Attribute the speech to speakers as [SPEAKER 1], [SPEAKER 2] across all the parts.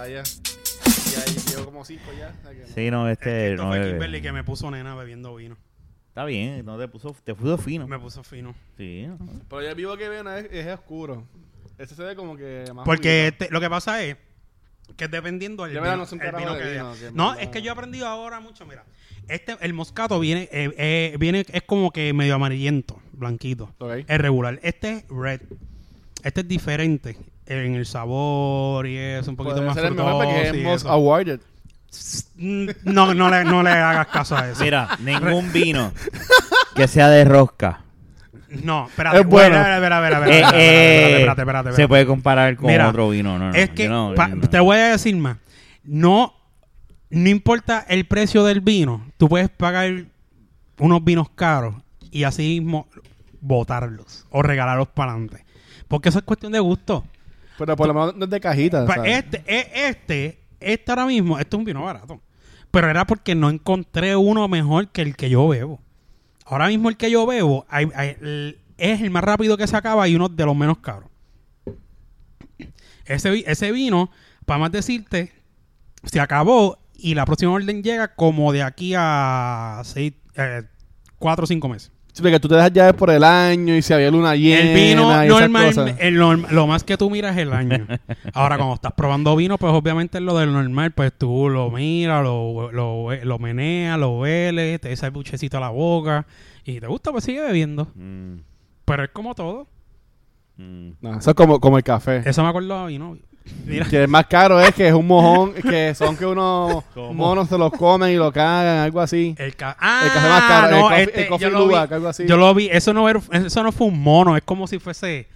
[SPEAKER 1] allá. Ya llevo como cinco ya. o sea que no.
[SPEAKER 2] Sí, no, este.
[SPEAKER 3] Esto
[SPEAKER 2] no
[SPEAKER 3] fue
[SPEAKER 2] bebe.
[SPEAKER 3] Kimberly que me puso nena bebiendo vino.
[SPEAKER 2] Está bien, no te puso, te puso fino.
[SPEAKER 3] Me puso fino.
[SPEAKER 2] Sí. no.
[SPEAKER 1] Pero ya el vivo que ven es, es oscuro. Ese se ve como que más.
[SPEAKER 3] Porque este- lo que pasa es que dependiendo del
[SPEAKER 1] Ah, Yo,
[SPEAKER 3] vino,
[SPEAKER 1] verdad, no sé un
[SPEAKER 3] el
[SPEAKER 1] carajo
[SPEAKER 3] vino
[SPEAKER 1] de
[SPEAKER 3] que
[SPEAKER 1] vino,
[SPEAKER 3] vea.
[SPEAKER 1] que
[SPEAKER 3] No,
[SPEAKER 1] me-
[SPEAKER 3] es que yo he aprendido ahora mucho, mira. Este, el moscato viene, eh, eh, viene, es como que medio amarillento, blanquito.
[SPEAKER 1] Ok.
[SPEAKER 3] Es regular. Este es red. Este es diferente en el sabor y es un poquito
[SPEAKER 1] Puede
[SPEAKER 3] más
[SPEAKER 1] ser el mejor porque
[SPEAKER 3] frutoso
[SPEAKER 1] Pues, es
[SPEAKER 3] y
[SPEAKER 1] most
[SPEAKER 3] eso.
[SPEAKER 1] awarded.
[SPEAKER 3] Mm, No, no le, no le hagas caso a eso.
[SPEAKER 2] Mira, ningún vino que sea de rosca.
[SPEAKER 3] No, espérate.
[SPEAKER 1] Es bueno.
[SPEAKER 3] Espera, espera, espera, espera,
[SPEAKER 2] eh,
[SPEAKER 3] espera,
[SPEAKER 2] eh,
[SPEAKER 3] espérate, espérate, espérate,
[SPEAKER 2] Se
[SPEAKER 3] espérate.
[SPEAKER 2] puede comparar con
[SPEAKER 3] Mira,
[SPEAKER 2] otro vino, no, no,
[SPEAKER 3] es
[SPEAKER 2] yo
[SPEAKER 3] que
[SPEAKER 2] no-
[SPEAKER 3] pa-
[SPEAKER 2] yo no.
[SPEAKER 3] te voy a decir más. No, no importa el precio del vino, tú puedes pagar unos vinos caros y así mismo botarlos o regalarlos para adelante. Porque eso es cuestión de gusto.
[SPEAKER 1] Pero por lo menos no es de cajita.
[SPEAKER 3] Pa-
[SPEAKER 1] ¿sabes?
[SPEAKER 3] Este, e- este, este ahora mismo, este es un vino barato. Pero era porque no encontré uno mejor que el que yo bebo. Ahora mismo el que yo bebo hay- hay- el- es el más rápido que se acaba y uno de los menos caros. Ese, vi- ese vino, para más decirte, se acabó y la próxima orden llega como de aquí a seis, eh, cuatro o cinco meses.
[SPEAKER 1] Sí, porque tú te dejas llaves por el año y si había luna llena.
[SPEAKER 3] El vino
[SPEAKER 1] y esas
[SPEAKER 3] normal,
[SPEAKER 1] cosas.
[SPEAKER 3] el norm- lo más que tú miras es el año. Ahora, cuando estás probando vino, pues obviamente es lo del normal, pues tú lo miras, lo, lo, lo meneas, lo hueles, te esa el buchecito a la boca y te gusta, pues sigue bebiendo.
[SPEAKER 2] Mm,
[SPEAKER 3] Pero es como todo.
[SPEAKER 2] mm.
[SPEAKER 1] No, eso es como, como el café.
[SPEAKER 3] Eso me acuerdo a vino. Mira,
[SPEAKER 1] Que el más caro es que es un mojón, que son que unos
[SPEAKER 2] ¿Cómo?
[SPEAKER 1] monos se los comen y lo cagan, algo así.
[SPEAKER 3] el, ca- ah,
[SPEAKER 1] el café más caro,
[SPEAKER 3] no,
[SPEAKER 1] el coffee,
[SPEAKER 3] este,
[SPEAKER 1] el coffee
[SPEAKER 3] yo lo vi-
[SPEAKER 1] Luwak, algo así.
[SPEAKER 3] Yo lo vi, eso no, era, eso no fue un mono, es como si fuese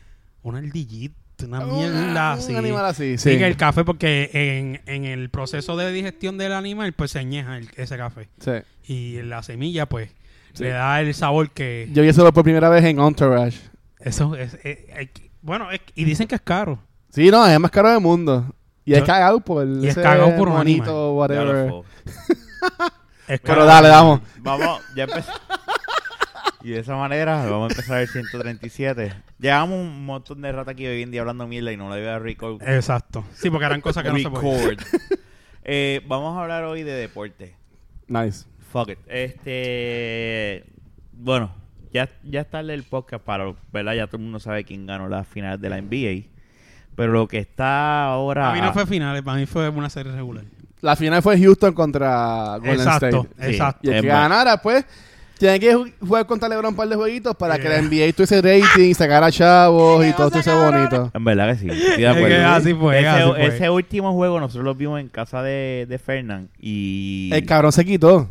[SPEAKER 3] una ardillita, una mierda
[SPEAKER 1] Un-
[SPEAKER 3] así.
[SPEAKER 1] Un animal así,
[SPEAKER 3] Sí,
[SPEAKER 1] sí.
[SPEAKER 3] que el café, porque en, en el proceso de digestión del animal, pues se añeja el- ese café.
[SPEAKER 1] Sí.
[SPEAKER 3] Y la semilla, pues,
[SPEAKER 1] Sí.
[SPEAKER 3] le da el sabor que...
[SPEAKER 1] Yo vi eso por primera vez en Entourage.
[SPEAKER 3] Eso es... es- es- bueno, es- y dicen que es caro.
[SPEAKER 1] Sí, no, es el más caro del mundo. Y es
[SPEAKER 3] Yo-
[SPEAKER 1] cagado por el.
[SPEAKER 3] y es cagado por un
[SPEAKER 1] monito,
[SPEAKER 2] Ya lo
[SPEAKER 1] whatever.
[SPEAKER 2] fo-
[SPEAKER 3] Es
[SPEAKER 1] Pero
[SPEAKER 3] caro.
[SPEAKER 1] dale, vamos.
[SPEAKER 2] Vamos, ya empezamos. Y de esa manera vamos a empezar el 137. Llevamos un montón de rato aquí bebiendo y hablando mierda y no le voy a record.
[SPEAKER 3] Exacto. Sí, porque eran cosas que no se pueden.
[SPEAKER 2] record. Eh, vamos a hablar hoy de deporte.
[SPEAKER 1] Nice.
[SPEAKER 2] Fuck it. Este. Bueno, ya, ya está el podcast para. ¿Verdad? Ya todo el mundo sabe quién ganó la final de la NBA. Pero lo que está ahora.
[SPEAKER 3] Para mí no fue finales, para mí fue una serie regular.
[SPEAKER 1] La final fue Houston contra Golden
[SPEAKER 3] Exacto,
[SPEAKER 1] State.
[SPEAKER 2] Sí.
[SPEAKER 3] exacto.
[SPEAKER 1] Y el
[SPEAKER 2] Es
[SPEAKER 1] que
[SPEAKER 2] más.
[SPEAKER 1] ganara, pues, tiene que ju- jugar contra LeBron un par de jueguitos para que
[SPEAKER 3] Yeah.
[SPEAKER 2] Eh.
[SPEAKER 1] la NBA tuviese rating, sacara chavos y todo esto sea bonito.
[SPEAKER 2] En verdad que sí. estoy de
[SPEAKER 3] Es
[SPEAKER 2] acuerdo.
[SPEAKER 3] que así fue,
[SPEAKER 2] ese,
[SPEAKER 3] así fue.
[SPEAKER 2] ese último juego nosotros lo vimos en casa de, de Fernán. Y.
[SPEAKER 1] El cabrón se quitó.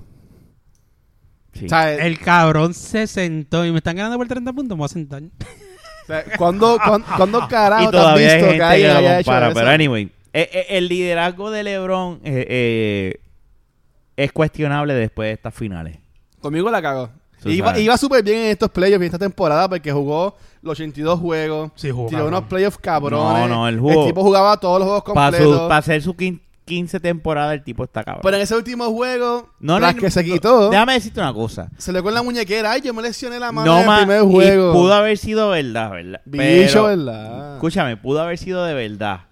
[SPEAKER 2] sí.
[SPEAKER 1] O sea,
[SPEAKER 3] El cabrón se sentó y me están ganando por 30 puntos, me voy a sentar.
[SPEAKER 1] o sea, ¿cuándo, cuán- ¿cuándo carajo
[SPEAKER 2] y
[SPEAKER 1] te has
[SPEAKER 2] todavía hay
[SPEAKER 1] visto
[SPEAKER 2] gente
[SPEAKER 1] que
[SPEAKER 2] que,
[SPEAKER 1] alguien
[SPEAKER 2] lo
[SPEAKER 1] haya hecho
[SPEAKER 2] compara.
[SPEAKER 1] eso?
[SPEAKER 2] Pero anyway, eh, eh, el liderazgo de LeBron eh, eh, es cuestionable después de estas finales.
[SPEAKER 1] Conmigo la cagó.
[SPEAKER 2] Tú
[SPEAKER 1] Iba,
[SPEAKER 2] sabes.
[SPEAKER 1] iba súper bien en estos playoffs en esta temporada porque jugó los 82 juegos.
[SPEAKER 3] Sí, jugó,
[SPEAKER 1] Tiró
[SPEAKER 3] cabrón.
[SPEAKER 1] unos playoffs cabrones.
[SPEAKER 2] No, no, él jugó.
[SPEAKER 1] El tipo jugaba todos los juegos
[SPEAKER 2] Para
[SPEAKER 1] completos.
[SPEAKER 2] hacer su quin- 15 temporada, el tipo está cabrón.
[SPEAKER 1] Pero en ese último juego,
[SPEAKER 2] No, no,
[SPEAKER 1] tras
[SPEAKER 2] no,
[SPEAKER 1] que se
[SPEAKER 2] no,
[SPEAKER 1] quitó,
[SPEAKER 2] Déjame decirte una cosa.
[SPEAKER 1] se le fue en la muñequera. Ay, yo me lesioné la mano
[SPEAKER 2] No
[SPEAKER 1] en
[SPEAKER 2] ma-
[SPEAKER 1] el primer
[SPEAKER 2] y
[SPEAKER 1] juego.
[SPEAKER 2] pudo haber sido verdad, ¿verdad?
[SPEAKER 1] Bicho,
[SPEAKER 2] Pero-
[SPEAKER 1] ¿verdad?
[SPEAKER 2] Escúchame, pudo haber sido de verdad.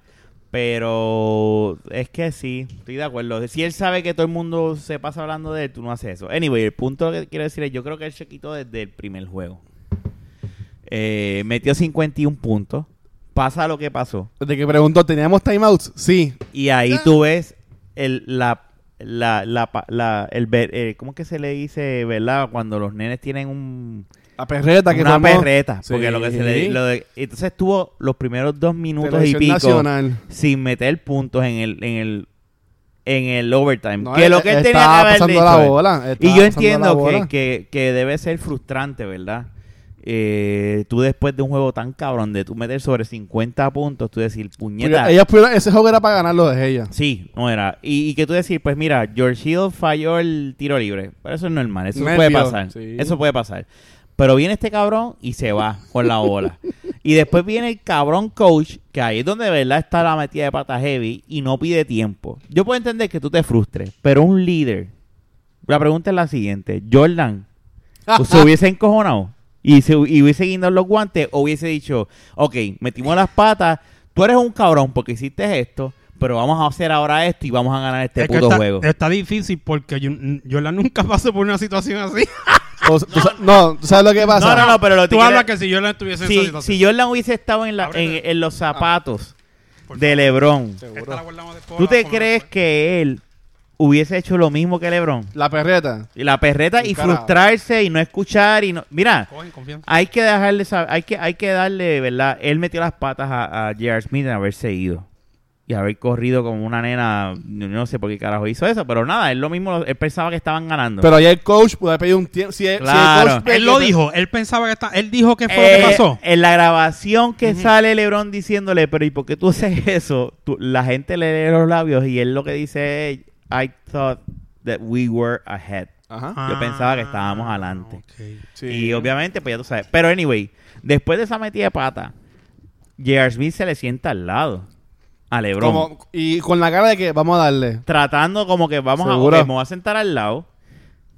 [SPEAKER 2] Pero es que sí, estoy de acuerdo. Si él sabe que todo el mundo se pasa hablando de él, tú no haces eso. Anyway, el punto que quiero decir es, yo creo que él se quitó desde el primer juego. Eh, metió 51 puntos. Pasa lo que pasó.
[SPEAKER 1] Desde que preguntó, ¿teníamos timeouts? Sí.
[SPEAKER 2] Y ahí
[SPEAKER 1] Ya.
[SPEAKER 2] tú ves el, la, la, la, pa- la- el, ver- eh, ¿cómo que se le dice, verdad? Cuando los nenes tienen un,
[SPEAKER 1] La perreta que
[SPEAKER 2] una
[SPEAKER 1] tomó.
[SPEAKER 2] perreta.
[SPEAKER 1] Sí.
[SPEAKER 2] Porque lo que se le lo de- entonces estuvo los primeros dos minutos y
[SPEAKER 1] Televisión
[SPEAKER 2] pico
[SPEAKER 1] nacional.
[SPEAKER 2] sin meter puntos en el, en el, en el overtime.
[SPEAKER 1] No,
[SPEAKER 2] que
[SPEAKER 1] él-
[SPEAKER 2] lo que él
[SPEAKER 1] él
[SPEAKER 2] tenía que
[SPEAKER 1] estaba
[SPEAKER 2] haber
[SPEAKER 1] pasando
[SPEAKER 2] dicho
[SPEAKER 1] la
[SPEAKER 2] es-
[SPEAKER 1] bola, él estaba
[SPEAKER 2] Y yo
[SPEAKER 1] pasando la
[SPEAKER 2] entiendo que,
[SPEAKER 1] bola.
[SPEAKER 2] que, que debe ser frustrante, ¿verdad? Eh, tú después de un juego tan cabrón de tú meter sobre 50 puntos, tú decir, puñeta.
[SPEAKER 1] Porque ellos pudieron- ese juego era para ganarlo de ella.
[SPEAKER 2] Sí, no era. Y, y que tú decir, pues mira, George Hill falló el tiro libre. Pero eso es normal, eso
[SPEAKER 1] Nervio,
[SPEAKER 2] puede pasar.
[SPEAKER 1] sí.
[SPEAKER 2] Eso puede pasar. Pero viene este cabrón y se va con la bola. y después viene el cabrón coach, que ahí es donde de verdad está la metida de pata heavy y no pide tiempo. Yo puedo entender que tú te frustres, pero un líder. La pregunta es la siguiente: Jordan, ¿se hubiese encojonado? Y, se, y hubiese guindado los guantes, o hubiese dicho, ok, metimos las patas, tú eres un cabrón porque hiciste esto, pero vamos a hacer ahora esto y vamos a ganar este
[SPEAKER 3] Es que
[SPEAKER 2] puto
[SPEAKER 3] está,
[SPEAKER 2] juego.
[SPEAKER 3] está difícil porque yo, Jordan nunca pasó por una situación así.
[SPEAKER 1] O- tú sa- no, ¿tú sabes lo que pasa?
[SPEAKER 2] no, no, no, pero lo que
[SPEAKER 3] Tú
[SPEAKER 2] quiero-
[SPEAKER 3] hablas que si Jordan estuviese en esa
[SPEAKER 2] si,
[SPEAKER 3] situación.
[SPEAKER 2] si Jordan hubiese estado en, la-
[SPEAKER 3] Ábrete.
[SPEAKER 2] en- en los
[SPEAKER 3] Ah,
[SPEAKER 2] zapatos
[SPEAKER 3] Por
[SPEAKER 2] de LeBron,
[SPEAKER 3] Esta la guardamos después,
[SPEAKER 2] ¿tú
[SPEAKER 3] la
[SPEAKER 2] te
[SPEAKER 3] ponemos
[SPEAKER 2] crees
[SPEAKER 3] después.
[SPEAKER 2] que él hubiese hecho lo mismo que LeBron?
[SPEAKER 1] La perreta.
[SPEAKER 2] Y la perreta y
[SPEAKER 1] Carajo.
[SPEAKER 2] frustrarse y no escuchar y no... Mira,
[SPEAKER 3] Cogen confianza.
[SPEAKER 2] hay que dejarle saber, hay que, hay que darle, ¿verdad? Él metió las patas a, a J.R. Smith en haberse ido. Y haber corrido como una nena, no no sé por qué carajo hizo eso, pero nada, él lo mismo, lo- él pensaba que estaban ganando.
[SPEAKER 1] Pero ahí el coach pudo haber pedido un tiempo. Si el, si el
[SPEAKER 2] Claro.
[SPEAKER 1] coach ve
[SPEAKER 3] Él lo
[SPEAKER 1] que-
[SPEAKER 3] dijo, él pensaba que está, él dijo que fue
[SPEAKER 2] Pues Eh,
[SPEAKER 3] lo que pasó.
[SPEAKER 2] En la grabación que sale Lebron diciéndole, pero ¿y por qué tú haces eso? Tú- la gente le lee los labios y él lo que dice es, I thought that we were ahead.
[SPEAKER 1] Ajá.
[SPEAKER 2] yo pensaba que estábamos adelante.
[SPEAKER 3] Ah, ok.
[SPEAKER 1] Sí.
[SPEAKER 2] Y obviamente, pues ya tú sabes. Pero anyway, después de esa metida de pata, J.R. Smith se le sienta al lado a Lebron.
[SPEAKER 1] Como- y con la cara de que vamos a darle.
[SPEAKER 2] Tratando como que vamos a,
[SPEAKER 1] Seguro.
[SPEAKER 2] ok, me voy a sentar al lado.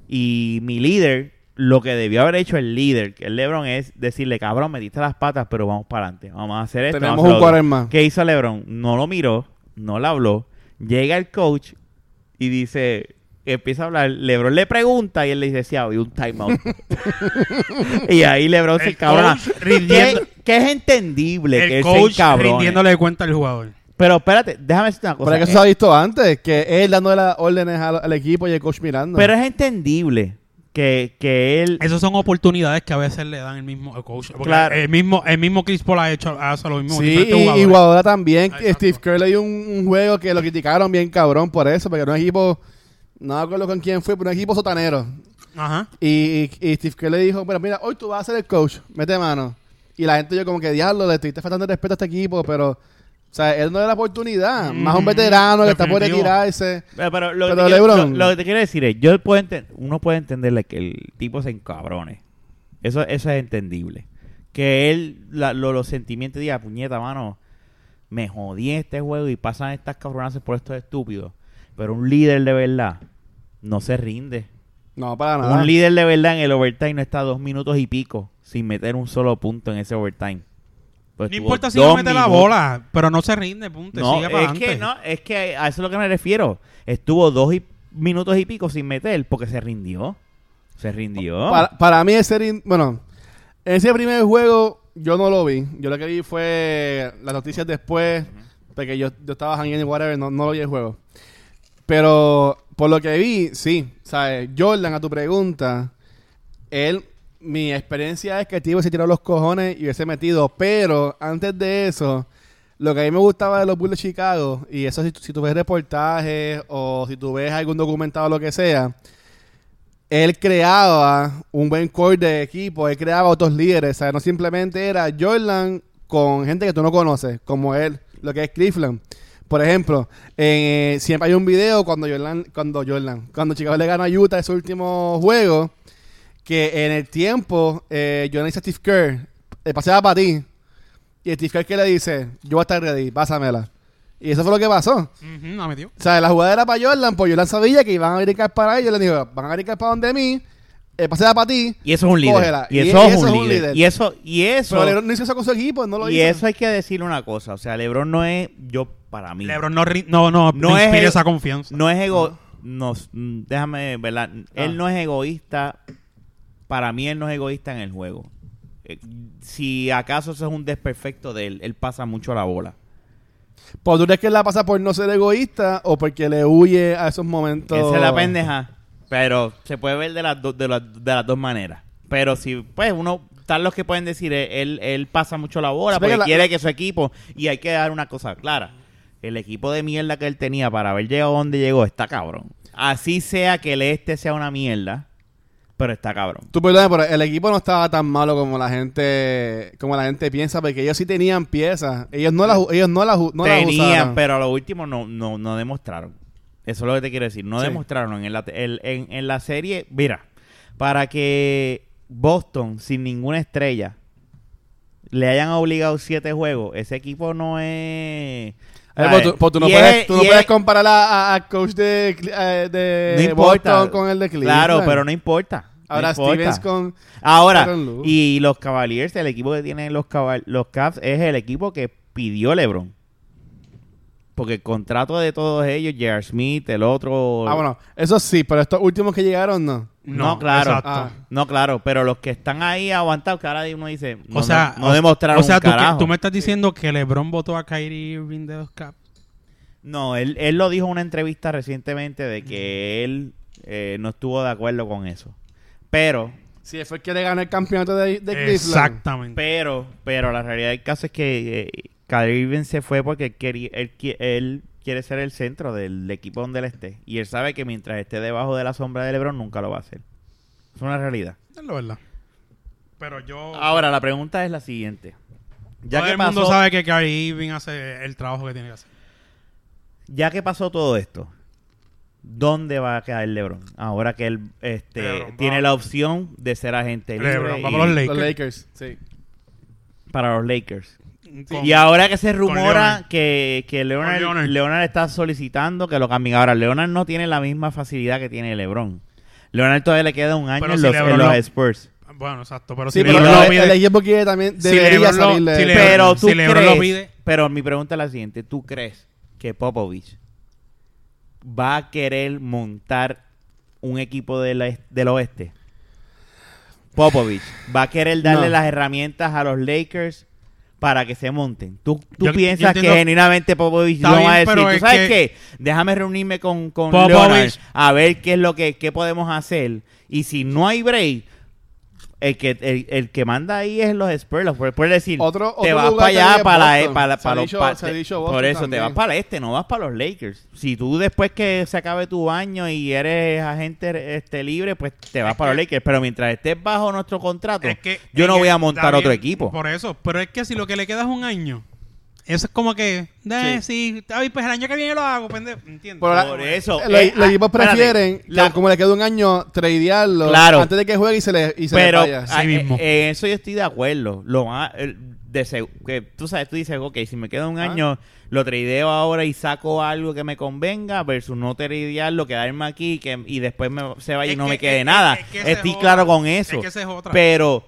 [SPEAKER 2] Y mi líder, lo que debió haber hecho el líder, que es Lebron, es decirle, cabrón, metiste las patas, pero vamos para adelante. Vamos a hacer esto.
[SPEAKER 1] Tenemos
[SPEAKER 2] vamos a hacer
[SPEAKER 1] un
[SPEAKER 2] lo otro".
[SPEAKER 1] quarter más.
[SPEAKER 2] ¿Qué hizo Lebron? No lo miró, no le habló. Llega el coach y dice, empieza a hablar. Lebron le pregunta y él le dice, sí, había un timeout. y ahí Lebron se
[SPEAKER 3] El
[SPEAKER 2] encabrona.
[SPEAKER 3] coach
[SPEAKER 2] Que,
[SPEAKER 3] rindiendo-
[SPEAKER 2] que es entendible que
[SPEAKER 3] El
[SPEAKER 2] él
[SPEAKER 3] coach
[SPEAKER 2] se encabrone.
[SPEAKER 3] rindiéndole cuenta al jugador.
[SPEAKER 2] Pero espérate, déjame decirte una cosa.
[SPEAKER 1] Pero es que eso se ha visto antes, que él dándole las órdenes al, al equipo y el coach mirando.
[SPEAKER 2] Pero es entendible que, que él...
[SPEAKER 3] Esas son oportunidades que a veces le dan el mismo el coach. Porque
[SPEAKER 2] Claro.
[SPEAKER 3] el mismo, el mismo Chris Paul ha hecho hace lo mismo.
[SPEAKER 1] sí,
[SPEAKER 3] diferentes
[SPEAKER 1] y, y
[SPEAKER 3] jugadores.
[SPEAKER 1] Guadalajara también.
[SPEAKER 3] Exacto.
[SPEAKER 1] Steve Kerr le dio un, un juego que lo criticaron bien cabrón por eso, porque era un equipo, no me acuerdo con quién fue, pero un equipo sotanero.
[SPEAKER 3] Ajá.
[SPEAKER 2] Pues
[SPEAKER 1] Y, y- y Steve Kerr le dijo, pero mira, hoy tú vas a ser el coach, mete mano. Y la gente yo como que, diablo, le estuviste faltando el respeto a este equipo, pero, o sea, él no era la oportunidad. Más un
[SPEAKER 3] Ujú,
[SPEAKER 1] veterano que está por
[SPEAKER 3] definitivo.
[SPEAKER 1] retirarse.
[SPEAKER 2] Pero, eh, pero lo,
[SPEAKER 1] Pero
[SPEAKER 2] que te quiero-
[SPEAKER 1] LeBron-
[SPEAKER 2] lo- lo que te quiero decir es, yo puedo enten- uno puede entenderle que el tipo se encabrone. Eso, eso es entendible. Que él, la- lo- los sentimientos diga, puñeta, mano, me jodí en este juego y pasan estas cabronaces por estos estúpidos. Pero un líder de verdad no se rinde.
[SPEAKER 1] No, para nada.
[SPEAKER 2] Un líder de verdad en el overtime no está dos minutos y pico sin meter un solo punto en ese overtime. Pues
[SPEAKER 3] No
[SPEAKER 2] tuvo
[SPEAKER 3] importa si
[SPEAKER 2] dos
[SPEAKER 3] no mete la
[SPEAKER 2] minutos.
[SPEAKER 3] bola, pero no se rinde, punto.
[SPEAKER 2] No,
[SPEAKER 3] sigue para
[SPEAKER 2] es que no, es que a eso es lo que me refiero. Estuvo dos y- minutos y pico sin meter porque se rindió. Se rindió.
[SPEAKER 1] Para, para mí ese... rin- Bueno, ese primer juego yo no lo vi. Yo lo que vi fue las noticias después, porque yo, yo estaba hangueando y whatever, no, no lo vi el juego. Pero por lo que vi, sí. ¿Sabes? Jordan, a tu pregunta, él... Mi experiencia es que el tío se tiró los cojones y hubiese metido. Pero antes de eso, lo que a mí me gustaba de los Bulls de Chicago, y eso si, tú- si tú ves reportajes o si tú ves algún documentado o lo que sea, él creaba un buen core de equipo, él creaba otros líderes, ¿sabes? No simplemente era Jordan con gente que tú no conoces, como él, lo que es Cleveland. Por ejemplo, eh, siempre hay un video cuando Jordan, cuando Jordan, cuando Chicago le gana a Utah ese último juego, que en el tiempo eh, Jordan dice a Steve Kerr, le paseaba para ti, y Steve Kerr que le dice, yo voy a estar ready, pásamela. Y eso fue lo que pasó.
[SPEAKER 3] Ujú, la metió.
[SPEAKER 1] O sea, la jugada era para Jordan, pues Jordan sabía que iban a brincar para él. Yo le dije, van a brincar para donde mí, eh, pasea para ti.
[SPEAKER 2] y eso es un líder.
[SPEAKER 1] Cógela.
[SPEAKER 2] Y
[SPEAKER 1] Y-
[SPEAKER 2] eso
[SPEAKER 1] y
[SPEAKER 2] es un líder. Y eso, y eso.
[SPEAKER 1] Pero LeBron no hizo eso con su equipo, no lo
[SPEAKER 2] y
[SPEAKER 1] hizo.
[SPEAKER 2] eso hay que decir una cosa. O sea, Lebron no es, yo, para mí.
[SPEAKER 3] LeBron no, rin- no, no,
[SPEAKER 2] No
[SPEAKER 3] no
[SPEAKER 2] es
[SPEAKER 3] inspira
[SPEAKER 2] el-
[SPEAKER 3] esa confianza.
[SPEAKER 2] No es ego. Nos, mm, déjame, ¿verdad?
[SPEAKER 3] Ah.
[SPEAKER 2] Él no es egoísta. Para mí, él no es egoísta en el juego. Eh, Si acaso eso es un desperfecto de él, él pasa mucho la bola.
[SPEAKER 1] Pues tú crees que él la pasa por no ser egoísta o porque le huye a esos momentos.
[SPEAKER 2] Esa es la pendeja. Pero se puede ver de las, dos- de, las, de las dos maneras. Pero si, pues, uno, tal los que pueden decir, eh, él, él pasa mucho la bola
[SPEAKER 1] Sí,
[SPEAKER 2] porque
[SPEAKER 1] porque la-
[SPEAKER 2] quiere que su equipo. Y hay que dar una cosa clara: el equipo de mierda que él tenía para haber llegado donde llegó está cabrón. Así sea que el este sea una mierda, pero está cabrón.
[SPEAKER 1] Tú perdóname, pero el equipo no estaba tan malo como la gente como la gente piensa, porque ellos sí tenían piezas. Ellos no las ju- ellos no las ju- no las
[SPEAKER 2] Tenían,
[SPEAKER 1] usaron.
[SPEAKER 2] pero a lo último no, no, no demostraron. Eso es lo que te quiero decir. No
[SPEAKER 1] Sí.
[SPEAKER 2] demostraron. En la, te- el- en, en la serie, mira, para que Boston, sin ninguna estrella, le hayan obligado siete juegos, ese equipo no es...
[SPEAKER 1] Eh, pues, tú, pues tú no
[SPEAKER 2] Y
[SPEAKER 1] puedes,
[SPEAKER 2] es-
[SPEAKER 1] tú no
[SPEAKER 2] y
[SPEAKER 1] puedes
[SPEAKER 2] es-
[SPEAKER 1] comparar a, a- a coach de, Cle- eh, de
[SPEAKER 2] no importa.
[SPEAKER 1] Boston con el de Cleveland.
[SPEAKER 2] Claro, pero no importa. No
[SPEAKER 1] Ahora
[SPEAKER 2] importa.
[SPEAKER 1] Stevens con...
[SPEAKER 2] Ahora,
[SPEAKER 1] Aaron Lewis.
[SPEAKER 2] y los Cavaliers, el equipo que tienen los, Caval- los Cavs es el equipo que pidió LeBron. Porque el contrato de todos ellos, J.R. Smith, el otro.
[SPEAKER 1] Ah, bueno, eso sí, pero estos últimos que llegaron, no.
[SPEAKER 2] No, claro.
[SPEAKER 1] Ah.
[SPEAKER 2] No, claro, pero los que están ahí aguantados, que ahora uno dice, no,
[SPEAKER 3] O sea,
[SPEAKER 2] no, no
[SPEAKER 3] o-
[SPEAKER 2] demostraron
[SPEAKER 3] o sea,
[SPEAKER 2] un
[SPEAKER 3] tú, que-
[SPEAKER 2] carajo.
[SPEAKER 3] tú me estás diciendo que LeBron votó a Kyrie Irving de los Caps.
[SPEAKER 2] No, él, él lo dijo en una entrevista recientemente de que él eh, no estuvo de acuerdo con eso. Pero,
[SPEAKER 1] Sí, fue el que le ganó el campeonato de, de Cleveland.
[SPEAKER 3] Exactamente.
[SPEAKER 2] pero, pero la realidad del caso es que eh, Kyrie Irving se fue porque él, quería- él, qui- él quiere ser el centro del, equipo donde él esté. Y él sabe que mientras esté debajo de la sombra de LeBron nunca lo va a hacer. Es una realidad.
[SPEAKER 3] Es la verdad. Pero yo.
[SPEAKER 2] Ahora, la pregunta es la siguiente. Ya
[SPEAKER 3] todo
[SPEAKER 2] que
[SPEAKER 3] el
[SPEAKER 2] pasó,
[SPEAKER 3] mundo sabe que Kyrie Irving hace el trabajo que tiene que hacer.
[SPEAKER 2] Ya que pasó todo esto, ¿dónde va a quedar LeBron? Ahora que él este,
[SPEAKER 3] LeBron,
[SPEAKER 2] tiene
[SPEAKER 3] va-
[SPEAKER 2] la opción de ser agente libre
[SPEAKER 3] LeBron,
[SPEAKER 2] y-
[SPEAKER 3] va para
[SPEAKER 1] Los
[SPEAKER 3] los Lakers.
[SPEAKER 1] Lakers, sí.
[SPEAKER 2] para los Lakers.
[SPEAKER 3] Con-
[SPEAKER 2] y ahora que se
[SPEAKER 3] Leonard.
[SPEAKER 2] rumora que, que Leonard,
[SPEAKER 3] Con Leonard.
[SPEAKER 2] Leonard está solicitando que lo cambien. Ahora, Leonard no tiene la misma facilidad que tiene LeBron. Leonard todavía le queda un año
[SPEAKER 3] Pero
[SPEAKER 2] en,
[SPEAKER 3] si
[SPEAKER 2] los,
[SPEAKER 3] LeBron
[SPEAKER 2] en los
[SPEAKER 3] lo-
[SPEAKER 2] Spurs.
[SPEAKER 3] Bueno, exacto. Pero
[SPEAKER 1] Sí,
[SPEAKER 3] si
[SPEAKER 1] pero
[SPEAKER 2] LeBron
[SPEAKER 3] LeBron
[SPEAKER 1] no,
[SPEAKER 3] lo pide-
[SPEAKER 1] el equipo quiere también
[SPEAKER 3] si
[SPEAKER 1] debería
[SPEAKER 3] LeBron lo-
[SPEAKER 1] salir de...
[SPEAKER 3] si LeBron-
[SPEAKER 2] Pero tú
[SPEAKER 3] si LeBron lo
[SPEAKER 2] crees,
[SPEAKER 3] pide-
[SPEAKER 2] pero mi pregunta es la siguiente, ¿tú crees que Popovich va a querer montar un equipo del, oes- del oeste? Popovich va a querer darle
[SPEAKER 1] No.
[SPEAKER 2] las herramientas a los Lakers para que se monten. ¿Tú, tú
[SPEAKER 3] Yo- yo
[SPEAKER 2] piensas
[SPEAKER 3] entiendo-
[SPEAKER 2] que genuinamente Popovich
[SPEAKER 3] Está
[SPEAKER 2] no
[SPEAKER 3] bien,
[SPEAKER 2] va a decir,
[SPEAKER 3] pero
[SPEAKER 2] ¿tú
[SPEAKER 3] es
[SPEAKER 2] sabes
[SPEAKER 3] que-
[SPEAKER 2] qué? Déjame reunirme con, con
[SPEAKER 3] Popovich-
[SPEAKER 2] Leonard a ver qué es lo que qué podemos hacer. Y si no hay break, el que, el, el que manda ahí es los Spurs. Los Spurs pueden decir,
[SPEAKER 1] Otro-
[SPEAKER 2] te
[SPEAKER 1] otro
[SPEAKER 2] vas
[SPEAKER 1] lugar
[SPEAKER 2] para allá,
[SPEAKER 1] también es
[SPEAKER 2] para, la-
[SPEAKER 1] Boston.
[SPEAKER 2] para, la-
[SPEAKER 1] Se
[SPEAKER 2] para
[SPEAKER 1] ha
[SPEAKER 2] los
[SPEAKER 1] dicho-
[SPEAKER 2] pa-
[SPEAKER 1] se ha dicho
[SPEAKER 2] Por
[SPEAKER 1] Boston
[SPEAKER 2] eso te
[SPEAKER 1] también.
[SPEAKER 2] vas para el este, no vas para los Lakers. Si tú después que se acabe tu año y eres agente este libre, pues te vas
[SPEAKER 3] Es
[SPEAKER 2] para
[SPEAKER 3] que-
[SPEAKER 2] los Lakers. Pero mientras estés bajo nuestro contrato,
[SPEAKER 3] Es que-
[SPEAKER 2] yo no
[SPEAKER 3] es que
[SPEAKER 2] voy a montar
[SPEAKER 3] está
[SPEAKER 2] otro
[SPEAKER 3] bien
[SPEAKER 2] equipo.
[SPEAKER 3] Por eso, pero es que si lo que le queda es un año, eso es como que, eh, sí, está bien, pues el año que viene lo hago, pendejo, ¿entiendes?
[SPEAKER 1] Pero la-
[SPEAKER 2] Por eso.
[SPEAKER 1] Los,
[SPEAKER 2] eh,
[SPEAKER 1] los
[SPEAKER 2] ah,
[SPEAKER 1] equipos
[SPEAKER 2] espérate,
[SPEAKER 1] prefieren,
[SPEAKER 2] la-
[SPEAKER 1] como le queda un año, tradearlo
[SPEAKER 2] Claro.
[SPEAKER 1] antes de que juegue y se le, y se le
[SPEAKER 2] pero
[SPEAKER 1] falla.
[SPEAKER 2] ah,
[SPEAKER 3] Sí
[SPEAKER 2] eh,
[SPEAKER 3] mismo.
[SPEAKER 2] eh, eso yo estoy de acuerdo. Lo más, el- de seg- que tú sabes, tú dices, ok, si me queda un
[SPEAKER 1] Ah.
[SPEAKER 2] año, lo tradeo ahora y saco algo que me convenga versus no tradearlo, quedarme aquí y que, y después me- se vaya y
[SPEAKER 3] Es
[SPEAKER 2] no
[SPEAKER 3] que-
[SPEAKER 2] me quede
[SPEAKER 3] es-
[SPEAKER 2] nada.
[SPEAKER 3] es que esa es
[SPEAKER 2] estoy
[SPEAKER 3] otra.
[SPEAKER 2] claro con
[SPEAKER 3] Es
[SPEAKER 2] eso.
[SPEAKER 3] que esa es otra.
[SPEAKER 2] Pero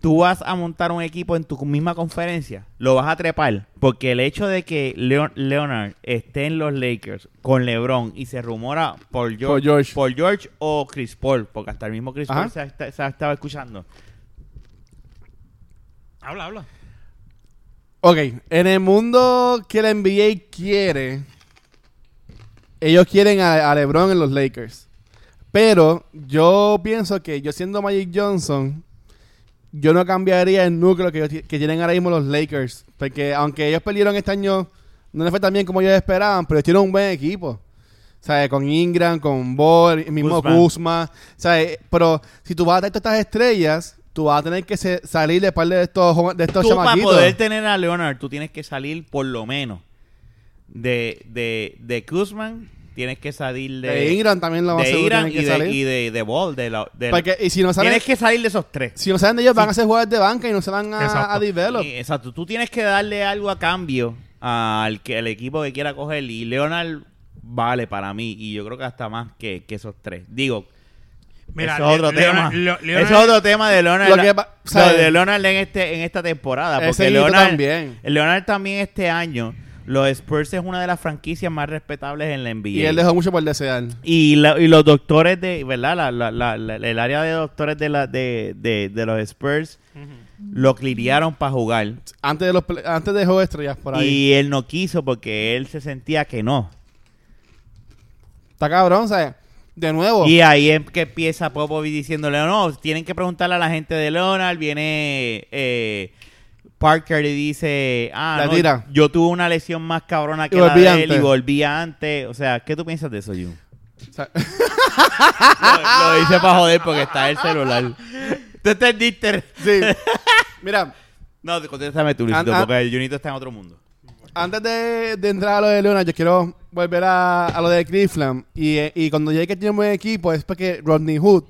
[SPEAKER 2] tú vas a montar un equipo en tu misma conferencia, lo vas a trepar, porque el hecho de que Leon- Leonard esté en los Lakers con LeBron y se rumora por George,
[SPEAKER 1] Por George.
[SPEAKER 2] por George o Chris Paul, porque hasta el mismo Chris
[SPEAKER 1] Ajá.
[SPEAKER 2] Paul se ha esta- se ha estado escuchando.
[SPEAKER 3] Habla, habla.
[SPEAKER 1] Ok, en el mundo que la NBA quiere, ellos quieren a, a LeBron en los Lakers. Pero yo pienso que yo siendo Magic Johnson, yo no cambiaría el núcleo que, ellos ti- que tienen ahora mismo los Lakers. Porque aunque ellos perdieron este año, no les fue tan bien como ellos esperaban, pero ellos tienen un buen equipo. ¿Sabes? Con Ingram, con Ball, el mismo
[SPEAKER 2] Guzmán.
[SPEAKER 1] Kuzma. ¿Sabes? eh, Pero si tú vas a tener todas estas estrellas, tú vas a tener que se- salir de parte de estos, joven- de estos
[SPEAKER 2] tú para
[SPEAKER 1] chamaquitos.
[SPEAKER 2] poder tener a Leonard, tú tienes que salir por lo menos de, de, de Kuzman, tienes que salir de,
[SPEAKER 1] de Ingram también lo más
[SPEAKER 2] de
[SPEAKER 1] seguro
[SPEAKER 2] Ingram
[SPEAKER 1] tienen
[SPEAKER 2] y
[SPEAKER 1] que
[SPEAKER 2] de,
[SPEAKER 1] salir.
[SPEAKER 2] y de, de Ball. De la- de la-
[SPEAKER 1] Porque- y si no salen,
[SPEAKER 2] tienes que salir de esos tres.
[SPEAKER 1] si no salen de ellos, van a ser jugadores de banca y no se van a,
[SPEAKER 3] Exacto.
[SPEAKER 1] a develop.
[SPEAKER 2] Y- exacto, tú tienes que darle algo a cambio al que el equipo que quiera coger y Leonard vale para mí y yo creo que hasta más que, que esos tres. Digo,
[SPEAKER 3] Mira,
[SPEAKER 2] eso es otro
[SPEAKER 3] Le- Leonard-
[SPEAKER 2] tema.
[SPEAKER 3] Leo- Leonard-
[SPEAKER 2] Eso es otro tema de Leonard.
[SPEAKER 1] Lo que pa- ¿sabes?
[SPEAKER 2] lo de Leonard en este en esta temporada,
[SPEAKER 1] Ese
[SPEAKER 2] porque
[SPEAKER 1] hito
[SPEAKER 2] Leonard
[SPEAKER 1] también.
[SPEAKER 2] Leonard también este año los Spurs es una de las franquicias más respetables en la NBA.
[SPEAKER 1] Y él dejó mucho por desear.
[SPEAKER 2] Y, la- y los doctores de, ¿verdad? La- la- la- la- el área de doctores de la de, de, de los Spurs lo cliriaron para jugar
[SPEAKER 1] Antes de los pl- antes dejó estrellas por ahí.
[SPEAKER 2] y él no quiso porque él se sentía que no.
[SPEAKER 1] Está cabrón, ¿sabes? De nuevo.
[SPEAKER 2] Y ahí es que empieza Popovich diciéndole, no, tienen que preguntarle a la gente de Leonard, viene eh, Parker y dice, ah,
[SPEAKER 1] La
[SPEAKER 2] no,
[SPEAKER 1] tira.
[SPEAKER 2] yo tuve una lesión más cabrona que
[SPEAKER 1] Y
[SPEAKER 2] la
[SPEAKER 1] volví
[SPEAKER 2] de él
[SPEAKER 1] antes.
[SPEAKER 2] y volví antes. O sea, ¿qué tú piensas de eso, Jun?
[SPEAKER 1] O sea,
[SPEAKER 2] lo, lo hice para joder porque está el celular. ¿Tú entendiste?
[SPEAKER 1] sí. Mira,
[SPEAKER 2] No, contéstame tú, Luisito,
[SPEAKER 1] An- an-
[SPEAKER 2] porque el Junito está en otro mundo.
[SPEAKER 1] antes de, de entrar a lo de Leonard, yo quiero volver a, a lo de Cleveland. Y, eh, y cuando llegué que tiene un buen equipo, es porque Rodney Hood,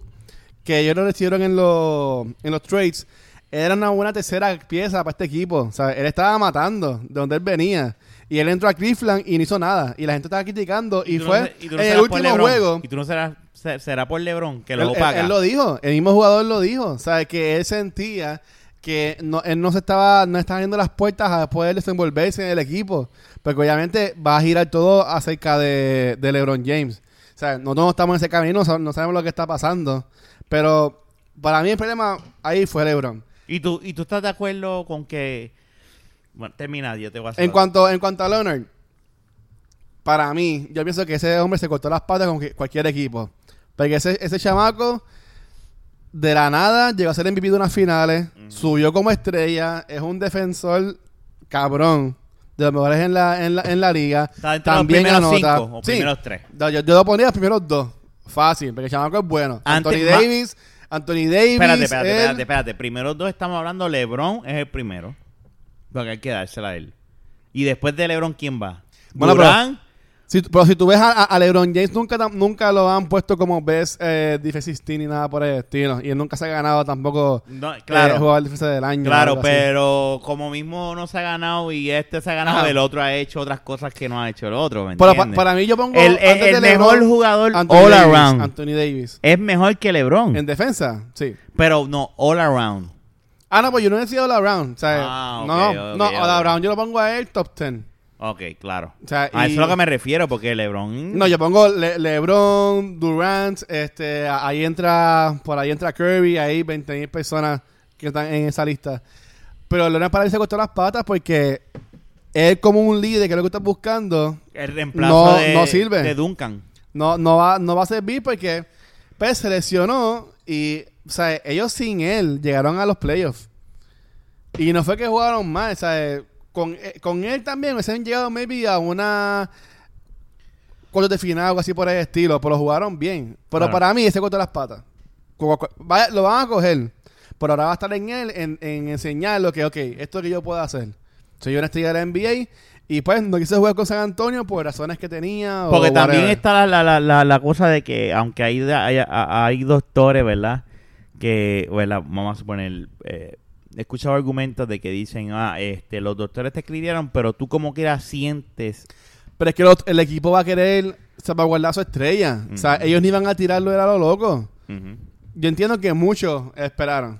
[SPEAKER 1] que ellos lo recibieron en, los en los trades, era una buena tercera pieza para este equipo. O sea, él estaba matando de donde él venía. Y él entró a Cleveland y no hizo nada. Y la gente estaba criticando. Y,
[SPEAKER 2] tú no
[SPEAKER 1] fue
[SPEAKER 2] se- y tú no
[SPEAKER 1] en el
[SPEAKER 2] serás por
[SPEAKER 1] último
[SPEAKER 2] LeBron.
[SPEAKER 1] juego.
[SPEAKER 2] Y tú no serás, se- será por Lebron que
[SPEAKER 1] él,
[SPEAKER 2] lo
[SPEAKER 1] él-
[SPEAKER 2] paga.
[SPEAKER 1] él lo dijo, el mismo jugador lo dijo, o sea, que él sentía que no, él no se estaba, no estaba viendo las puertas a poder desenvolverse en el equipo. Porque obviamente va a girar todo acerca de, de LeBron James. O sea, nosotros no estamos en ese camino, so- no sabemos lo que está pasando. Pero para mí el problema ahí fue LeBron.
[SPEAKER 2] ¿Y tú, ¿Y tú estás de acuerdo con que... Bueno, termina, yo te voy a hacer...
[SPEAKER 1] En cuanto, en cuanto a Leonard, para mí, yo pienso que ese hombre se cortó las patas con que- cualquier equipo. Porque ese, ese chamaco, de la nada, llegó a ser MVP de unas finales, subió como estrella, es un defensor cabrón, de los mejores en la, en la, en la liga.
[SPEAKER 2] Está entre los primeros cinco, o primeros tres.
[SPEAKER 1] Yo, yo yo lo ponía los primeros dos. Fácil, porque el chamaco es bueno.
[SPEAKER 2] Antes-
[SPEAKER 1] Anthony
[SPEAKER 2] ma-
[SPEAKER 1] Davis, Anthony Davis.
[SPEAKER 2] Espérate, espérate,
[SPEAKER 1] él-
[SPEAKER 2] espérate, espérate. Primero dos estamos hablando, LeBron es el primero. Porque hay que dársela a él. Y después de LeBron, ¿quién va?
[SPEAKER 1] Bueno, pero-
[SPEAKER 2] Durán,
[SPEAKER 1] Si- pero si tú ves a, a- a LeBron James, nunca, tam- nunca lo han puesto como best eh, defensive team ni nada por el estilo. Y él nunca se ha ganado tampoco
[SPEAKER 2] No, claro.
[SPEAKER 1] claro. jugador defensa del año. o
[SPEAKER 2] claro,
[SPEAKER 1] algo así.
[SPEAKER 2] pero como mismo no se ha ganado y este se ha ganado,
[SPEAKER 1] Ajá.
[SPEAKER 2] el otro ha hecho otras cosas que no ha hecho el otro, ¿me
[SPEAKER 1] Pero pa-
[SPEAKER 2] entiendes?
[SPEAKER 1] para mí yo pongo...
[SPEAKER 2] El- el-
[SPEAKER 1] antes de
[SPEAKER 2] el mejor jugador
[SPEAKER 1] Anthony
[SPEAKER 2] all
[SPEAKER 1] Davis,
[SPEAKER 2] around.
[SPEAKER 1] Anthony Davis.
[SPEAKER 2] Es mejor que LeBron,
[SPEAKER 1] En defensa, sí.
[SPEAKER 2] pero no all around.
[SPEAKER 1] Ah, no, pues yo no decía all around. O sea,
[SPEAKER 2] Ah, ok,
[SPEAKER 1] no,
[SPEAKER 2] ok,
[SPEAKER 1] no,
[SPEAKER 2] ok.
[SPEAKER 1] all around yo lo pongo a él top 10.
[SPEAKER 2] Ok, claro.
[SPEAKER 1] O sea,
[SPEAKER 2] A
[SPEAKER 1] y-
[SPEAKER 2] eso es lo que me refiero, porque LeBron...
[SPEAKER 1] No, yo pongo Le- LeBron, Durant, este, a- ahí entra, por ahí entra Kirby, ahí 20.000 personas que están en esa lista. Pero Leonard para mí se cortó las patas porque él como un líder, que es lo que estás buscando,
[SPEAKER 2] el reemplazo
[SPEAKER 1] no-
[SPEAKER 2] de,
[SPEAKER 1] no sirve.
[SPEAKER 2] de Duncan.
[SPEAKER 1] no, no, va, no va a servir porque pues, se lesionó y o sea, ellos sin él llegaron a los playoffs. Y no fue que jugaron mal, o sea, con, eh, con él también se han llegado maybe a una cuartos de final o algo así por el estilo, pero jugaron bien. Pero
[SPEAKER 2] Claro.
[SPEAKER 1] para mí ese cortó las patas. Como- co- vaya- lo van a coger, pero ahora va a estar en él en, en enseñar lo que, ok, esto es lo que yo puedo hacer. Soy una estrella de la NBA y pues no quise jugar con San Antonio por razones que tenía. o
[SPEAKER 2] Porque también
[SPEAKER 1] whatever.
[SPEAKER 2] está la, la, la, la, la cosa de que, aunque hay, hay, hay doctores, ¿verdad? Que, ¿verdad? Vamos a suponer, eh, he escuchado argumentos de que dicen, ah, este, los doctores te escribieron, pero tú como quiera sientes.
[SPEAKER 1] Pero es que los- el equipo va a querer salvaguardar su estrella. O sea,
[SPEAKER 2] Ujú.
[SPEAKER 1] ellos ni van a tirarlo, era lo loco.
[SPEAKER 2] Ujú.
[SPEAKER 1] Yo entiendo que muchos esperaron.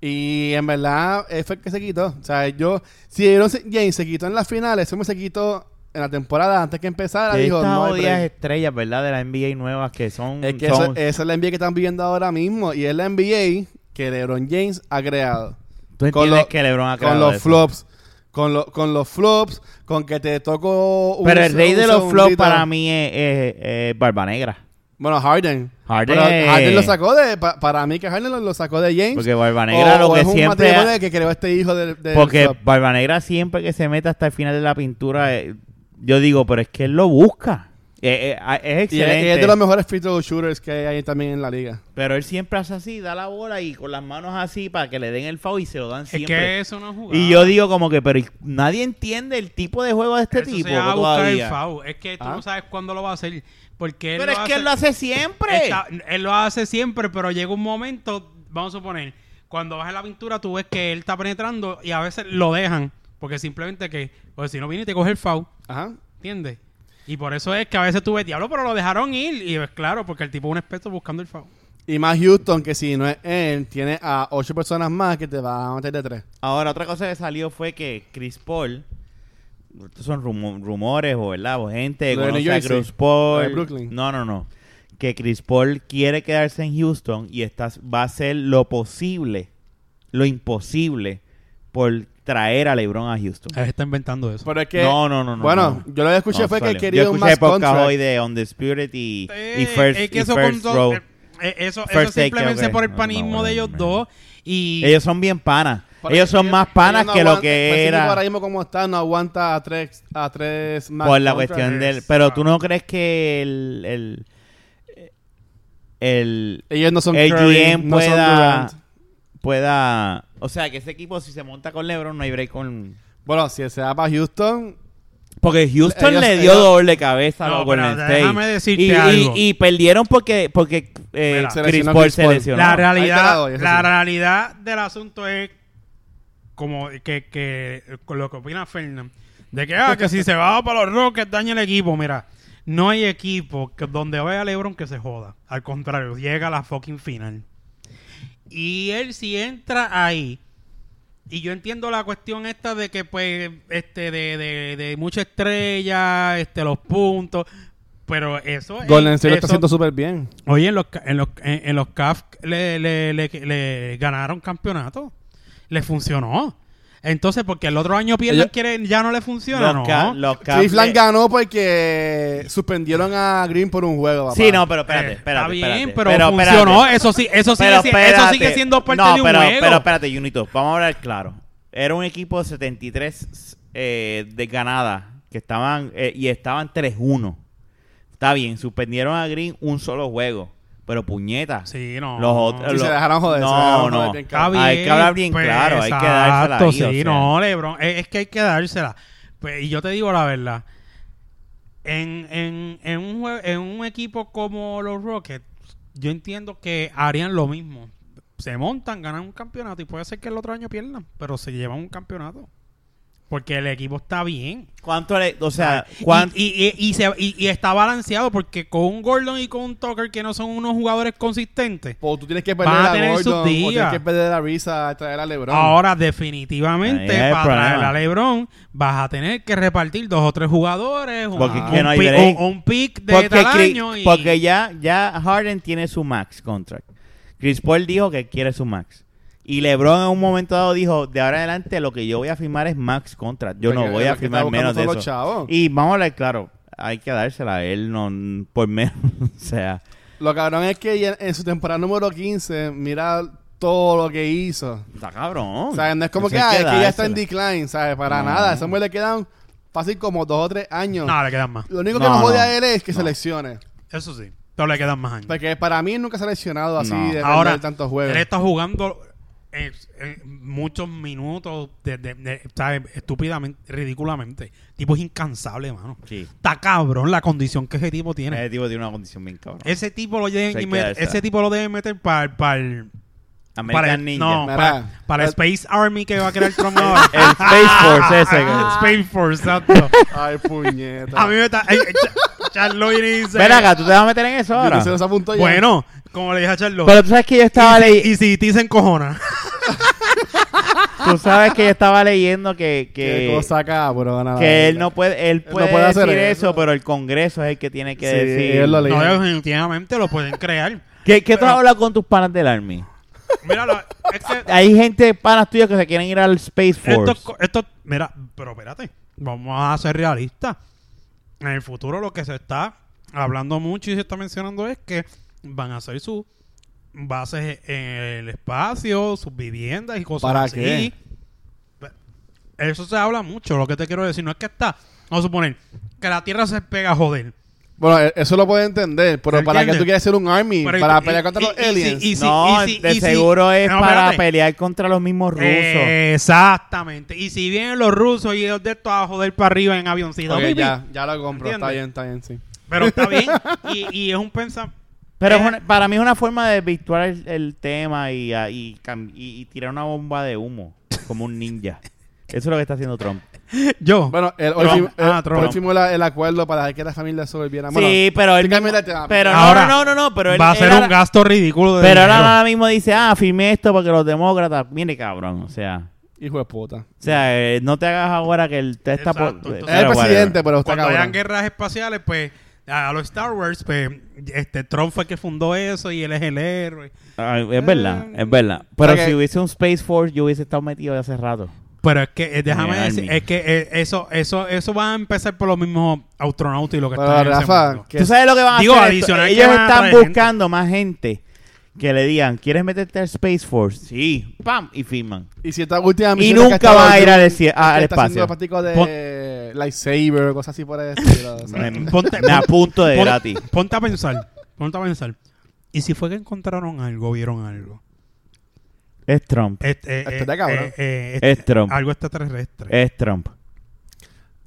[SPEAKER 1] Y en verdad, él fue el que se quitó. O sea, yo, si Aaron se- James se quitó en las finales, ese me se quitó en la temporada antes que empezara.
[SPEAKER 2] De
[SPEAKER 1] Dijo,
[SPEAKER 2] estas
[SPEAKER 1] no, hay
[SPEAKER 2] odias
[SPEAKER 1] break".
[SPEAKER 2] estrellas, ¿verdad? De la NBA nuevas que son...
[SPEAKER 1] es que eso, eh,
[SPEAKER 2] son-
[SPEAKER 1] esa es la NBA que están viviendo ahora mismo. Y es la NBA que LeBron James ha creado.
[SPEAKER 2] tú
[SPEAKER 1] con
[SPEAKER 2] entiendes
[SPEAKER 1] lo-
[SPEAKER 2] que LeBron
[SPEAKER 1] Con
[SPEAKER 2] ha creado
[SPEAKER 1] los
[SPEAKER 2] eso.
[SPEAKER 1] flops. Con, lo- con los flops, con que te tocó un
[SPEAKER 2] Pero el rey
[SPEAKER 1] un
[SPEAKER 2] de los flops
[SPEAKER 1] segundito.
[SPEAKER 2] para mí es, es- es Barba Negra.
[SPEAKER 1] Bueno, Harden.
[SPEAKER 2] Harden.
[SPEAKER 1] Pero Harden lo sacó de. pa- para mí, que Harden lo, lo sacó de James.
[SPEAKER 2] Porque Barba Negra lo
[SPEAKER 1] o
[SPEAKER 2] que
[SPEAKER 1] es un
[SPEAKER 2] siempre...
[SPEAKER 1] matrimonio que creó este hijo del. del
[SPEAKER 2] Porque
[SPEAKER 1] flop.
[SPEAKER 2] Barba Negra siempre que se mete hasta el final de la pintura, eh, yo digo, pero es que él lo busca. Eh, eh, ah, es
[SPEAKER 1] Y es,
[SPEAKER 2] excelente.
[SPEAKER 1] es de los mejores free throw shooters que hay ahí también en la liga.
[SPEAKER 2] Pero él siempre hace así, da la bola y con las manos así para que le den el foul y se lo dan
[SPEAKER 3] Es
[SPEAKER 2] siempre.
[SPEAKER 3] que eso no es jugar.
[SPEAKER 2] Y yo digo como que, pero ¿y nadie entiende el tipo de juego de este
[SPEAKER 3] Eso se
[SPEAKER 2] tipo
[SPEAKER 3] llama buscar el
[SPEAKER 2] todavía.
[SPEAKER 3] foul. Es que tú
[SPEAKER 1] Ah.
[SPEAKER 3] no sabes cuándo lo va a hacer. Porque él
[SPEAKER 2] Pero es
[SPEAKER 3] lo
[SPEAKER 2] que
[SPEAKER 3] hace-
[SPEAKER 2] él lo hace siempre.
[SPEAKER 3] Está- él lo hace siempre, pero llega un momento, vamos a suponer, cuando vas a la pintura tú ves que él está penetrando y a veces lo dejan, porque simplemente que, pues si no viene y te coge el foul,
[SPEAKER 1] Ajá.
[SPEAKER 3] ¿entiendes? Y por eso es que a veces tú ves, diablo, pero lo dejaron ir. Y es claro, porque el tipo es un experto buscando el foul.
[SPEAKER 1] Y más Houston, que si no es él, tiene a ocho personas más que te van a meter de tres.
[SPEAKER 2] Ahora, otra cosa que salió fue que Chris Paul, estos son rumo- rumores o verdad, o gente que
[SPEAKER 1] Lo de
[SPEAKER 2] conoce
[SPEAKER 1] New
[SPEAKER 2] a
[SPEAKER 1] Jersey,
[SPEAKER 2] Chris Paul.
[SPEAKER 1] lo de Brooklyn.
[SPEAKER 2] No, no, no. Que Chris Paul quiere quedarse en Houston y está, va a hacer lo posible, lo imposible, por traer a LeBron a Houston.
[SPEAKER 3] Él está inventando eso.
[SPEAKER 1] Pero es que.
[SPEAKER 2] no, no, no, no.
[SPEAKER 1] bueno, yo lo que Ah. escuché
[SPEAKER 2] No,
[SPEAKER 1] fue que
[SPEAKER 2] salió.
[SPEAKER 1] quería
[SPEAKER 2] Yo
[SPEAKER 1] un
[SPEAKER 2] escuché
[SPEAKER 1] max
[SPEAKER 2] podcast
[SPEAKER 1] contract.
[SPEAKER 2] hoy de On Spirit y,
[SPEAKER 3] Eh,
[SPEAKER 2] y First,
[SPEAKER 3] es que
[SPEAKER 2] y
[SPEAKER 3] eso
[SPEAKER 2] First
[SPEAKER 3] con
[SPEAKER 2] Row.
[SPEAKER 3] dos- eh, eh, eso,
[SPEAKER 2] First
[SPEAKER 3] eso
[SPEAKER 2] take,
[SPEAKER 3] simplemente
[SPEAKER 2] ok.
[SPEAKER 3] por el
[SPEAKER 2] No,
[SPEAKER 3] panismo
[SPEAKER 2] no,
[SPEAKER 3] de ellos
[SPEAKER 2] no.
[SPEAKER 3] dos. Y
[SPEAKER 2] Ellos son bien panas.
[SPEAKER 1] Pero
[SPEAKER 2] Ellos
[SPEAKER 1] es
[SPEAKER 2] son más panas
[SPEAKER 1] ellos no
[SPEAKER 2] que lo
[SPEAKER 1] aguantan- pues,
[SPEAKER 2] que
[SPEAKER 1] ese equipo
[SPEAKER 2] era.
[SPEAKER 1] Ahora mismo, como está, no aguanta a tres, a tres max
[SPEAKER 2] por la
[SPEAKER 1] contract.
[SPEAKER 2] cuestión del
[SPEAKER 3] es-
[SPEAKER 2] pero
[SPEAKER 3] ah.
[SPEAKER 2] tú no crees que el el el,
[SPEAKER 1] Ellos no son
[SPEAKER 2] el
[SPEAKER 1] Curry,
[SPEAKER 2] GM
[SPEAKER 1] no son
[SPEAKER 2] pueda
[SPEAKER 1] Durant.
[SPEAKER 2] pueda o sea que ese equipo si se monta con LeBron no hay break con
[SPEAKER 1] Bueno, si se va para Houston,
[SPEAKER 2] porque Houston
[SPEAKER 1] Ellos-
[SPEAKER 2] le dio
[SPEAKER 1] ellos-
[SPEAKER 2] doble cabeza a
[SPEAKER 3] No,
[SPEAKER 2] los Golden
[SPEAKER 3] pero
[SPEAKER 2] State
[SPEAKER 3] déjame decirte
[SPEAKER 2] y, y-
[SPEAKER 3] algo.
[SPEAKER 2] y perdieron porque porque eh,
[SPEAKER 3] Mira,
[SPEAKER 2] Chris
[SPEAKER 1] seleccionó
[SPEAKER 2] Paul
[SPEAKER 1] Chris
[SPEAKER 2] se
[SPEAKER 1] Paul.
[SPEAKER 2] lesionó
[SPEAKER 3] La
[SPEAKER 1] Ahí te la
[SPEAKER 3] realidad,
[SPEAKER 1] doy, eso
[SPEAKER 3] la
[SPEAKER 1] sí.
[SPEAKER 3] realidad del asunto es como que, que con lo que opina Fernan, de que, ah, que si se va para los Rockets daña el equipo, mira, no hay equipo que donde vaya LeBron que se joda, al contrario, llega a la fucking final. Y él si entra ahí Y yo entiendo la cuestión esta de que, pues, este, de, de, de mucha estrella, este, los puntos, pero eso es-
[SPEAKER 1] Golden State lo está
[SPEAKER 3] eso-
[SPEAKER 1] haciendo súper bien.
[SPEAKER 3] Oye, en los, ca- en los, en, en los CAF le, le- le- le ganaron campeonato. Le funcionó. Entonces, porque el otro año pierden,
[SPEAKER 1] Ellos-
[SPEAKER 3] quieren, ya no le funciona,
[SPEAKER 2] Los
[SPEAKER 3] ¿no? Eh,
[SPEAKER 2] ca- los Cavs
[SPEAKER 1] Cleveland
[SPEAKER 2] le-
[SPEAKER 1] ganó porque suspendieron a Green por un juego. papá.
[SPEAKER 2] Sí, no, pero espérate,
[SPEAKER 3] Eh,
[SPEAKER 2] espérate.
[SPEAKER 3] Está bien,
[SPEAKER 2] espérate.
[SPEAKER 3] pero,
[SPEAKER 2] espérate.
[SPEAKER 3] funcionó. Eso sí, eso sigue,
[SPEAKER 2] Pero
[SPEAKER 3] si- eso sigue
[SPEAKER 2] espérate.
[SPEAKER 3] siendo parte
[SPEAKER 2] No,
[SPEAKER 3] de un
[SPEAKER 2] pero,
[SPEAKER 3] juego.
[SPEAKER 2] Pero espérate, Junito, vamos a hablar claro. Era un equipo de 73 eh, de ganada que estaban eh, y estaban 3-1. Está bien, suspendieron a Green un solo juego, pero puñetas.
[SPEAKER 3] Sí, no.
[SPEAKER 2] Los otros-
[SPEAKER 1] Sí, se
[SPEAKER 2] lo-
[SPEAKER 1] dejaron joder. se
[SPEAKER 2] No,
[SPEAKER 1] dejaron
[SPEAKER 2] no.
[SPEAKER 1] joder bien
[SPEAKER 3] Está
[SPEAKER 1] cabrón.
[SPEAKER 3] bien, pues,
[SPEAKER 2] Hay que hablar bien claro, hay que dársela ahí,
[SPEAKER 3] exacto,
[SPEAKER 2] o
[SPEAKER 3] sí,
[SPEAKER 2] sea.
[SPEAKER 3] no, Lebron. Es, es que hay que dársela. Pues, y yo te digo la verdad. En, en, en, un, jue- en un equipo como los Rockets, yo entiendo que harían lo mismo. Se montan, ganan un campeonato y puede ser que el otro año pierdan, pero se llevan un campeonato. Porque el equipo está bien.
[SPEAKER 2] ¿Cuánto le, o sea,
[SPEAKER 3] Y-
[SPEAKER 2] cuán-
[SPEAKER 3] Y, y- y se- y- y está balanceado porque con un Gordon y con un Tucker que no son unos jugadores consistentes,
[SPEAKER 1] O Pues tú tienes que
[SPEAKER 3] Van a
[SPEAKER 1] perder a,
[SPEAKER 3] tener sus
[SPEAKER 1] Gordon, o tienes
[SPEAKER 3] días.
[SPEAKER 1] que perder a Risa, traer a LeBron.
[SPEAKER 3] Ahora,
[SPEAKER 2] Ahí es
[SPEAKER 3] definitivamente,
[SPEAKER 2] el
[SPEAKER 3] para
[SPEAKER 2] problema.
[SPEAKER 3] traer a LeBron, vas a tener que repartir dos o tres jugadores, un,
[SPEAKER 2] Porque
[SPEAKER 3] un
[SPEAKER 2] que no hay
[SPEAKER 3] pick-
[SPEAKER 2] break.
[SPEAKER 3] un- un pick de
[SPEAKER 2] porque,
[SPEAKER 3] tal
[SPEAKER 2] Chris-
[SPEAKER 3] año. Y,
[SPEAKER 2] porque ya, ya Harden tiene su max contract. Chris Paul dijo que quiere su max. Y LeBron en un momento dado dijo, de ahora en adelante lo que yo voy a firmar es max contract. Yo no
[SPEAKER 1] Porque
[SPEAKER 2] voy a
[SPEAKER 1] aquí está
[SPEAKER 2] firmar
[SPEAKER 1] buscando
[SPEAKER 2] menos de
[SPEAKER 1] todos
[SPEAKER 2] eso.
[SPEAKER 1] los chavos.
[SPEAKER 2] Y vamos a hablar claro, hay que dársela a él no, por menos. o sea,
[SPEAKER 1] Lo cabrón es que ya en su temporada número 15, mira todo lo que hizo.
[SPEAKER 2] está cabrón.
[SPEAKER 1] O sea, no es como
[SPEAKER 2] Eso
[SPEAKER 1] que, ah,
[SPEAKER 2] hay
[SPEAKER 1] es que ya está en
[SPEAKER 2] dársela.
[SPEAKER 1] decline, ¿sabes? Para
[SPEAKER 2] No.
[SPEAKER 1] nada. A esa mujer le quedan fácil como dos o tres años.
[SPEAKER 3] No, le quedan más.
[SPEAKER 1] Lo único que
[SPEAKER 2] No,
[SPEAKER 1] nos jode
[SPEAKER 2] no.
[SPEAKER 1] a él es que
[SPEAKER 2] No.
[SPEAKER 1] se lesione.
[SPEAKER 3] Eso sí, no le quedan más años.
[SPEAKER 1] Porque para mí nunca se ha lesionado así
[SPEAKER 2] No.
[SPEAKER 1] de
[SPEAKER 3] Ahora,
[SPEAKER 1] perder tantos juegos.
[SPEAKER 3] él está jugando eh, eh, muchos minutos, de, de- de- ¿sabes? estúpidamente, ridículamente. tipo es incansable, mano.
[SPEAKER 2] Sí.
[SPEAKER 3] Está cabrón la condición que ese tipo tiene.
[SPEAKER 2] Ese tipo tiene una condición bien cabrón.
[SPEAKER 3] ese tipo lo
[SPEAKER 2] Eh, Se
[SPEAKER 3] deben
[SPEAKER 2] hay que
[SPEAKER 3] met-
[SPEAKER 2] dársela.
[SPEAKER 3] ese tipo lo deben meter para el
[SPEAKER 2] American
[SPEAKER 3] para,
[SPEAKER 2] Ninja.
[SPEAKER 3] no,
[SPEAKER 1] Mira.
[SPEAKER 3] para, para el Space Army que va a crear Trump ahora.
[SPEAKER 2] El Space Force ese. que-
[SPEAKER 3] Space Force, exacto.
[SPEAKER 1] Ay, puñeta.
[SPEAKER 3] A mí me está. eh, eh, Cha- Charlotte dice.
[SPEAKER 2] Ven acá, ¿tú te vas a meter en eso ahora?
[SPEAKER 1] se nos apuntó ya.
[SPEAKER 3] Bueno, como le dije a Charlotte.
[SPEAKER 2] Pero tú sabes que yo estaba
[SPEAKER 3] y,
[SPEAKER 2] leyendo...
[SPEAKER 3] si- y si E te dicen cojona.
[SPEAKER 2] Tú sabes que yo estaba leyendo que...
[SPEAKER 1] Qué
[SPEAKER 2] que
[SPEAKER 1] cosa cabrón. a la
[SPEAKER 2] que él
[SPEAKER 1] verdad.
[SPEAKER 2] no puede él
[SPEAKER 1] no
[SPEAKER 2] puede,
[SPEAKER 1] puede hacer
[SPEAKER 2] decir eso,
[SPEAKER 1] eso.
[SPEAKER 2] pero el Congreso es el que tiene que
[SPEAKER 1] Sí,
[SPEAKER 2] decir
[SPEAKER 1] él lo le-
[SPEAKER 3] No, definitivamente lo pueden crear.
[SPEAKER 2] ¿Qué, qué tú has
[SPEAKER 3] Pero-
[SPEAKER 2] hablado con tus panas del Army?
[SPEAKER 3] Mira, lo- es que.
[SPEAKER 2] hay gente panas tuyas que se quieren ir al Space Force
[SPEAKER 3] Esto, esto. Mira, pero espérate. Vamos a ser realistas. En el futuro, lo que se está hablando mucho y se está mencionando es que van a hacer sus bases en el espacio, sus viviendas y cosas
[SPEAKER 1] ¿Para
[SPEAKER 3] así. Pues,
[SPEAKER 1] qué?
[SPEAKER 3] Eso se habla mucho. Lo que te quiero decir no es que está. Vamos a suponer que la Tierra se pega a joder.
[SPEAKER 1] Bueno, eh, eso lo puedo entender, pero
[SPEAKER 3] ¿Se
[SPEAKER 1] ¿para qué
[SPEAKER 3] entiende?
[SPEAKER 1] tú quieres ser un army?
[SPEAKER 3] Pero y-
[SPEAKER 1] para
[SPEAKER 3] y-
[SPEAKER 1] pelear contra
[SPEAKER 3] y-
[SPEAKER 1] los
[SPEAKER 3] y si-
[SPEAKER 1] aliens.
[SPEAKER 3] y si-
[SPEAKER 2] no
[SPEAKER 3] y si-
[SPEAKER 2] de
[SPEAKER 3] y si-
[SPEAKER 2] seguro es
[SPEAKER 3] No,
[SPEAKER 2] para
[SPEAKER 3] espérate. Eh,
[SPEAKER 2] pelear contra los mismos rusos
[SPEAKER 3] Exactamente. Y si vienen los rusos y ellos de estos a joder para arriba en avioncito.
[SPEAKER 1] Ok,
[SPEAKER 3] Pi, pi.
[SPEAKER 1] ya, ya lo compro. Está bien,
[SPEAKER 3] ¿Entiendes?
[SPEAKER 1] está bien, sí.
[SPEAKER 3] Pero está bien. Y, y es un pensamiento.
[SPEAKER 2] pero es
[SPEAKER 3] Eh.
[SPEAKER 2] una- para mí es una forma de virtuar el, el tema y, ah, y cam- y- y tirar una bomba de humo como un ninja eso es lo que está haciendo Trump
[SPEAKER 3] Yo.
[SPEAKER 1] Bueno, el, hoy,
[SPEAKER 3] Trump.
[SPEAKER 1] fim- el-
[SPEAKER 3] Ah, Trump.
[SPEAKER 1] hoy firmó la- el acuerdo para dejar que la familia sobreviviera.
[SPEAKER 2] sí pero él
[SPEAKER 1] Ah, sí, ah,
[SPEAKER 2] mismo-
[SPEAKER 1] cambia el tema.
[SPEAKER 2] pero no,
[SPEAKER 3] Ahora,
[SPEAKER 2] no no no pero él-
[SPEAKER 3] va a
[SPEAKER 2] él
[SPEAKER 3] ser
[SPEAKER 2] ahora-
[SPEAKER 3] un gasto ridículo de
[SPEAKER 2] pero ahora
[SPEAKER 3] dinero.
[SPEAKER 2] ahora mismo dice ah firmé esto porque los demócratas mire cabrón o sea
[SPEAKER 1] hijo de puta.
[SPEAKER 2] O sea, eh, no te hagas ahora que el te está
[SPEAKER 3] Exacto,
[SPEAKER 2] por-
[SPEAKER 3] entonces-
[SPEAKER 2] pero
[SPEAKER 1] Es el
[SPEAKER 2] whatever.
[SPEAKER 1] presidente, pero está
[SPEAKER 3] Cuando hayan
[SPEAKER 1] cabrón.
[SPEAKER 3] guerras espaciales, pues a los Star Wars, pues este Trump fue el que fundó eso y él es el héroe.
[SPEAKER 2] Ay, es verdad,
[SPEAKER 3] Eh.
[SPEAKER 2] es verdad. Pero
[SPEAKER 1] Ok.
[SPEAKER 2] si hubiese un Space Force, yo hubiese estado metido de hace rato.
[SPEAKER 3] Pero es que eh, déjame
[SPEAKER 2] Ni el
[SPEAKER 3] decir,
[SPEAKER 2] Army.
[SPEAKER 3] es que eh, eso eso eso va a empezar por los mismos astronautas y lo que
[SPEAKER 1] Pero
[SPEAKER 3] están pues, en ese
[SPEAKER 1] Rafa,
[SPEAKER 3] mundo.
[SPEAKER 1] que
[SPEAKER 2] ¿Tú sabes lo que van a
[SPEAKER 3] Digo,
[SPEAKER 2] hacer? Esto-
[SPEAKER 3] adicional que
[SPEAKER 2] Ellos
[SPEAKER 3] van a
[SPEAKER 2] están
[SPEAKER 3] traer gente.
[SPEAKER 2] buscando más gente que le digan, ¿quieres meterte al Space Force? Sí. ¡Pam! Y firman.
[SPEAKER 1] y si esta última misión
[SPEAKER 2] nunca
[SPEAKER 1] que ha estado
[SPEAKER 2] va a ir
[SPEAKER 1] Jun,
[SPEAKER 2] al esci- a-
[SPEAKER 1] que
[SPEAKER 2] al
[SPEAKER 1] está haciendo
[SPEAKER 2] espacio.
[SPEAKER 1] práctico de lightsaber, cosas así por el estilo, o sea.
[SPEAKER 2] Me,
[SPEAKER 3] Ponte-
[SPEAKER 2] me apunto de
[SPEAKER 3] Pon-
[SPEAKER 2] gratis.
[SPEAKER 3] Ponte a pensar, ponte a pensar. ¿Y si fue que encontraron algo, vieron algo?
[SPEAKER 2] Es Trump.
[SPEAKER 3] Este, eh,
[SPEAKER 1] Esto
[SPEAKER 3] eh,
[SPEAKER 1] está cabrón.
[SPEAKER 3] eh, eh, este-
[SPEAKER 2] Es Trump.
[SPEAKER 3] Algo extraterrestre.
[SPEAKER 2] Es Trump.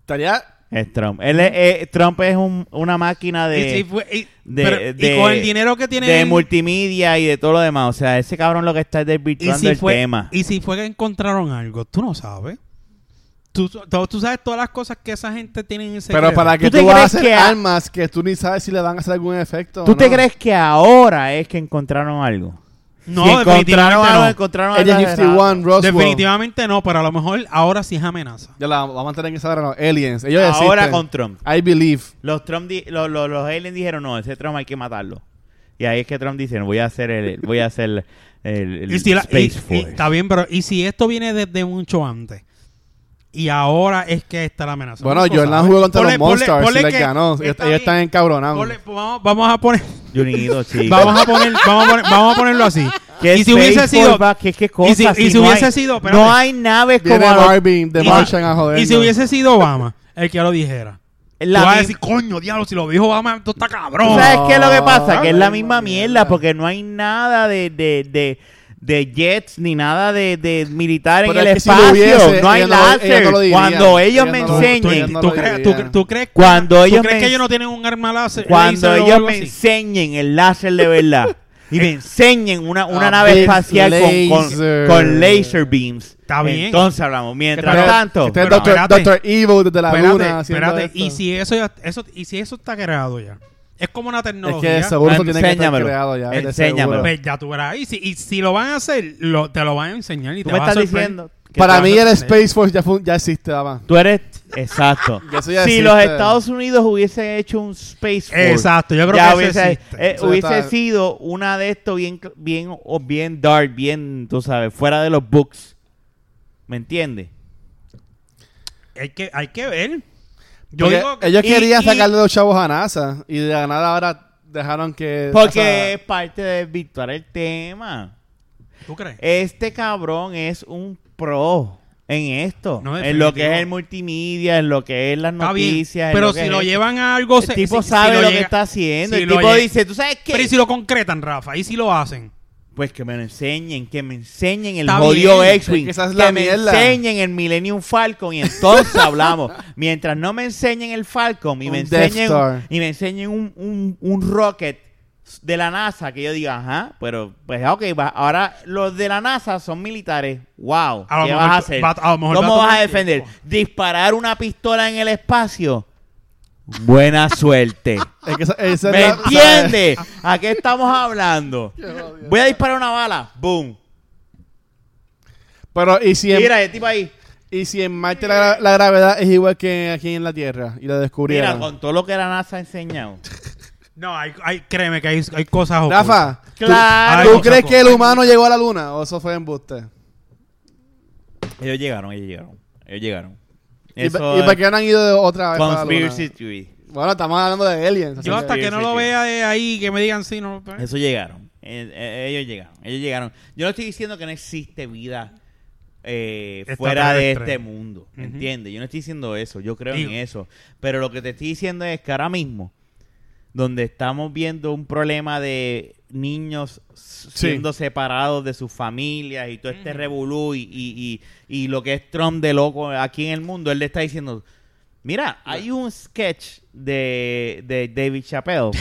[SPEAKER 1] Estaría
[SPEAKER 2] Es Trump. Él es- eh, Trump es un- una máquina de...
[SPEAKER 3] y, si fue- y-
[SPEAKER 2] de-
[SPEAKER 3] pero- y
[SPEAKER 2] de-
[SPEAKER 3] con el dinero que tiene
[SPEAKER 2] de
[SPEAKER 3] él,
[SPEAKER 2] multimedia y de todo lo demás. O sea, ese cabrón lo que está es
[SPEAKER 3] y
[SPEAKER 2] desvirtuando
[SPEAKER 3] si
[SPEAKER 2] el
[SPEAKER 3] fue
[SPEAKER 2] tema.
[SPEAKER 3] y si fue que encontraron algo tú no sabes tú, tú- tú sabes todas las cosas que esa gente tiene en ese
[SPEAKER 1] Pero para que tú,
[SPEAKER 2] ¿Tú te
[SPEAKER 1] vas a
[SPEAKER 2] crees
[SPEAKER 1] hacer
[SPEAKER 2] que a-
[SPEAKER 1] armas que tú ni sabes si le van a hacer algún efecto. o
[SPEAKER 2] ¿Tú te
[SPEAKER 1] no.
[SPEAKER 2] crees que ahora es que encontraron algo?
[SPEAKER 3] No,
[SPEAKER 2] si encontraron
[SPEAKER 3] definitivamente
[SPEAKER 2] algo,
[SPEAKER 3] no.
[SPEAKER 2] encontraron algo
[SPEAKER 1] Ella
[SPEAKER 2] exagerado.
[SPEAKER 1] 51, Roswell.
[SPEAKER 3] Definitivamente no, pero a lo mejor ahora sí es amenaza.
[SPEAKER 1] Ya la vamos a mantener en esa hora, no. Aliens. Ellos
[SPEAKER 2] Ahora
[SPEAKER 1] existen.
[SPEAKER 2] con Trump.
[SPEAKER 1] I believe.
[SPEAKER 2] Los Trump di- los, los, los aliens dijeron, no, ese Trump hay que matarlo. Y ahí es que Trump dice, "No, voy a hacer el, voy a hacer el, el
[SPEAKER 3] Y si la-
[SPEAKER 2] Space
[SPEAKER 3] y- y-
[SPEAKER 2] Force.
[SPEAKER 3] está bien, pero ¿y si esto viene desde mucho antes? Y ahora es que está la amenaza.
[SPEAKER 1] Bueno,
[SPEAKER 3] No lo
[SPEAKER 1] Jordan
[SPEAKER 3] sabes.
[SPEAKER 1] jugó contra
[SPEAKER 3] Ponle-
[SPEAKER 1] los Monsters
[SPEAKER 3] ponle- ponle
[SPEAKER 1] y les
[SPEAKER 3] que-
[SPEAKER 1] ganó. Ellos-
[SPEAKER 3] está
[SPEAKER 1] ellos
[SPEAKER 3] bien.
[SPEAKER 1] están encabronados.
[SPEAKER 3] Ponle- pues vamos, vamos a poner,
[SPEAKER 2] Junito, chico.
[SPEAKER 3] vamos a poner, vamos a poner, vamos a ponerlo así.
[SPEAKER 2] ¿Qué
[SPEAKER 3] Y si
[SPEAKER 2] Space
[SPEAKER 3] hubiese
[SPEAKER 2] Force,
[SPEAKER 3] sido,
[SPEAKER 2] va? ¿Qué- qué cosa?
[SPEAKER 3] y si- y si
[SPEAKER 2] no
[SPEAKER 3] hubiese
[SPEAKER 2] hay-
[SPEAKER 3] sido, espérate.
[SPEAKER 2] no hay naves como
[SPEAKER 1] Viene
[SPEAKER 2] a los-
[SPEAKER 1] Barbie de
[SPEAKER 3] y-
[SPEAKER 1] Martian a joder.
[SPEAKER 3] y si hubiese sido Obama, el que ya lo dijera.
[SPEAKER 2] la
[SPEAKER 3] Tú vas a
[SPEAKER 2] mi-
[SPEAKER 3] decir, coño, diablo, si lo dijo Obama, esto está
[SPEAKER 2] ¿Tú
[SPEAKER 3] cabrón.
[SPEAKER 2] ¿Sabes qué es lo que pasa? Que es la
[SPEAKER 1] la misma
[SPEAKER 2] misma mierda, porque no hay nada de, de, de, de jets ni nada de, de militar en
[SPEAKER 1] Pero
[SPEAKER 2] el
[SPEAKER 1] es que si lo
[SPEAKER 2] espacio.
[SPEAKER 1] hubiese,
[SPEAKER 2] no hay
[SPEAKER 1] ella no lo-
[SPEAKER 2] láser.
[SPEAKER 1] ella no lo diría.
[SPEAKER 2] cuando ellos
[SPEAKER 1] Ella
[SPEAKER 2] me
[SPEAKER 1] no lo-
[SPEAKER 3] Tú- tú-
[SPEAKER 2] enseñen,
[SPEAKER 1] no
[SPEAKER 3] tú
[SPEAKER 1] lo
[SPEAKER 3] crees-
[SPEAKER 1] diría.
[SPEAKER 3] tú- tú crees
[SPEAKER 2] Cuando
[SPEAKER 3] ¿tú
[SPEAKER 2] ellos
[SPEAKER 3] crees
[SPEAKER 2] me-
[SPEAKER 3] que ellos no tienen un arma láser?
[SPEAKER 2] cuando
[SPEAKER 3] láser o
[SPEAKER 2] ellos
[SPEAKER 3] algo
[SPEAKER 2] me
[SPEAKER 3] así?
[SPEAKER 2] enseñen el láser de verdad y me enseñen una, una
[SPEAKER 1] Eh, A
[SPEAKER 2] nave
[SPEAKER 1] big
[SPEAKER 2] espacial con, con,
[SPEAKER 1] laser.
[SPEAKER 2] con laser beams,
[SPEAKER 3] Está bien.
[SPEAKER 2] entonces hablamos.
[SPEAKER 1] Que
[SPEAKER 2] Mientras
[SPEAKER 1] esté-
[SPEAKER 2] tanto,
[SPEAKER 1] que esté
[SPEAKER 3] Pero
[SPEAKER 1] este Doctor,
[SPEAKER 3] espérate.
[SPEAKER 1] Doctor Evil desde la
[SPEAKER 3] Espérate,
[SPEAKER 1] luna. haciendo
[SPEAKER 3] espérate.
[SPEAKER 1] esto.
[SPEAKER 3] Y si eso, ya, eso, y si eso está creado ya. Es como una
[SPEAKER 1] Es
[SPEAKER 3] tecnología.
[SPEAKER 1] que seguro eso tiene que estar
[SPEAKER 2] Enséñamelo.
[SPEAKER 1] creado ya. de
[SPEAKER 2] Enséñamelo.
[SPEAKER 1] seguro.
[SPEAKER 3] Pues ya tú verás. Y si, y si lo van a hacer, lo- te lo van a enseñar y
[SPEAKER 2] tú
[SPEAKER 3] te
[SPEAKER 2] me
[SPEAKER 3] vas a
[SPEAKER 2] estás
[SPEAKER 3] sorprender.
[SPEAKER 2] diciendo. que
[SPEAKER 1] Para
[SPEAKER 2] tú
[SPEAKER 1] mí
[SPEAKER 2] vas a-
[SPEAKER 1] el Space Force ya, fue- ya existe, mamá.
[SPEAKER 2] Tú eres. Exacto.
[SPEAKER 1] Ya eso ya
[SPEAKER 2] si
[SPEAKER 1] existe.
[SPEAKER 2] los Estados Unidos hubiesen hecho un Space Force.
[SPEAKER 3] Exacto, yo creo
[SPEAKER 2] ya
[SPEAKER 3] que eso
[SPEAKER 2] hubiese,
[SPEAKER 3] existe.
[SPEAKER 2] eh,
[SPEAKER 1] Eso
[SPEAKER 2] hubiese
[SPEAKER 1] está-
[SPEAKER 2] sido una de estos bien, cl- bien, o bien dark, bien, tú sabes, fuera de los books. ¿Me entiendes?
[SPEAKER 3] Hay que, hay que ver. Yo
[SPEAKER 1] Porque
[SPEAKER 3] digo,
[SPEAKER 1] ellos
[SPEAKER 2] y-
[SPEAKER 1] querían
[SPEAKER 2] y-
[SPEAKER 1] sacarle los chavos a NASA y de la nada ahora dejaron que...
[SPEAKER 2] Porque
[SPEAKER 1] o
[SPEAKER 2] es parte de virtuar el tema.
[SPEAKER 3] ¿tú crees?
[SPEAKER 2] Este cabrón es un pro en esto.
[SPEAKER 3] No,
[SPEAKER 2] en lo que es
[SPEAKER 3] definitivo.
[SPEAKER 2] el multimedia, en lo que es las
[SPEAKER 3] Está bien.
[SPEAKER 2] noticias. en
[SPEAKER 3] Pero
[SPEAKER 2] lo que
[SPEAKER 3] si
[SPEAKER 2] es
[SPEAKER 3] lo
[SPEAKER 2] esto.
[SPEAKER 3] llevan a algo.
[SPEAKER 2] El
[SPEAKER 3] se-
[SPEAKER 2] tipo
[SPEAKER 3] si- si
[SPEAKER 2] sabe lo, que
[SPEAKER 3] llega-
[SPEAKER 2] está haciendo.
[SPEAKER 3] si
[SPEAKER 2] el
[SPEAKER 3] lo
[SPEAKER 2] tipo
[SPEAKER 3] llega-
[SPEAKER 2] dice, ¿tú sabes qué?
[SPEAKER 3] Pero ¿y si lo concretan, Rafa? ¿Y si lo hacen?
[SPEAKER 2] Pues que me lo enseñen, que me enseñen el
[SPEAKER 3] Está
[SPEAKER 2] jodido
[SPEAKER 3] bien,
[SPEAKER 1] es
[SPEAKER 2] X-Wing.
[SPEAKER 1] que esa es la
[SPEAKER 2] que me
[SPEAKER 1] mierda.
[SPEAKER 2] enseñen el Millennium Falcon y entonces hablamos. Mientras no me enseñen el Falcon y me
[SPEAKER 1] Un Death
[SPEAKER 2] enseñen,
[SPEAKER 1] Star.
[SPEAKER 2] y me enseñen un, un, un rocket de la NASA que yo diga, ajá, pero pues ok, va, ahora los de la NASA son militares. Wow,
[SPEAKER 3] A lo
[SPEAKER 2] ¿qué vas
[SPEAKER 3] mejor
[SPEAKER 2] a
[SPEAKER 3] tú-
[SPEAKER 2] hacer?
[SPEAKER 3] va- a lo mejor va
[SPEAKER 2] ¿Cómo
[SPEAKER 3] a
[SPEAKER 2] vas a
[SPEAKER 3] tomar
[SPEAKER 2] defender?
[SPEAKER 3] tiempo.
[SPEAKER 2] ¿Disparar una pistola en el espacio? Buena suerte.
[SPEAKER 1] sea, es que esa- esa
[SPEAKER 2] ¿Me
[SPEAKER 1] es la-
[SPEAKER 2] entiendes? ¿A qué estamos hablando? Voy a disparar una bala. Boom.
[SPEAKER 1] Pero ¿y si,
[SPEAKER 2] Y
[SPEAKER 1] en,
[SPEAKER 2] mira, el tipo ahí.
[SPEAKER 1] y si en Marte la, gra- la gravedad es igual que aquí en la Tierra y la
[SPEAKER 2] Mira,
[SPEAKER 1] descubrieron?
[SPEAKER 2] con todo lo que la NASA ha enseñado.
[SPEAKER 3] No, hay, hay- créeme que hay, hay cosas. ocultas.
[SPEAKER 1] Rafa, ¿tú,
[SPEAKER 2] Claro.
[SPEAKER 1] ¿tú
[SPEAKER 3] Ay,
[SPEAKER 1] crees
[SPEAKER 3] chaco.
[SPEAKER 1] que el humano llegó a la luna o eso fue embuste?
[SPEAKER 2] Ellos llegaron, ellos llegaron. Ellos llegaron.
[SPEAKER 1] ¿Y,
[SPEAKER 2] Eso
[SPEAKER 1] pa- y
[SPEAKER 2] es
[SPEAKER 1] para qué no han ido de otra vez para la luna?
[SPEAKER 2] conspiracy theory.
[SPEAKER 1] Bueno, estamos hablando de aliens. así
[SPEAKER 3] Yo
[SPEAKER 1] que-
[SPEAKER 3] hasta que no lo vea de ahí, que me digan sí, no. pues, lo-
[SPEAKER 2] Eso llegaron. Pues. Eh, eh, ellos llegaron. Ellos llegaron. Yo no estoy diciendo que no existe vida eh, fuera de
[SPEAKER 3] Extraterrestre.
[SPEAKER 2] este mundo.
[SPEAKER 3] Ujú.
[SPEAKER 2] ¿Entiendes? Yo no estoy diciendo eso. Yo creo en
[SPEAKER 3] Digo.
[SPEAKER 2] eso. Pero lo que te estoy diciendo es que ahora mismo, donde estamos viendo un problema de niños s-
[SPEAKER 1] Sí.
[SPEAKER 2] siendo separados de sus familias y todo este
[SPEAKER 3] Ujú.
[SPEAKER 2] revolú y, y- y- y lo que es Trump de loco aquí en el mundo, él le está diciendo. Mira, hay un sketch de, de David Chappelle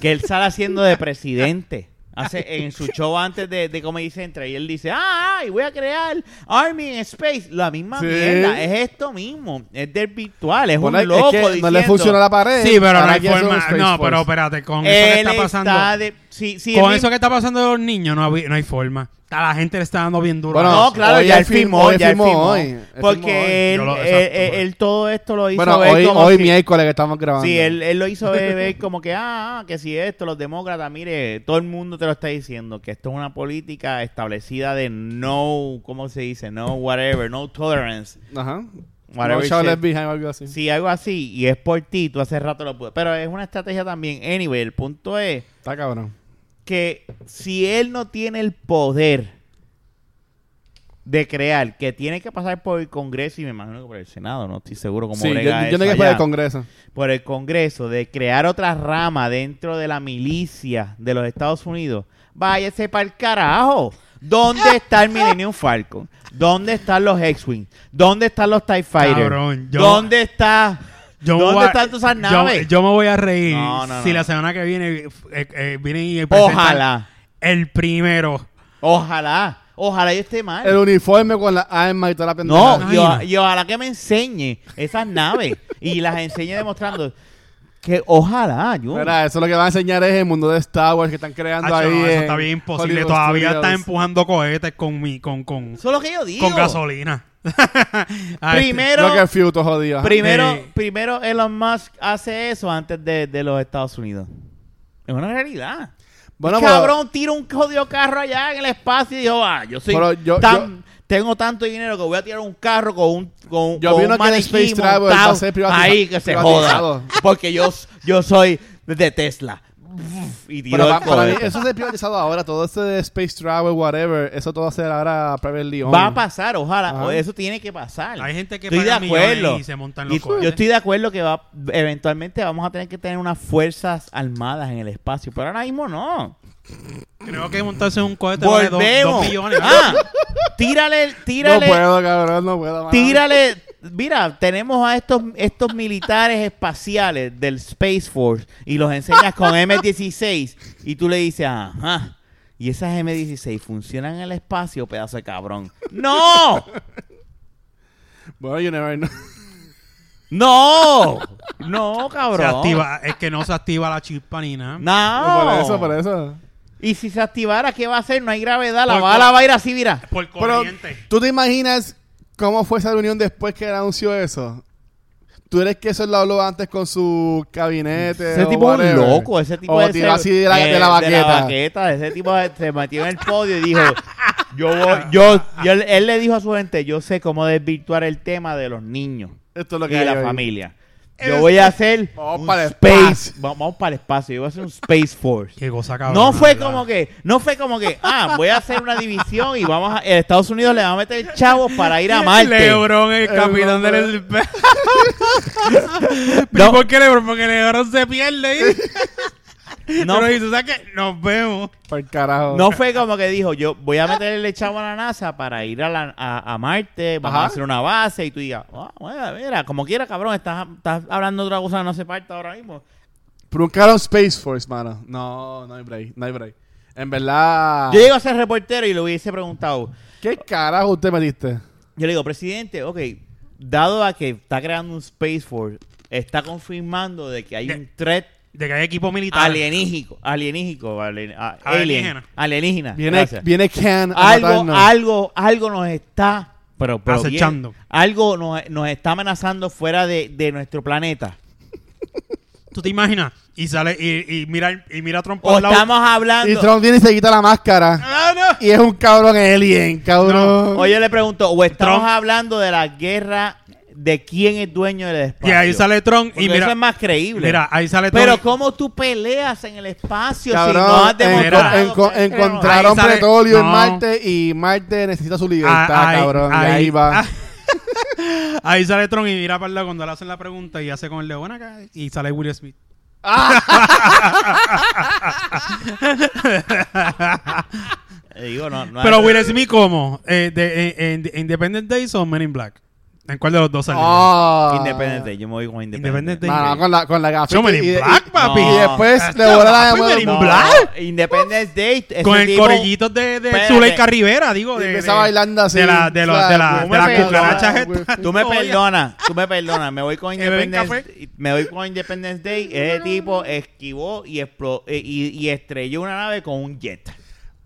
[SPEAKER 2] que él sale haciendo de presidente. Hace, en su show antes de, de Comedy Central. Y él dice, ah, y voy a crear Army in Space. La misma
[SPEAKER 1] Sí.
[SPEAKER 2] mierda. Es esto mismo. Es del virtual. Es
[SPEAKER 1] Bueno,
[SPEAKER 2] un loco
[SPEAKER 1] que
[SPEAKER 2] diciendo,
[SPEAKER 1] no le funciona la
[SPEAKER 2] Pues,
[SPEAKER 1] pared.
[SPEAKER 3] Sí, pero no
[SPEAKER 1] ahora
[SPEAKER 3] hay
[SPEAKER 1] quieren hacer un
[SPEAKER 3] forma.
[SPEAKER 1] Space
[SPEAKER 3] No,
[SPEAKER 1] Force.
[SPEAKER 3] pero espérate, con eso que
[SPEAKER 2] Él
[SPEAKER 3] está pasando.
[SPEAKER 2] de... Sí, sí, él
[SPEAKER 3] con eso
[SPEAKER 2] mismo-
[SPEAKER 3] que está pasando de los niños, no, hab- no hay forma. A la gente le está dando bien duro.
[SPEAKER 1] Bueno,
[SPEAKER 2] No, claro,
[SPEAKER 1] hoy
[SPEAKER 2] ya
[SPEAKER 1] él
[SPEAKER 2] él
[SPEAKER 1] firmó,
[SPEAKER 2] firmó.
[SPEAKER 1] hoy
[SPEAKER 2] Ya él
[SPEAKER 1] firmó
[SPEAKER 2] firmó.
[SPEAKER 1] hoy. Él firmó hoy.
[SPEAKER 2] Porque él,
[SPEAKER 3] Yo lo-
[SPEAKER 2] él-
[SPEAKER 3] exacto,
[SPEAKER 2] él-
[SPEAKER 3] bueno.
[SPEAKER 2] él todo esto lo hizo
[SPEAKER 1] pues. Bueno,
[SPEAKER 2] ver
[SPEAKER 1] hoy,
[SPEAKER 2] como
[SPEAKER 1] hoy
[SPEAKER 2] si-
[SPEAKER 1] miércoles que estamos grabando.
[SPEAKER 2] Sí, él, él lo hizo ver, ver como que, ah, ah, que si esto, los demócratas, mire, todo el mundo te lo está diciendo, que esto es una política establecida de no, ¿cómo se dice? No, whatever, no tolerance.
[SPEAKER 1] Ajá.
[SPEAKER 2] Whatever
[SPEAKER 1] No child
[SPEAKER 2] shit.
[SPEAKER 1] left behind, algo así.
[SPEAKER 2] Si algo así, y es por ti, tú hace rato lo pude. Pero es una estrategia también. Anyway, el punto es
[SPEAKER 1] Está cabrón.
[SPEAKER 2] que si él no tiene el poder de crear, que tiene que pasar por el Congreso y me imagino que por el Senado, no estoy seguro cómo
[SPEAKER 1] Sí, yo,
[SPEAKER 2] brega
[SPEAKER 1] yo no
[SPEAKER 2] eso
[SPEAKER 1] que fue del
[SPEAKER 2] allá
[SPEAKER 1] Congreso.
[SPEAKER 2] por el Congreso de crear otra rama dentro de la milicia de los Estados Unidos, váyase para el carajo. ¿Dónde está el Millennium Falcon? ¿Dónde están los X-Wing? ¿Dónde están los TIE Fighters?
[SPEAKER 3] Cabrón, yo-
[SPEAKER 2] ¿Dónde está?
[SPEAKER 3] Yo me
[SPEAKER 2] ¿Dónde
[SPEAKER 3] voy a-
[SPEAKER 2] están todas esas
[SPEAKER 3] yo-
[SPEAKER 2] naves?
[SPEAKER 3] Yo, me voy a reír
[SPEAKER 2] No, no,
[SPEAKER 3] si
[SPEAKER 2] no.
[SPEAKER 3] la semana que viene eh, eh, vienen y presentan
[SPEAKER 2] ojalá,
[SPEAKER 3] el primero.
[SPEAKER 2] ojalá, ojalá yo esté mal.
[SPEAKER 1] El uniforme con la arma y toda la pendeja.
[SPEAKER 2] No,
[SPEAKER 3] Ajá.
[SPEAKER 2] y, o- y ojalá que me enseñe esas naves y las enseñe demostrando Que ojalá, yo.
[SPEAKER 1] Mira, eso lo que va a enseñar es el mundo de Star Wars que están creando
[SPEAKER 3] Hacho,
[SPEAKER 1] ahí.
[SPEAKER 3] no,
[SPEAKER 1] en
[SPEAKER 3] eso está bien imposible.
[SPEAKER 1] Hollywood
[SPEAKER 3] Todavía
[SPEAKER 1] Studios.
[SPEAKER 3] está empujando cohetes con mi, con, con,
[SPEAKER 2] Eso es lo que yo digo.
[SPEAKER 3] con gasolina. Ah, este-
[SPEAKER 2] oh. Primero,
[SPEAKER 1] Lo que Fiuto jodido. ajá.
[SPEAKER 2] primero,
[SPEAKER 3] Sí.
[SPEAKER 2] primero Elon Musk hace eso antes de, de los Estados Unidos. Es una realidad.
[SPEAKER 1] Bueno,
[SPEAKER 2] El
[SPEAKER 1] pero-
[SPEAKER 2] cabrón tira un jodido carro allá en el espacio y dijo, ah, yo soy
[SPEAKER 1] Pero yo-
[SPEAKER 2] tan- tengo tanto dinero que voy a tirar un carro con un con,
[SPEAKER 1] Yo
[SPEAKER 2] con
[SPEAKER 1] opino
[SPEAKER 2] un
[SPEAKER 1] que el
[SPEAKER 2] maniquí
[SPEAKER 1] Space Travel
[SPEAKER 2] montado
[SPEAKER 1] va a ser privatiza-
[SPEAKER 2] ahí que se
[SPEAKER 1] privatizado.
[SPEAKER 2] joda, porque yo yo soy de Tesla. Y tiró
[SPEAKER 1] Pero
[SPEAKER 2] el
[SPEAKER 1] pa- para mí,
[SPEAKER 2] cohete.
[SPEAKER 1] eso se ha privatizado ahora. Todo este de Space Travel, whatever, eso todo va a ser ahora privately owned.
[SPEAKER 2] Va a pasar, ojalá.
[SPEAKER 1] Ajá.
[SPEAKER 2] o Eso tiene que pasar.
[SPEAKER 3] Hay gente que
[SPEAKER 2] estoy de
[SPEAKER 3] paga millones
[SPEAKER 2] acuerdo.
[SPEAKER 3] y se montan los
[SPEAKER 2] Y-
[SPEAKER 3] cohetes.
[SPEAKER 2] yo estoy de acuerdo que va eventualmente vamos a tener que tener unas fuerzas armadas en el espacio, pero ahora mismo no.
[SPEAKER 3] Creo que montarse en un cohete vale dos, dos
[SPEAKER 2] Volvemos.
[SPEAKER 3] millones.
[SPEAKER 2] Ah, tírale, tírale,
[SPEAKER 1] No puedo, cabrón, no puedo. mano.
[SPEAKER 2] tírale. Mira, tenemos a estos estos militares espaciales del Space Force y los enseñas con M16 y tú le dices, "Ajá." Y esas M16 funcionan en el espacio, pedazo de cabrón. ¡No!
[SPEAKER 1] Bueno, you never know.
[SPEAKER 2] No, no, cabrón.
[SPEAKER 3] Se activa, es que no se activa la chispa ni nada.
[SPEAKER 2] No.
[SPEAKER 1] Por eso, por eso.
[SPEAKER 2] Y si se activara, ¿qué va a hacer? No hay gravedad. La
[SPEAKER 3] Por-
[SPEAKER 2] bala va a ir así, mira.
[SPEAKER 3] Por
[SPEAKER 1] Pero,
[SPEAKER 3] corriente.
[SPEAKER 1] ¿tú te imaginas cómo fue esa reunión después que él anunció eso? ¿Tú crees que eso él lo habló antes con su gabinete?
[SPEAKER 2] Ese
[SPEAKER 1] o
[SPEAKER 2] tipo es un
[SPEAKER 1] Eh, whatever?
[SPEAKER 2] loco. Ese tipo
[SPEAKER 1] O
[SPEAKER 2] de
[SPEAKER 1] tiró así de la, de la
[SPEAKER 2] De la
[SPEAKER 1] baqueta.
[SPEAKER 2] baqueta. Ese tipo se metió en el podio y dijo... Yo, voy- yo, yo- él le dijo a su gente, yo sé cómo desvirtuar el tema de los niños
[SPEAKER 1] Esto es lo
[SPEAKER 2] y
[SPEAKER 1] que hay
[SPEAKER 2] la
[SPEAKER 1] hoy.
[SPEAKER 2] familia.
[SPEAKER 3] Es-
[SPEAKER 2] Yo voy a hacer
[SPEAKER 1] Vamos
[SPEAKER 2] un
[SPEAKER 1] para el
[SPEAKER 2] space,
[SPEAKER 1] espacio.
[SPEAKER 2] va- vamos para el espacio. Yo voy a hacer un space force.
[SPEAKER 3] Qué cosa cabrón.
[SPEAKER 2] No fue
[SPEAKER 3] ¿verdad?
[SPEAKER 2] como que, no fue como que, ah, voy a hacer una división y vamos a Estados Unidos le va a meter chavos para ir a Marte.
[SPEAKER 3] Lebron, el capitán
[SPEAKER 1] hombre.
[SPEAKER 3] del Spurs.
[SPEAKER 2] No.
[SPEAKER 3] ¿Por qué Lebron? Porque Lebron se pierde. ¿eh?
[SPEAKER 2] No,
[SPEAKER 3] Pero, ¿y tú sabes qué? Nos vemos.
[SPEAKER 1] Por el carajo.
[SPEAKER 2] no fue como que dijo, yo voy a meterle chavo a la NASA para ir a, la- a, a Marte, vamos
[SPEAKER 1] Ajá.
[SPEAKER 2] a hacer una base y tú digas, ah, bueno, mira, como quiera, cabrón, estás, estás hablando de otra cosa que no hace parte ahora mismo.
[SPEAKER 1] Por un carro en Space Force, mano. No, no hay break, no hay break. En verdad.
[SPEAKER 2] Yo llego a ser reportero y le hubiese preguntado,
[SPEAKER 1] ¿Qué carajo usted metiste?
[SPEAKER 2] Yo le digo, presidente, ok, dado a que está creando un Space Force, está confirmando de que hay
[SPEAKER 3] De-
[SPEAKER 2] un threat
[SPEAKER 3] De que hay equipo militar.
[SPEAKER 2] alienígico, alienígico, alien, a-
[SPEAKER 3] Alienígena.
[SPEAKER 2] alien, Ah, alienígena.
[SPEAKER 1] Viene,
[SPEAKER 2] gracias.
[SPEAKER 1] viene Can a
[SPEAKER 2] algo,
[SPEAKER 1] matarnos.
[SPEAKER 2] algo, algo nos está pero, pero bien,
[SPEAKER 3] Acechando.
[SPEAKER 2] algo nos, nos está amenazando fuera de, de nuestro planeta.
[SPEAKER 3] ¿Tú te imaginas? Y sale y, y mira y mira a Trump
[SPEAKER 2] O
[SPEAKER 3] al lado.
[SPEAKER 2] estamos
[SPEAKER 1] Y
[SPEAKER 2] hablando.
[SPEAKER 1] Trump viene y se quita la máscara.
[SPEAKER 3] ¡Ah, no!
[SPEAKER 1] Y es un cabrón alien, cabrón.
[SPEAKER 3] No,
[SPEAKER 2] O yo le pregunto, o estamos
[SPEAKER 3] Trump.
[SPEAKER 2] hablando de la guerra de quién es dueño del espacio.
[SPEAKER 3] Y ahí sale Trump
[SPEAKER 2] Porque
[SPEAKER 3] y mira,
[SPEAKER 2] eso es más creíble.
[SPEAKER 3] mira, ahí sale Trump.
[SPEAKER 2] Pero cómo tú peleas en el espacio
[SPEAKER 1] Cabrón,
[SPEAKER 2] si no has
[SPEAKER 1] en-
[SPEAKER 2] demostrado
[SPEAKER 1] en- enco-
[SPEAKER 2] que eres
[SPEAKER 1] encontraron
[SPEAKER 3] Ahí sale-
[SPEAKER 1] petróleo en
[SPEAKER 3] no.
[SPEAKER 1] Marte y Marte necesita su libertad,
[SPEAKER 3] Ah, ahí- Ah.
[SPEAKER 1] cabrón. y ahí va.
[SPEAKER 2] Ah.
[SPEAKER 3] ahí sale Trump y mira para el lado cuando le hacen la pregunta y hace con el león acá y sale Will Smith.
[SPEAKER 2] Eh, digo, no, no hay-
[SPEAKER 3] Pero Will Smith como eh, de, en- en, en Independent Days o Men in Black. ¿En cuál de los dos salió?
[SPEAKER 1] Ah.
[SPEAKER 2] Independent Day, yo me voy
[SPEAKER 3] Ah,
[SPEAKER 2] con Independent
[SPEAKER 3] Independent
[SPEAKER 2] Day.
[SPEAKER 3] Day.
[SPEAKER 1] Mano, con la, con la gafita.
[SPEAKER 3] Yo Men
[SPEAKER 1] y-
[SPEAKER 3] in
[SPEAKER 1] y-
[SPEAKER 3] Black, papi.
[SPEAKER 1] Y después
[SPEAKER 3] Este
[SPEAKER 1] le voló la
[SPEAKER 3] papi,
[SPEAKER 1] memoria.
[SPEAKER 3] Men in
[SPEAKER 1] No.
[SPEAKER 3] Black.
[SPEAKER 2] Ah, Independence Day. ese
[SPEAKER 3] Con el
[SPEAKER 2] tipo-
[SPEAKER 3] corillito de, de
[SPEAKER 2] Espérate.
[SPEAKER 3] Zuleika Rivera, digo.
[SPEAKER 1] Y
[SPEAKER 3] De,
[SPEAKER 1] empieza
[SPEAKER 3] de-
[SPEAKER 1] bailando así.
[SPEAKER 3] De la, de los- de la,
[SPEAKER 1] Tú
[SPEAKER 3] de
[SPEAKER 1] me
[SPEAKER 3] la
[SPEAKER 1] perdonas,
[SPEAKER 3] cucaracha
[SPEAKER 1] güey.
[SPEAKER 3] esta.
[SPEAKER 2] Tú me
[SPEAKER 3] Oye,
[SPEAKER 2] perdonas, tú me perdonas, me voy con
[SPEAKER 3] Que beben
[SPEAKER 2] Independence Day. Me voy con Independence Day. Ese tipo esquivó y, explo- eh, y, y estrelló una nave con un jet.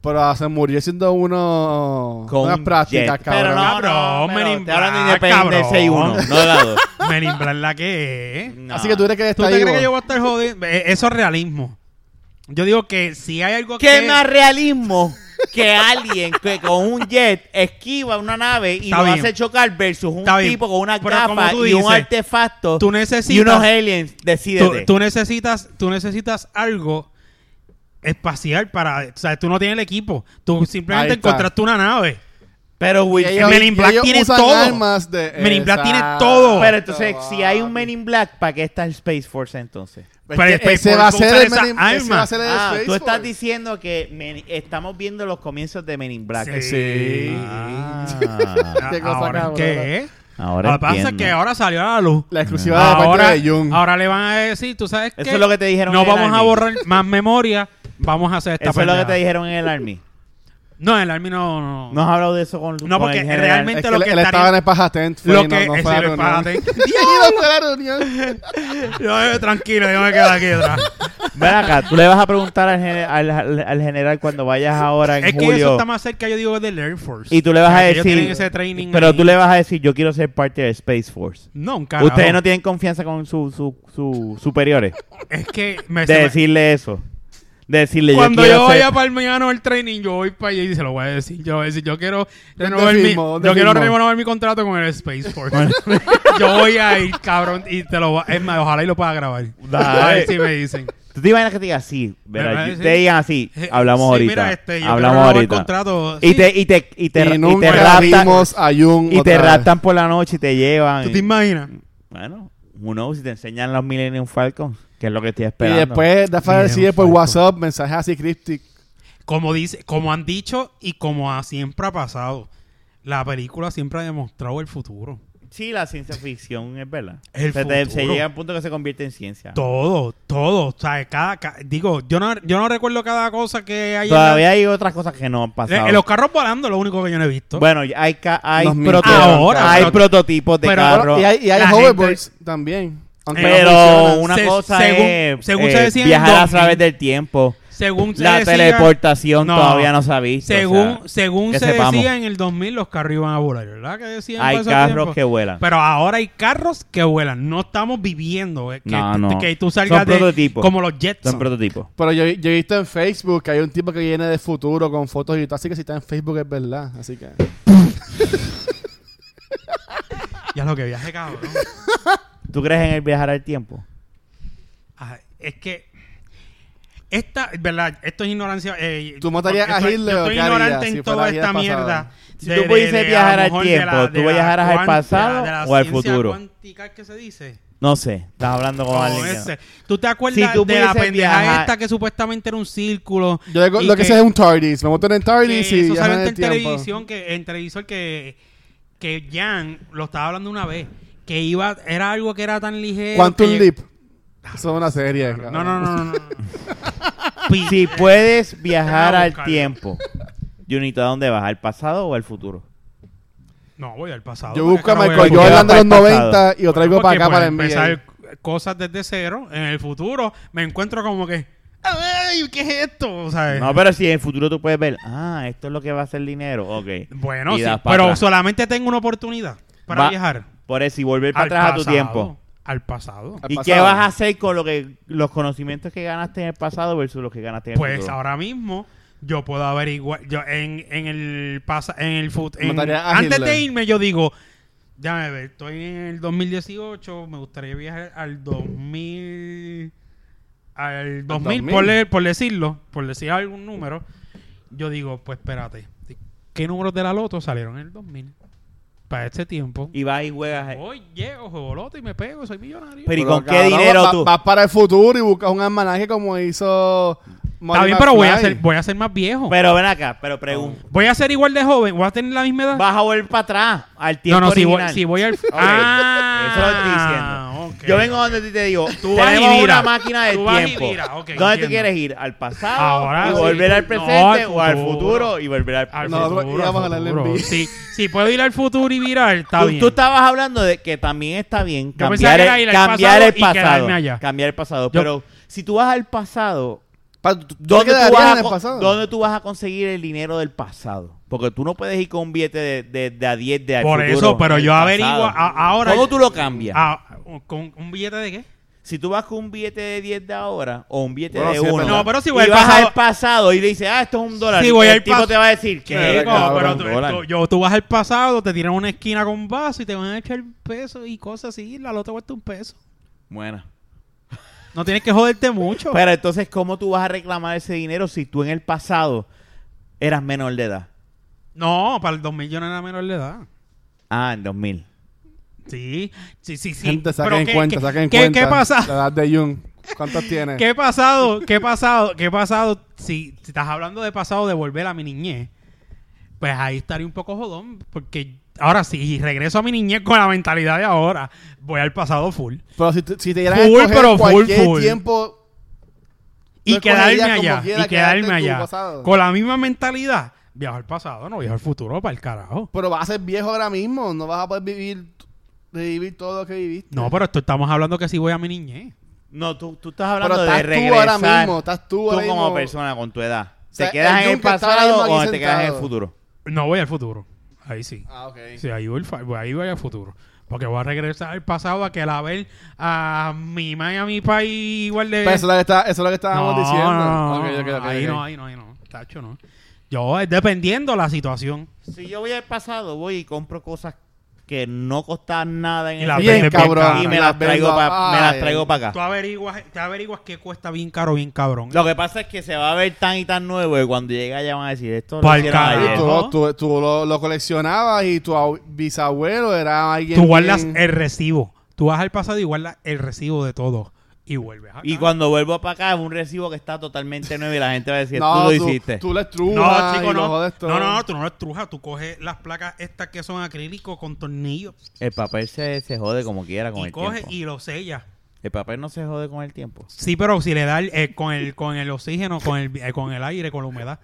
[SPEAKER 1] Pero se murió siendo uno.
[SPEAKER 2] Con
[SPEAKER 1] unas
[SPEAKER 2] un
[SPEAKER 1] prácticas,
[SPEAKER 2] jet.
[SPEAKER 1] cabrón.
[SPEAKER 2] Pero no, no,
[SPEAKER 3] Cabrón,
[SPEAKER 2] pero
[SPEAKER 3] Men in
[SPEAKER 2] estoy hablando de
[SPEAKER 3] Black,
[SPEAKER 2] Independence
[SPEAKER 3] cabrón.
[SPEAKER 2] Day 1, no de la dos.
[SPEAKER 3] Men in Black, la que es.
[SPEAKER 2] No.
[SPEAKER 1] Así que tú crees que él
[SPEAKER 3] ¿Tú
[SPEAKER 1] Mm, está
[SPEAKER 3] te
[SPEAKER 1] vivo.
[SPEAKER 3] crees que yo voy a estar jodido? Eh, Eso es realismo. Yo digo que si hay algo
[SPEAKER 2] ¿Qué
[SPEAKER 3] que...
[SPEAKER 2] más realismo que alguien que con un jet esquiva una nave y
[SPEAKER 3] Está
[SPEAKER 2] lo
[SPEAKER 3] bien.
[SPEAKER 2] hace chocar versus un
[SPEAKER 3] Está bien.
[SPEAKER 2] tipo con una
[SPEAKER 3] Pero como
[SPEAKER 2] capa
[SPEAKER 3] tú
[SPEAKER 2] y un
[SPEAKER 3] dices,
[SPEAKER 2] artefacto
[SPEAKER 3] tú necesitas-
[SPEAKER 2] y unos aliens?
[SPEAKER 3] tú,
[SPEAKER 2] Decídete.
[SPEAKER 3] tú necesitas tú necesitas algo espacial para o sea tú no tienes el equipo tú simplemente
[SPEAKER 1] Ahí está.
[SPEAKER 3] encontraste una nave
[SPEAKER 2] pero Will
[SPEAKER 1] Y ellos-
[SPEAKER 2] Smith-
[SPEAKER 3] Men in Black
[SPEAKER 1] ellos
[SPEAKER 3] tiene
[SPEAKER 1] usan
[SPEAKER 3] todo.
[SPEAKER 1] armas de-
[SPEAKER 3] Men in Black tiene
[SPEAKER 1] Exacto,
[SPEAKER 3] todo.
[SPEAKER 2] Pero entonces, si hay un
[SPEAKER 1] papi.
[SPEAKER 2] Men in Black, ¿para qué está el Space Force entonces?
[SPEAKER 1] Es
[SPEAKER 3] Pero
[SPEAKER 1] que
[SPEAKER 3] el Space
[SPEAKER 1] ese
[SPEAKER 3] Force
[SPEAKER 1] va a
[SPEAKER 3] usa
[SPEAKER 1] ser el
[SPEAKER 3] esas
[SPEAKER 1] Men in- ese va a
[SPEAKER 3] armas.
[SPEAKER 1] ser el
[SPEAKER 2] Ah,
[SPEAKER 1] Space
[SPEAKER 2] tú estás
[SPEAKER 1] Force.
[SPEAKER 2] diciendo que Men- estamos viendo los comienzos de Men in Black.
[SPEAKER 3] Sí.
[SPEAKER 1] Sí.
[SPEAKER 2] Ah,
[SPEAKER 1] Qué cosa
[SPEAKER 3] ahora
[SPEAKER 1] cabrona.
[SPEAKER 3] qué
[SPEAKER 2] ahora
[SPEAKER 3] lo que pasa es
[SPEAKER 2] entiendo.
[SPEAKER 3] que ahora salió a la luz
[SPEAKER 1] La exclusiva de
[SPEAKER 3] ahora,
[SPEAKER 1] parte de Jung.
[SPEAKER 3] ahora le van a decir tú sabes qué
[SPEAKER 2] Eso es lo que te dijeron
[SPEAKER 3] no
[SPEAKER 2] en el
[SPEAKER 3] vamos a
[SPEAKER 2] Army.
[SPEAKER 3] borrar más memoria vamos a hacer esta
[SPEAKER 2] Eso es lo que
[SPEAKER 3] pendeja.
[SPEAKER 2] te dijeron en el Army.
[SPEAKER 3] No, el Army no. No,
[SPEAKER 2] No has hablado de eso con
[SPEAKER 3] No,
[SPEAKER 2] con
[SPEAKER 3] porque
[SPEAKER 2] el general.
[SPEAKER 1] Es
[SPEAKER 3] realmente-
[SPEAKER 1] que
[SPEAKER 3] lo
[SPEAKER 1] él,
[SPEAKER 3] que
[SPEAKER 1] él
[SPEAKER 3] estaría-
[SPEAKER 1] estaba en el Pajatent.
[SPEAKER 3] Lo que
[SPEAKER 1] no,
[SPEAKER 3] es
[SPEAKER 1] fue a
[SPEAKER 3] el
[SPEAKER 1] la reunión.
[SPEAKER 3] empate.
[SPEAKER 1] Y no fue a la reunión.
[SPEAKER 3] Yo, eh, tranquilo, yo me quedo aquí atrás.
[SPEAKER 2] Ven acá, tú le vas a preguntar al, gene- al- al- al general cuando vayas ahora en
[SPEAKER 3] es que
[SPEAKER 2] julio.
[SPEAKER 3] eso está más cerca, yo digo, del Air Force.
[SPEAKER 2] Y tú le vas a
[SPEAKER 3] Ellos tienen
[SPEAKER 2] decir.
[SPEAKER 3] ese training
[SPEAKER 2] pero
[SPEAKER 3] ahí.
[SPEAKER 2] tú le vas a decir, yo quiero ser parte de Space Force.
[SPEAKER 3] No, un carajo.
[SPEAKER 2] Ustedes no tienen confianza con sus su, su- superiores
[SPEAKER 3] Es que me
[SPEAKER 2] de
[SPEAKER 3] se Este me-
[SPEAKER 2] decirle eso. De decirle,
[SPEAKER 3] Cuando
[SPEAKER 2] yo quiero
[SPEAKER 3] yo
[SPEAKER 2] ser-
[SPEAKER 3] vaya para el mañana el training, yo voy para allá y se lo voy a decir. Yo voy a decir, yo quiero renovar, mi,
[SPEAKER 1] firmo? ¿Dónde
[SPEAKER 3] yo quiero
[SPEAKER 1] firmo?
[SPEAKER 3] renovar mi contrato con el Space Force. yo voy a ir, cabrón, y te lo voy a... Es más, ojalá y lo pueda grabar.
[SPEAKER 2] Dale.
[SPEAKER 3] A ver si me dicen.
[SPEAKER 2] Tú te imaginas que te digan así, ¿verdad?
[SPEAKER 3] Me va a
[SPEAKER 2] Yo-
[SPEAKER 3] decir-
[SPEAKER 2] te digan así,
[SPEAKER 3] Eh,
[SPEAKER 2] hablamos
[SPEAKER 3] sí,
[SPEAKER 2] ahorita.
[SPEAKER 3] mira, este, yo
[SPEAKER 2] hablamos
[SPEAKER 3] quiero renovar el
[SPEAKER 2] ahorita.
[SPEAKER 3] contrato.
[SPEAKER 2] Y
[SPEAKER 3] Sí.
[SPEAKER 2] te, y te, y te,
[SPEAKER 1] Y
[SPEAKER 2] y te
[SPEAKER 1] nunca
[SPEAKER 2] raptan,
[SPEAKER 1] vimos a Jung
[SPEAKER 2] y te
[SPEAKER 1] otra vez.
[SPEAKER 2] raptan por la noche y te llevan.
[SPEAKER 3] ¿Tú te
[SPEAKER 2] Y-
[SPEAKER 3] imaginas?
[SPEAKER 2] Bueno, uno, si te enseñan los Millennium Falcons, que es lo que estoy
[SPEAKER 1] Y
[SPEAKER 2] esperando.
[SPEAKER 1] después Dafa
[SPEAKER 3] Bien,
[SPEAKER 1] decide por
[SPEAKER 3] falco.
[SPEAKER 1] WhatsApp mensajes así crípticos.
[SPEAKER 3] Como, dice, como han dicho y como ha- siempre ha pasado, la película siempre ha demostrado el futuro.
[SPEAKER 2] Sí, la ciencia ficción es verdad.
[SPEAKER 3] El
[SPEAKER 2] se, te- se
[SPEAKER 3] futuro.
[SPEAKER 2] llega a un punto que se convierte en ciencia.
[SPEAKER 3] Todo, todo. O sea, cada, ca- digo, yo no, yo no recuerdo cada cosa que hay en la-
[SPEAKER 2] Todavía hay otras cosas que no han pasado.
[SPEAKER 3] Eh, los carros volando es lo único que yo no he visto.
[SPEAKER 2] bueno, ya hay, ca- hay,
[SPEAKER 1] Los mil-
[SPEAKER 2] prototipos-
[SPEAKER 3] Ahora,
[SPEAKER 2] hay
[SPEAKER 3] pero-
[SPEAKER 2] prototipos de
[SPEAKER 3] pero-
[SPEAKER 2] carro.
[SPEAKER 1] Y hay, y hay
[SPEAKER 3] La
[SPEAKER 1] hoverboards también. Aunque no
[SPEAKER 2] Pero
[SPEAKER 1] funcionan.
[SPEAKER 2] una
[SPEAKER 3] Se-
[SPEAKER 2] cosa
[SPEAKER 3] según-
[SPEAKER 2] es
[SPEAKER 3] según
[SPEAKER 2] eh,
[SPEAKER 3] se decía en
[SPEAKER 2] viajar a
[SPEAKER 3] 2000.
[SPEAKER 2] través del tiempo.
[SPEAKER 3] según se
[SPEAKER 2] La
[SPEAKER 3] decía-
[SPEAKER 2] teleportación
[SPEAKER 3] No.
[SPEAKER 2] todavía no se ha visto. o
[SPEAKER 3] Según,
[SPEAKER 2] sea,
[SPEAKER 3] según
[SPEAKER 2] que
[SPEAKER 3] se
[SPEAKER 2] sepamos.
[SPEAKER 3] decía en el 2000, los carros iban a volar, ¿verdad? Que decían
[SPEAKER 2] hay
[SPEAKER 3] para ese
[SPEAKER 2] carros
[SPEAKER 3] tiempo?
[SPEAKER 2] que vuelan.
[SPEAKER 3] Pero ahora hay carros que vuelan. No estamos viviendo eh, que,
[SPEAKER 2] No, no.
[SPEAKER 3] que tú salgas
[SPEAKER 2] Son
[SPEAKER 3] de-
[SPEAKER 2] prototipos.
[SPEAKER 3] como los Jetsons.
[SPEAKER 2] Son prototipos.
[SPEAKER 1] Pero yo, yo he visto en Facebook que hay un tipo que viene de futuro con fotos y todo. Así que si está en Facebook es verdad. Así que.
[SPEAKER 3] Ya lo que viaje, cabrón.
[SPEAKER 2] ¿Tú crees en el viajar al tiempo?
[SPEAKER 3] Ay, Ah, es que esta, ¿verdad? Esto es ignorancia. eh,
[SPEAKER 1] ¿Tú matarías
[SPEAKER 3] porque
[SPEAKER 1] a
[SPEAKER 3] estoy-
[SPEAKER 1] Hitler
[SPEAKER 3] Yo
[SPEAKER 1] o
[SPEAKER 3] estoy
[SPEAKER 1] qué harías
[SPEAKER 3] ignorante
[SPEAKER 1] si
[SPEAKER 3] en
[SPEAKER 1] fuera
[SPEAKER 3] toda
[SPEAKER 1] vida
[SPEAKER 3] esta
[SPEAKER 1] pasada?
[SPEAKER 3] mierda.
[SPEAKER 2] Si tú pudieses viajar al
[SPEAKER 3] a lo mejor de
[SPEAKER 2] tiempo, ¿tú viajaras al
[SPEAKER 3] cuántica-
[SPEAKER 2] pasado
[SPEAKER 3] de la
[SPEAKER 2] o al
[SPEAKER 3] ciencia
[SPEAKER 2] futuro?
[SPEAKER 3] cuántica que se dice?
[SPEAKER 2] No sé. Estás hablando con
[SPEAKER 3] No,
[SPEAKER 2] alguien. que no-
[SPEAKER 3] ese. ¿Tú te acuerdas
[SPEAKER 2] Si tú
[SPEAKER 3] de la
[SPEAKER 2] pudieses
[SPEAKER 3] pendeja
[SPEAKER 2] viajar-
[SPEAKER 3] esta que supuestamente era un círculo?
[SPEAKER 1] Yo digo-
[SPEAKER 3] Y
[SPEAKER 1] lo que, sé es un TARDIS. Me montan en
[SPEAKER 3] que
[SPEAKER 1] TARDIS y
[SPEAKER 3] eso
[SPEAKER 1] ya
[SPEAKER 3] salió
[SPEAKER 1] en
[SPEAKER 3] en
[SPEAKER 1] el tiempo.
[SPEAKER 3] televisión que en televisor que que Jan lo estaba hablando una vez que iba era algo que era tan ligero.
[SPEAKER 1] Quantum
[SPEAKER 3] eh, que lleg-
[SPEAKER 1] Leap. Eso es una serie.
[SPEAKER 3] No,
[SPEAKER 1] cabrón.
[SPEAKER 3] no, no, no. no, no.
[SPEAKER 2] Si puedes viajar
[SPEAKER 3] Déjame
[SPEAKER 2] al
[SPEAKER 3] buscarlo.
[SPEAKER 2] tiempo, Junito, ¿a dónde vas? ¿Al pasado o al futuro?
[SPEAKER 3] No, voy al pasado.
[SPEAKER 1] Yo
[SPEAKER 3] porque
[SPEAKER 1] busco a
[SPEAKER 3] es que no
[SPEAKER 1] Michael
[SPEAKER 3] voy
[SPEAKER 2] voy a-
[SPEAKER 1] Jordan de los
[SPEAKER 2] Porque va para el
[SPEAKER 1] 90 y lo traigo
[SPEAKER 3] Porque
[SPEAKER 1] para acá
[SPEAKER 3] puedo
[SPEAKER 1] para el
[SPEAKER 3] empezar
[SPEAKER 1] NBA.
[SPEAKER 3] cosas desde cero en el futuro me encuentro como que ay, ¿qué es esto? O sea,
[SPEAKER 2] No, pero si en el futuro tú puedes ver, ah, esto es lo que va a hacer dinero, ok.
[SPEAKER 3] bueno,
[SPEAKER 2] Y
[SPEAKER 3] sí,
[SPEAKER 2] das pa'
[SPEAKER 3] pero
[SPEAKER 2] atrás.
[SPEAKER 3] solamente tengo una oportunidad para
[SPEAKER 2] Va-
[SPEAKER 3] viajar
[SPEAKER 2] Por eso, y volver para
[SPEAKER 3] al
[SPEAKER 2] atrás a tu
[SPEAKER 3] pasado,
[SPEAKER 2] tiempo.
[SPEAKER 3] Al pasado.
[SPEAKER 1] Al
[SPEAKER 2] ¿Y
[SPEAKER 1] pasado.
[SPEAKER 2] qué vas a hacer con lo que los conocimientos que ganaste en el pasado versus los que ganaste en el
[SPEAKER 3] Pues
[SPEAKER 2] futuro?
[SPEAKER 3] ahora mismo yo puedo averiguar. Yo en, en el pasa, en el fut- en-
[SPEAKER 1] Mataría a
[SPEAKER 3] antes
[SPEAKER 1] Hitler.
[SPEAKER 3] de irme yo digo, déjame ver, estoy en el 2018, me gustaría viajar al 2000 al 2000,
[SPEAKER 1] 2000.
[SPEAKER 3] Por, le- por decirlo, por decir algún número, yo digo, pues espérate, ¿qué números de la loto salieron en el 2000? Para este tiempo.
[SPEAKER 2] Y vas y juegas. eh.
[SPEAKER 3] Voy, llego, juego loto y me pego, soy millonario.
[SPEAKER 2] Pero ¿y
[SPEAKER 1] Pero,
[SPEAKER 2] con qué
[SPEAKER 1] cabrón,
[SPEAKER 2] dinero
[SPEAKER 1] va-
[SPEAKER 2] tú?
[SPEAKER 1] Vas para el futuro y buscas un almanaje como hizo.
[SPEAKER 3] Está
[SPEAKER 1] Marty
[SPEAKER 3] bien, pero voy a,
[SPEAKER 1] McFly.
[SPEAKER 3] ser, voy a ser más viejo.
[SPEAKER 2] Pero ven acá, pero pregunta.
[SPEAKER 3] voy a ser igual de joven, voy a tener la misma edad.
[SPEAKER 2] Vas a volver para atrás al tiempo
[SPEAKER 3] No, no, si voy,
[SPEAKER 2] original.
[SPEAKER 3] si voy al... Ah,
[SPEAKER 2] Eso lo estoy diciendo.
[SPEAKER 3] ok.
[SPEAKER 2] Yo vengo donde ti te digo,
[SPEAKER 3] Tú vas
[SPEAKER 2] tenemos
[SPEAKER 3] y mira.
[SPEAKER 2] una máquina del
[SPEAKER 3] Tú vas y
[SPEAKER 2] tiempo.
[SPEAKER 3] mira, ok,
[SPEAKER 2] ¿Dónde
[SPEAKER 3] entiendo.
[SPEAKER 2] tú quieres ir? ¿Al pasado
[SPEAKER 3] Ahora
[SPEAKER 2] y
[SPEAKER 3] sí.
[SPEAKER 2] volver al
[SPEAKER 3] No,
[SPEAKER 2] presente
[SPEAKER 3] al
[SPEAKER 2] o al
[SPEAKER 3] futuro.
[SPEAKER 2] futuro y volver al
[SPEAKER 3] Al
[SPEAKER 2] presente?
[SPEAKER 1] No,
[SPEAKER 3] futuro,
[SPEAKER 1] íbamos
[SPEAKER 3] al
[SPEAKER 1] a hablarle en
[SPEAKER 3] futuro.
[SPEAKER 1] vivo.
[SPEAKER 3] Sí, sí, puedo ir al futuro y virar, está
[SPEAKER 2] Tú,
[SPEAKER 3] bien.
[SPEAKER 2] tú estabas hablando de que también está bien
[SPEAKER 3] Yo pensaba
[SPEAKER 2] cambiar
[SPEAKER 3] que era ir
[SPEAKER 2] el,
[SPEAKER 3] al
[SPEAKER 2] cambiar el
[SPEAKER 3] pasado y
[SPEAKER 2] pasado.
[SPEAKER 3] quedarme allá.
[SPEAKER 2] Cambiar el pasado.
[SPEAKER 3] Yo-
[SPEAKER 2] Pero si tú vas al pasado,
[SPEAKER 1] Pa- ¿tú- tú te
[SPEAKER 2] ¿dónde tú,
[SPEAKER 1] quedarías
[SPEAKER 2] vas
[SPEAKER 1] en
[SPEAKER 2] a,
[SPEAKER 1] el
[SPEAKER 2] con-
[SPEAKER 1] pasado?
[SPEAKER 2] dónde tú vas a conseguir el dinero del pasado? Porque tú no puedes ir con un billete de, de- de a 10 de al
[SPEAKER 3] Por
[SPEAKER 2] futuro,
[SPEAKER 3] eso, pero
[SPEAKER 2] del
[SPEAKER 3] yo
[SPEAKER 2] pasado.
[SPEAKER 3] averiguo a- ahora...
[SPEAKER 2] ¿Cómo tú lo cambias?
[SPEAKER 3] Ah, ¿Con un billete de qué?
[SPEAKER 2] Si tú vas con un billete de 10 de ahora o un billete
[SPEAKER 1] Bueno,
[SPEAKER 2] de
[SPEAKER 1] sí, es
[SPEAKER 2] 1
[SPEAKER 1] verdad. No,
[SPEAKER 3] pero si voy
[SPEAKER 2] y
[SPEAKER 3] al
[SPEAKER 2] vas
[SPEAKER 3] pasado-
[SPEAKER 2] al pasado y le dices, ah, esto es un dólar,
[SPEAKER 3] Si
[SPEAKER 2] y
[SPEAKER 3] voy al
[SPEAKER 2] el tipo
[SPEAKER 3] pas-
[SPEAKER 2] te va a decir, ¿qué?
[SPEAKER 1] Qué
[SPEAKER 2] es,
[SPEAKER 3] Chico,
[SPEAKER 1] cabrón,
[SPEAKER 3] pero tú,
[SPEAKER 2] dólar?
[SPEAKER 3] tú- yo, tú vas al pasado, te tiran una esquina con un vaso y te van a echar peso y cosas así, la loto cuesta un peso.
[SPEAKER 2] Bueno.
[SPEAKER 3] No tienes que joderte mucho.
[SPEAKER 2] Pero entonces, ¿cómo tú vas a reclamar ese dinero si tú en el pasado eras menor de edad?
[SPEAKER 3] No, para el 2000 yo no era menor de edad.
[SPEAKER 2] Ah, en 2000.
[SPEAKER 3] Sí, sí, sí, sí.
[SPEAKER 1] Gente,
[SPEAKER 3] Pero
[SPEAKER 1] saquen
[SPEAKER 3] ¿qué-
[SPEAKER 1] cuenta,
[SPEAKER 3] qué-
[SPEAKER 1] saquen
[SPEAKER 3] qué-
[SPEAKER 1] cuenta.
[SPEAKER 3] ¿Qué pasa?
[SPEAKER 1] La edad de Jung. ¿Cuántos tiene?
[SPEAKER 3] ¿Qué he pasado? ¿Qué he pasado? ¿Qué he pasado? Si, si estás hablando de pasado de volver a mi niñez, pues ahí estaría un poco jodón. Porque ahora, si regreso a mi niñez con la mentalidad de ahora, voy al pasado full.
[SPEAKER 1] Pero si, te- si te dieran a
[SPEAKER 3] Full,
[SPEAKER 1] escoger
[SPEAKER 3] pero full,
[SPEAKER 1] cualquier
[SPEAKER 3] full.
[SPEAKER 1] tiempo...
[SPEAKER 3] Y
[SPEAKER 1] Tú escogerías
[SPEAKER 3] quedarme
[SPEAKER 1] como
[SPEAKER 3] allá.
[SPEAKER 1] quiera
[SPEAKER 3] Y
[SPEAKER 1] quedarte en
[SPEAKER 3] quedarme
[SPEAKER 1] tu
[SPEAKER 3] allá.
[SPEAKER 1] pasado.
[SPEAKER 3] Con la misma mentalidad, Viajar al pasado, no viajar al futuro, para el carajo.
[SPEAKER 1] Pero vas a ser viejo ahora mismo. No vas a poder vivir, revivir todo lo que viviste.
[SPEAKER 3] No, pero esto estamos hablando que si voy a mi niñez.
[SPEAKER 2] No, tú, tú estás
[SPEAKER 1] Pero
[SPEAKER 2] hablando de
[SPEAKER 1] estás tú
[SPEAKER 2] regresar.
[SPEAKER 1] ahora mismo. Estás tú
[SPEAKER 2] tú
[SPEAKER 1] ahora mismo.
[SPEAKER 2] como persona con tu edad. ¿Te
[SPEAKER 1] sea, el
[SPEAKER 2] quedas en el
[SPEAKER 1] Junker está ahora
[SPEAKER 2] pasado
[SPEAKER 1] mismo
[SPEAKER 2] o
[SPEAKER 1] aquí
[SPEAKER 2] te quedas en el
[SPEAKER 1] sentado.
[SPEAKER 2] futuro?
[SPEAKER 3] No voy al futuro. Ahí sí.
[SPEAKER 1] Ah, ok.
[SPEAKER 3] Sí, ahí voy, al fa- pues ahí voy al futuro. Porque voy a regresar al pasado a que la ver a mi mamá y a mi país igual de.
[SPEAKER 1] Pero Pues eso es lo que, está, eso es lo que estábamos
[SPEAKER 3] No,
[SPEAKER 1] diciendo.
[SPEAKER 3] no, no,
[SPEAKER 1] Ok, ok, ok,
[SPEAKER 3] ahí
[SPEAKER 1] ok.
[SPEAKER 3] no, ahí no, ahí no. Tacho, no. Yo, eh, dependiendo la situación.
[SPEAKER 2] Si yo voy al pasado, voy y compro cosas que no costaban nada en
[SPEAKER 3] Y
[SPEAKER 2] el
[SPEAKER 3] la
[SPEAKER 2] futuro
[SPEAKER 1] Bien,
[SPEAKER 3] Bien,
[SPEAKER 1] cabrón.
[SPEAKER 3] cara.
[SPEAKER 2] y me
[SPEAKER 1] la
[SPEAKER 2] las traigo
[SPEAKER 1] vendo.
[SPEAKER 2] para me
[SPEAKER 1] Ay.
[SPEAKER 2] las traigo para
[SPEAKER 3] Tú
[SPEAKER 2] acá.
[SPEAKER 3] averiguas, te averiguas qué cuesta bien caro, bien cabrón.
[SPEAKER 2] Lo que pasa es que se va a ver tan y tan nuevo y cuando llega allá van a decir esto lo
[SPEAKER 3] Pa'l
[SPEAKER 2] hicieron
[SPEAKER 1] Ah,
[SPEAKER 3] carajo.
[SPEAKER 2] ayer.
[SPEAKER 1] y tú,
[SPEAKER 3] Ajá.
[SPEAKER 1] lo- tú- tú lo, lo coleccionabas y tu au- bisabuelo era alguien.
[SPEAKER 3] Tú guardas
[SPEAKER 1] bien-
[SPEAKER 3] el recibo. Tú vas al pasado y guardas el recibo de todo. Y vuelves acá.
[SPEAKER 2] Y cuando vuelvo para acá es un recibo que está totalmente nuevo y la gente va a decir,
[SPEAKER 1] No,
[SPEAKER 2] tú lo hiciste.
[SPEAKER 1] Tú le
[SPEAKER 3] No,
[SPEAKER 1] estrujas
[SPEAKER 3] chico,
[SPEAKER 1] y lo
[SPEAKER 3] no.
[SPEAKER 1] jodes todo.
[SPEAKER 3] No, no, no, tú no lo estrujas. Tú coges las placas estas que son acrílicos con tornillos.
[SPEAKER 2] El papel se, se jode como quiera con
[SPEAKER 3] Y
[SPEAKER 2] el
[SPEAKER 3] coges
[SPEAKER 2] tiempo.
[SPEAKER 3] y lo sellas.
[SPEAKER 2] El papel no se jode con el tiempo.
[SPEAKER 3] Sí, pero si le da el- eh, con, el, con el oxígeno, con el, eh, con el aire, con la humedad.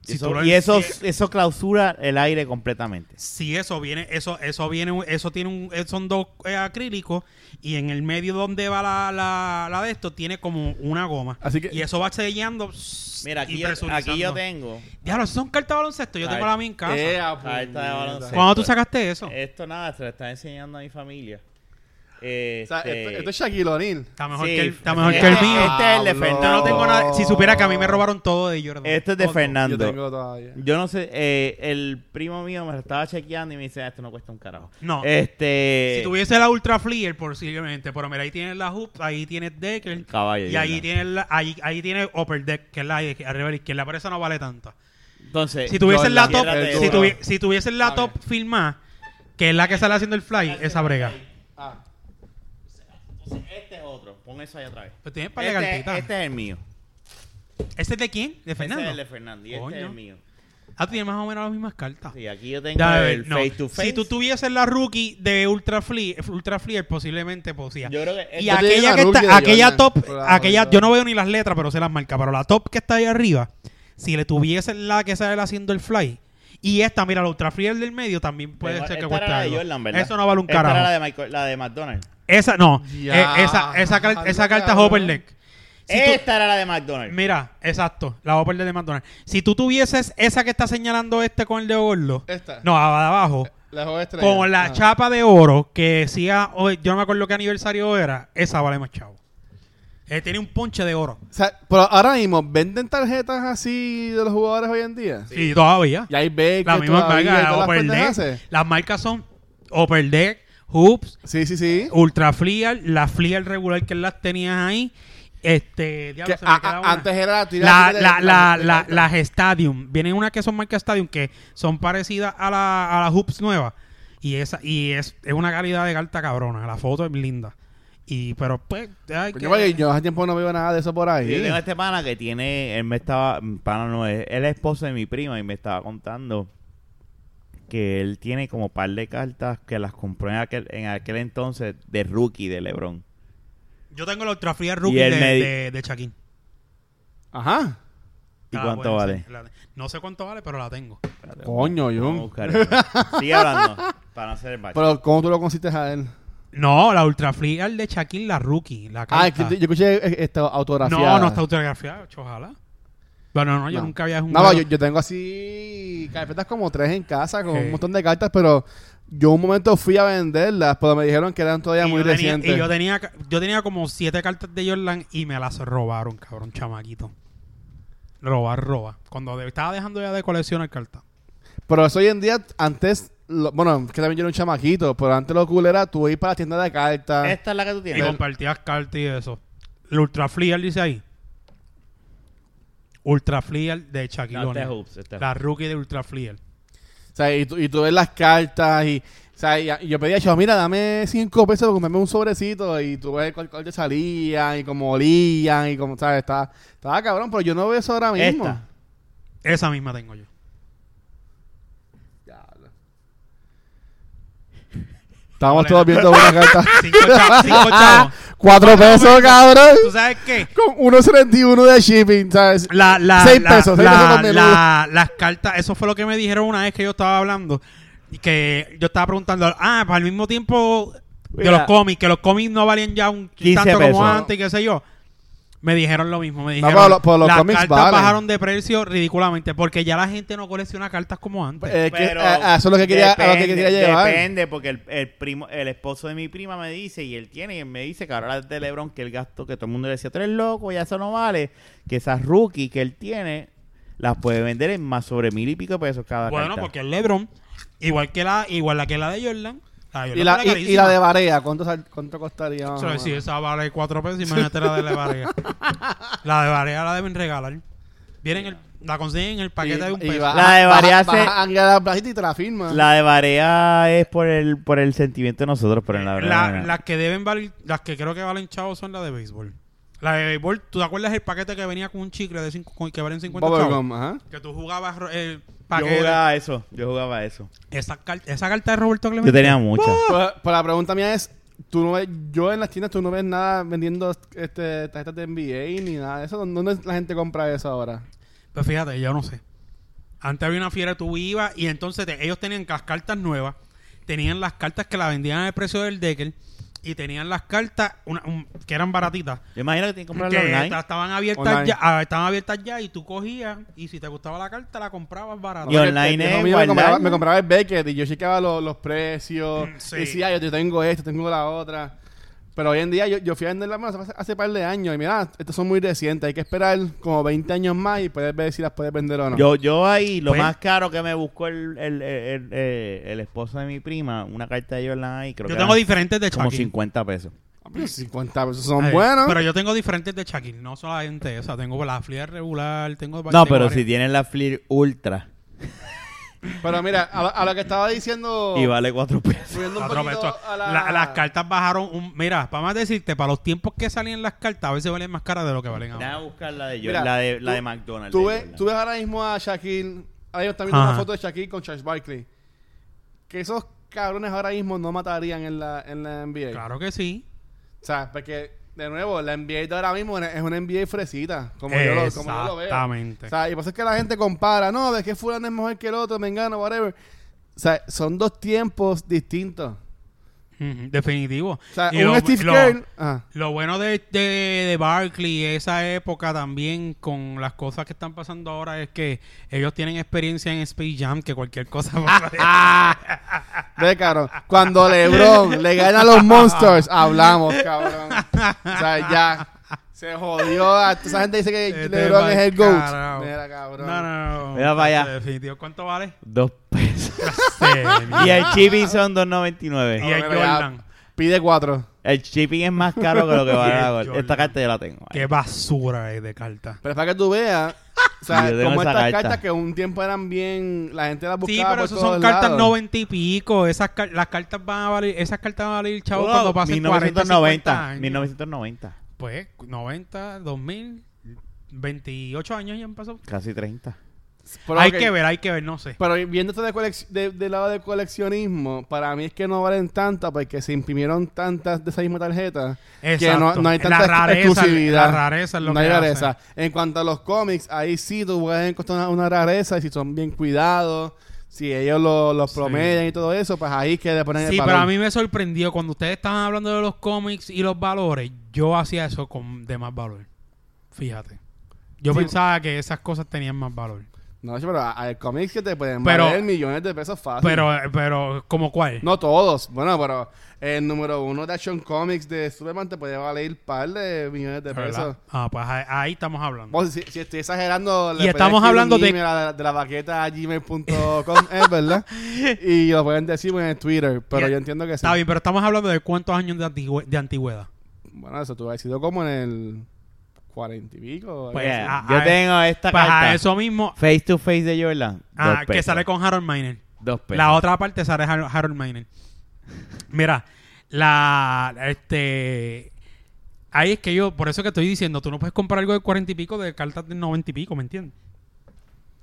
[SPEAKER 3] Si
[SPEAKER 2] Eso-
[SPEAKER 3] tú lo-
[SPEAKER 2] y eso,
[SPEAKER 3] si-
[SPEAKER 2] eso clausura el aire completamente.
[SPEAKER 3] Si eso viene, eso, eso viene, eso tiene un, eh, son dos eh, acrílicos y en el medio donde va la, la, la de esto tiene como una goma.
[SPEAKER 1] Así que-
[SPEAKER 3] y eso va sellando. pss,
[SPEAKER 2] Mira, aquí,
[SPEAKER 3] y
[SPEAKER 2] yo,
[SPEAKER 3] presurizando.
[SPEAKER 2] aquí yo tengo.
[SPEAKER 3] Diablo, eso son cartas de baloncesto. Yo tengo
[SPEAKER 2] Ay, pues,
[SPEAKER 3] la mía en casa.
[SPEAKER 1] Eh, ah,
[SPEAKER 2] Ahí está de
[SPEAKER 1] puñeta.
[SPEAKER 2] baloncesto.
[SPEAKER 3] ¿Cuándo tú sacaste eso?
[SPEAKER 2] Esto nada, se lo está enseñando a mi familia.
[SPEAKER 1] O sea,
[SPEAKER 2] Este-
[SPEAKER 1] esto, esto es Shaquille O'Neal.
[SPEAKER 3] Está mejor
[SPEAKER 2] sí,
[SPEAKER 3] que el, está mejor
[SPEAKER 2] este-
[SPEAKER 3] que el mío.
[SPEAKER 2] Este es el de
[SPEAKER 1] Este Diablo.
[SPEAKER 2] Fernando.
[SPEAKER 3] Yo no tengo nada. Si supiera que a mí me robaron todo de Jordan.
[SPEAKER 2] Este es de
[SPEAKER 3] Todo.
[SPEAKER 2] Fernando.
[SPEAKER 1] Yo tengo todavía.
[SPEAKER 2] Yo no sé, eh, el primo mío me lo estaba chequeando y me dice, "Ah, esto no cuesta un carajo.
[SPEAKER 3] No.
[SPEAKER 2] Este...
[SPEAKER 3] Si tuviese la Ultra Fleer, posiblemente. Pero mira, ahí tienes la Hoop, ahí tienes Decker.
[SPEAKER 2] Caballo,
[SPEAKER 3] Y
[SPEAKER 2] Jordan.
[SPEAKER 3] ahí tienes, la, ahí, ahí tienes Upper Deck, que es la de arriba a la izquierda. Pero esa no vale tanto.
[SPEAKER 2] Entonces,
[SPEAKER 3] Si tuviesen la top,
[SPEAKER 2] Eh, Jordan, Jordan.
[SPEAKER 3] si, tuvi- si tuviesen la
[SPEAKER 1] Ah,
[SPEAKER 3] top filmada, que es la que sale haciendo el fly, esa brega.
[SPEAKER 1] Ah,
[SPEAKER 2] Entonces, este es otro. Pon eso ahí otra vez.
[SPEAKER 3] Pues tienes para la
[SPEAKER 2] Este,
[SPEAKER 3] cartita.
[SPEAKER 2] este es el mío.
[SPEAKER 3] ¿Este es de quién? ¿De Fernando?
[SPEAKER 2] Este es el de Fernando y
[SPEAKER 3] Coño.
[SPEAKER 2] este es el mío.
[SPEAKER 3] Ah, tú tienes más o menos las mismas cartas.
[SPEAKER 2] Sí, aquí yo tengo
[SPEAKER 3] Déjame
[SPEAKER 2] el
[SPEAKER 3] ver, no.
[SPEAKER 2] face to face.
[SPEAKER 3] Si tú tuvieses la rookie de Ultra Fleer, Ultra Fleer posiblemente posía.
[SPEAKER 2] Yo creo que... este
[SPEAKER 3] Y
[SPEAKER 1] Yo tenía
[SPEAKER 3] aquella
[SPEAKER 1] una
[SPEAKER 3] que
[SPEAKER 1] rubia de
[SPEAKER 3] está, aquella
[SPEAKER 1] Jordan,
[SPEAKER 3] top,
[SPEAKER 1] por la
[SPEAKER 3] aquella,
[SPEAKER 1] jodida.
[SPEAKER 3] yo no veo ni las letras, pero sé las marcas, pero la top que está ahí arriba, si le tuviese la que sale haciendo el fly, y esta, mira, la ultra fría del medio también puede
[SPEAKER 2] Esta
[SPEAKER 3] ser que
[SPEAKER 2] era
[SPEAKER 3] cueste
[SPEAKER 2] la de
[SPEAKER 3] algo.
[SPEAKER 2] Jordan, ¿verdad?
[SPEAKER 3] Eso no vale un
[SPEAKER 2] Esta era
[SPEAKER 3] carajo.
[SPEAKER 2] la de, Michael- la de McDonald's.
[SPEAKER 3] Esa, no,
[SPEAKER 1] Ya,
[SPEAKER 3] eh, esa, esa, car-
[SPEAKER 1] anda,
[SPEAKER 3] esa carta es
[SPEAKER 1] cabrón.
[SPEAKER 3] Hopperdeck. Si tú-
[SPEAKER 1] Este.
[SPEAKER 2] Esta era la de McDonald's.
[SPEAKER 3] mira, exacto, la Hopperdeck de McDonald's. Si tú tuvieses esa que está señalando este con el de Gordo,
[SPEAKER 1] Esta.
[SPEAKER 3] no, abajo,
[SPEAKER 1] la joven estrella.
[SPEAKER 3] con la
[SPEAKER 1] Ah.
[SPEAKER 3] chapa de oro que decía, oh, yo no me acuerdo qué aniversario era, esa vale más chavo. Eh, tiene un ponche de oro.
[SPEAKER 1] O sea, pero ahora mismo, ¿venden tarjetas así de los jugadores hoy en día?
[SPEAKER 3] Sí, todavía.
[SPEAKER 1] Y hay Becker
[SPEAKER 3] La misma
[SPEAKER 1] todavía y
[SPEAKER 3] marca,
[SPEAKER 1] todas las
[SPEAKER 3] Upper Deck.
[SPEAKER 1] pendejas esas.
[SPEAKER 3] Las marcas son Upper Deck, Hoops,
[SPEAKER 1] Sí, sí, sí.
[SPEAKER 3] Ultra Fleer, la Fleer regular que las tenías ahí. Este, diablo,
[SPEAKER 1] Que
[SPEAKER 3] se me
[SPEAKER 1] a-
[SPEAKER 3] queda
[SPEAKER 1] a-
[SPEAKER 3] una.
[SPEAKER 1] antes era la
[SPEAKER 3] la,
[SPEAKER 1] tira-
[SPEAKER 3] la,
[SPEAKER 1] tira-
[SPEAKER 3] la,
[SPEAKER 1] tira-
[SPEAKER 3] la-
[SPEAKER 1] tira-
[SPEAKER 3] las Stadium. Vienen unas que son marcas Stadium que son parecidas a la, a la Hoops nueva. Y esa y es, es una calidad de carta cabrona. La foto es linda. Y pero pues hay
[SPEAKER 1] Coño,
[SPEAKER 3] que-
[SPEAKER 1] porque yo hace tiempo no veo nada de eso por ahí.
[SPEAKER 2] Yo tengo este pana que tiene, él me estaba, pana no es, él es esposo de mi prima y me estaba contando que él tiene como par de cartas que las compró en aquel, en aquel entonces de rookie de Lebron.
[SPEAKER 3] yo tengo la Ultra Fleer Rookie
[SPEAKER 2] Y
[SPEAKER 3] de,
[SPEAKER 2] el medi-
[SPEAKER 3] de, de Shaquín.
[SPEAKER 1] Ajá.
[SPEAKER 2] ¿Y
[SPEAKER 3] Ah,
[SPEAKER 2] cuánto
[SPEAKER 3] bueno,
[SPEAKER 2] vale?
[SPEAKER 3] sí, la- no sé cuánto vale, pero la tengo.
[SPEAKER 2] Espérate,
[SPEAKER 1] Coño, yo.
[SPEAKER 2] vamos a buscar eso. Sigue hablando para no hacer el bache.
[SPEAKER 1] Pero, ¿cómo tú lo consistes a él?
[SPEAKER 3] No, la Ultra Fleer de Shaquín, la Rookie, la
[SPEAKER 1] Ah,
[SPEAKER 3] carta.
[SPEAKER 1] es que yo escuché eh, esta autografía.
[SPEAKER 3] No, no está autografiada, ojalá. Bueno, no, yo
[SPEAKER 1] No.
[SPEAKER 3] nunca había
[SPEAKER 1] No,
[SPEAKER 3] jugado.
[SPEAKER 1] yo, yo tengo así carpetas como tres en casa con
[SPEAKER 3] Ok.
[SPEAKER 1] un montón de cartas, pero yo un momento fui a venderlas, pero me dijeron que eran todavía
[SPEAKER 3] Y
[SPEAKER 1] muy
[SPEAKER 3] yo tenía-
[SPEAKER 1] recientes.
[SPEAKER 3] y yo tenía, ca- yo tenía como siete cartas de Jordan y me las robaron, cabrón, chamaquito. Robar, roba. Cuando de- estaba dejando ya de coleccionar cartas.
[SPEAKER 1] Pero eso hoy en día, antes, lo- bueno, es que también yo era un chamaquito, pero antes lo cool era tú ir para la tienda de cartas.
[SPEAKER 3] Eh.
[SPEAKER 2] Esta es la que tú
[SPEAKER 3] Y
[SPEAKER 2] tienes.
[SPEAKER 3] compartías cartas y eso. El Ultra Fleer dice ahí. Ultra Fleer de Shaquille
[SPEAKER 2] No, esta es
[SPEAKER 3] O'Neal.
[SPEAKER 2] Hoops, esta es
[SPEAKER 3] La rookie de Ultra Fleer.
[SPEAKER 1] O sea, y tú, y tú ves las cartas y, o sea, y- y yo pedía, yo, mira, dame cinco pesos para comprarme un sobrecito y tú ves cuál, cuál te salían y cómo olían y cómo, ¿sabes? Estaba, estaba cabrón, pero yo no veo eso ahora mismo.
[SPEAKER 2] Esta.
[SPEAKER 3] Esa misma tengo yo.
[SPEAKER 1] Estábamos todos viendo una carta.
[SPEAKER 2] Ah,
[SPEAKER 3] Cinco, cha- cinco chavos.
[SPEAKER 1] Ah, Cuatro pesos, cabrón.
[SPEAKER 3] ¿Tú sabes qué?
[SPEAKER 1] Con 1.71 de shipping, ¿sabes?
[SPEAKER 3] La, la,
[SPEAKER 1] Seis
[SPEAKER 3] la-
[SPEAKER 1] pesos, seis
[SPEAKER 3] la-
[SPEAKER 1] pesos con menudo.
[SPEAKER 3] la- las cartas, eso fue lo que me dijeron una vez que yo estaba hablando. Y que yo estaba preguntando, ah, pues al mismo tiempo que
[SPEAKER 2] Mira.
[SPEAKER 3] los cómics, que los cómics no valían ya un
[SPEAKER 2] 15
[SPEAKER 3] tanto
[SPEAKER 2] pesos.
[SPEAKER 3] como antes, y qué sé yo. Me dijeron lo mismo, me dijeron.
[SPEAKER 1] pero lo- pero pues, los
[SPEAKER 3] las
[SPEAKER 1] cómics
[SPEAKER 3] cartas
[SPEAKER 1] valen".
[SPEAKER 3] bajaron de precio ridículamente porque ya la gente no colecciona cartas como antes.
[SPEAKER 1] Eh, que-
[SPEAKER 2] Pero
[SPEAKER 1] a- a eso es lo que quería, a lo que
[SPEAKER 2] depende-
[SPEAKER 1] quería llevar.
[SPEAKER 2] Depende, porque el, el primo, el esposo de mi prima me dice, y él tiene, y él me dice que ahora es de Lebron, que el gasto que todo el mundo le decía, tú eres loco, ya eso no vale, que esas rookies que él tiene, las puede vender en más sobre mil y pico pesos cada
[SPEAKER 3] bueno,
[SPEAKER 2] carta.
[SPEAKER 3] porque el LeBron, igual que la, igual la que la de Jordan, la de Jordan
[SPEAKER 1] Y la,
[SPEAKER 3] era
[SPEAKER 1] y- y,
[SPEAKER 3] carísima.
[SPEAKER 1] la de Barea, ¿cuánto, sal- cuánto costaría? más o
[SPEAKER 3] O sea,
[SPEAKER 1] menos?
[SPEAKER 3] si esa vale cuatro pesos, imagínate la de la Barea. la de Barea la deben regalar. Vienen el- la consiguen en el paquete de un peso.
[SPEAKER 1] va-
[SPEAKER 2] La de
[SPEAKER 1] baja-
[SPEAKER 2] Barea
[SPEAKER 1] baja-
[SPEAKER 2] se-
[SPEAKER 1] baja a la plajita y te la firma.
[SPEAKER 2] La de Barea es por el, por el sentimiento de nosotros, pero en la verdad.
[SPEAKER 3] Eh, La-
[SPEAKER 2] no, no.
[SPEAKER 3] las que deben valer, las que creo que valen chavos son las de béisbol. La de béisbol, ¿tú te acuerdas el paquete que venía con un chicle de cinco, con- que valen 50 chavos?
[SPEAKER 1] Bubblegum, ajá.
[SPEAKER 3] Que tú jugabas ro- el
[SPEAKER 2] yo
[SPEAKER 3] paquete.
[SPEAKER 2] jugaba eso, yo jugaba eso.
[SPEAKER 3] Esa, car- esa carta de Roberto Clemente.
[SPEAKER 2] Yo tenía muchas.
[SPEAKER 1] Pues, pues la pregunta mía es, tú no ves, yo en las tiendas tú no ves nada vendiendo este, tarjetas de NBA ni nada de eso. ¿Dónde- ¿Dónde la gente compra eso ahora?
[SPEAKER 3] Pues fíjate, yo no sé. Antes había una fiera, tú ibas y entonces te- ellos tenían las cartas nuevas, tenían las cartas que la vendían al precio del Decker y tenían las cartas una- un- que eran baratitas.
[SPEAKER 2] Yo imagino que tienen que comprarlo
[SPEAKER 3] Que
[SPEAKER 2] online.
[SPEAKER 3] esta- estaban abiertas,
[SPEAKER 1] Online.
[SPEAKER 3] Ya, ah, estaban abiertas ya y tú cogías y si te gustaba la carta la comprabas barata.
[SPEAKER 2] Y
[SPEAKER 1] Porque
[SPEAKER 2] online
[SPEAKER 1] el- el
[SPEAKER 2] es
[SPEAKER 1] viejo mío me
[SPEAKER 2] guardar.
[SPEAKER 1] compraba, me compraba el Beckett y yo chequeaba lo- los precios.
[SPEAKER 3] Mm, sí.
[SPEAKER 1] Y decía, yo te tengo esto, tengo la otra. Pero hoy en día yo, yo fui a vender la mano hace, hace par de años y mira, estos son muy recientes. Hay que esperar como 20 años más y puedes ver si las puedes vender o no.
[SPEAKER 2] Yo, yo ahí, lo
[SPEAKER 3] Pues-
[SPEAKER 2] más caro que me buscó el, el, el- el- el esposo de mi prima, una carta de Jordan ahí, creo
[SPEAKER 3] yo
[SPEAKER 2] que
[SPEAKER 3] tengo
[SPEAKER 2] eran
[SPEAKER 3] diferentes de
[SPEAKER 2] como
[SPEAKER 3] Chucky.
[SPEAKER 2] 50 pesos.
[SPEAKER 1] Ah, pero 50 pesos son
[SPEAKER 3] Eh,
[SPEAKER 1] buenos.
[SPEAKER 3] Pero yo tengo diferentes de Chucky, no solamente esa. Tengo la fría regular, tengo...
[SPEAKER 2] No,
[SPEAKER 3] Pues, tengo
[SPEAKER 2] pero
[SPEAKER 3] varias.
[SPEAKER 2] si tienen la Fleer Ultra
[SPEAKER 1] Pero mira, a lo, a lo que estaba diciendo.
[SPEAKER 2] y vale 4 pesos.
[SPEAKER 1] volviendo un
[SPEAKER 3] Cuatro
[SPEAKER 1] poquito
[SPEAKER 3] pesos.
[SPEAKER 1] a la-
[SPEAKER 3] La- las cartas bajaron un, mira para más decirte para los tiempos que salían las cartas a veces valen más caras de lo que valen
[SPEAKER 2] Déjame
[SPEAKER 3] ahora
[SPEAKER 2] buscar la de, Jordan,
[SPEAKER 1] Mira,
[SPEAKER 2] la de, la
[SPEAKER 1] tú-
[SPEAKER 2] de McDonald's.
[SPEAKER 1] Tú
[SPEAKER 2] de
[SPEAKER 1] ves,
[SPEAKER 2] Jordan.
[SPEAKER 1] tú ves ahora mismo a Shaquille. Ahí está viendo
[SPEAKER 3] Ajá.
[SPEAKER 1] una foto de Shaquille con Charles Barkley. Que esos cabrones ahora mismo no matarían en la, en la NBA.
[SPEAKER 3] claro que sí
[SPEAKER 1] O sea, porque, de nuevo, la NBA de ahora mismo es una NBA fresita, como, yo lo, como yo lo veo.
[SPEAKER 3] Exactamente.
[SPEAKER 1] O sea, y por eso es que la gente compara, no, de que fulano es mejor que el otro, mengano, whatever. O sea, son dos tiempos distintos.
[SPEAKER 3] Ujú, definitivo
[SPEAKER 1] O sea,
[SPEAKER 3] Y
[SPEAKER 1] un
[SPEAKER 3] lo-
[SPEAKER 1] Steve
[SPEAKER 3] lo-
[SPEAKER 1] Kerr... ah. ajá.
[SPEAKER 3] lo bueno de, de, de Barkley esa época también con las cosas que están pasando ahora es que ellos tienen experiencia en Space Jam que cualquier cosa
[SPEAKER 1] Ve, cabrón, cuando LeBron le gana a los Monsters, hablamos, cabrón. O sea, ya... Se jodió. a- Esa gente dice que
[SPEAKER 3] Este
[SPEAKER 1] LeBron es el
[SPEAKER 3] carajo.
[SPEAKER 1] GOAT. Mira, cabrón.
[SPEAKER 3] no, no, no
[SPEAKER 2] Mira para allá.
[SPEAKER 3] Este, definitivo ¿cuánto vale?
[SPEAKER 2] 2 pesos. y
[SPEAKER 3] y
[SPEAKER 2] el shipping son
[SPEAKER 3] y
[SPEAKER 2] 2.99.
[SPEAKER 3] el
[SPEAKER 1] Bueno, ya,
[SPEAKER 3] Jordan
[SPEAKER 1] Pide cuatro.
[SPEAKER 2] El shipping es más caro que lo que vale
[SPEAKER 3] Y el
[SPEAKER 2] la gol. Esta
[SPEAKER 3] Jordan.
[SPEAKER 2] carta yo la tengo. ahí.
[SPEAKER 3] qué basura es de carta
[SPEAKER 1] Pero es para que tú veas, o sea,
[SPEAKER 2] Yo tengo
[SPEAKER 1] como
[SPEAKER 2] esa
[SPEAKER 1] estas
[SPEAKER 2] carta.
[SPEAKER 1] cartas que un tiempo eran bien, la gente las buscaba
[SPEAKER 3] Sí, pero
[SPEAKER 1] por
[SPEAKER 3] eso
[SPEAKER 1] todos
[SPEAKER 3] son cartas
[SPEAKER 1] lados.
[SPEAKER 3] noventa y pico. Esas car- las cartas van a valer, esas cartas van a valer, chavo,
[SPEAKER 2] Wow,
[SPEAKER 3] cuando pasen 40, 50
[SPEAKER 2] 1990.
[SPEAKER 3] años.
[SPEAKER 2] 1990.
[SPEAKER 3] Pues 90, 2000, 28 años ya han pasado.
[SPEAKER 2] Casi 30.
[SPEAKER 1] Pero,
[SPEAKER 3] hay
[SPEAKER 1] ok,
[SPEAKER 3] que ver, hay que ver, no sé.
[SPEAKER 1] Pero viendo esto de colec- de- del lado de coleccionismo, para mí es que no valen tantas porque se imprimieron tantas de esa misma tarjeta que no,
[SPEAKER 3] Exacto.
[SPEAKER 1] no hay
[SPEAKER 3] La
[SPEAKER 1] tanta ex-
[SPEAKER 3] rareza-
[SPEAKER 1] exclusividad.
[SPEAKER 3] la rareza es lo
[SPEAKER 1] no
[SPEAKER 3] que
[SPEAKER 1] hay
[SPEAKER 3] hace.
[SPEAKER 1] rareza. En cuanto a los cómics, ahí sí tú puedes encontrar una, una rareza y si son bien cuidados, si ellos lo- los
[SPEAKER 3] Sí.
[SPEAKER 1] promedian y todo eso, pues ahí es que le ponen el
[SPEAKER 3] Sí,
[SPEAKER 1] valor.
[SPEAKER 3] pero a mí me sorprendió cuando ustedes estaban hablando de los cómics y los valores. Yo hacía eso con de más valor. Fíjate. Yo
[SPEAKER 1] Sí.
[SPEAKER 3] pensaba que esas cosas tenían más valor.
[SPEAKER 1] No, pero a- hay cómics que te pueden
[SPEAKER 3] Pero-
[SPEAKER 1] valer millones de pesos fácil.
[SPEAKER 3] Pero, pero, ¿como cuál?
[SPEAKER 1] Ah, No todos. Bueno, pero el número uno de Action Comics de Superman te puede valer par de millones de pesos.
[SPEAKER 3] ¿Verdad? Ah, pues ahí, ahí estamos hablando.
[SPEAKER 1] Vos, si, si estoy exagerando,
[SPEAKER 3] Y
[SPEAKER 1] puedes
[SPEAKER 3] estamos
[SPEAKER 1] escribir
[SPEAKER 3] hablando
[SPEAKER 1] un
[SPEAKER 3] de-
[SPEAKER 1] email a la- de la baqueta a gmail.com, es verdad. Y lo pueden decir en el Twitter, pero
[SPEAKER 3] Ya,
[SPEAKER 1] yo entiendo que sí.
[SPEAKER 3] Está bien, pero estamos hablando de cuántos años de, antigüe- de antigüedad.
[SPEAKER 1] Bueno, eso tú has sido como en el cuarenta y pico.
[SPEAKER 3] Pues,
[SPEAKER 1] algo así.
[SPEAKER 3] ah,
[SPEAKER 2] Eh, yo
[SPEAKER 3] ah,
[SPEAKER 2] tengo esta
[SPEAKER 3] Pues
[SPEAKER 2] carta.
[SPEAKER 3] a eso mismo,
[SPEAKER 2] Face to face de Jordan.
[SPEAKER 3] ah,
[SPEAKER 2] dos
[SPEAKER 3] que
[SPEAKER 2] pesos.
[SPEAKER 3] sale con Harold Miner.
[SPEAKER 2] Dos pesos.
[SPEAKER 3] La otra parte sale Har- Harold Miner. Mira, la. Este. Ahí es que yo, por eso que estoy diciendo, tú no puedes comprar algo de cuarenta y pico de cartas de noventa y pico, ¿me entiendes?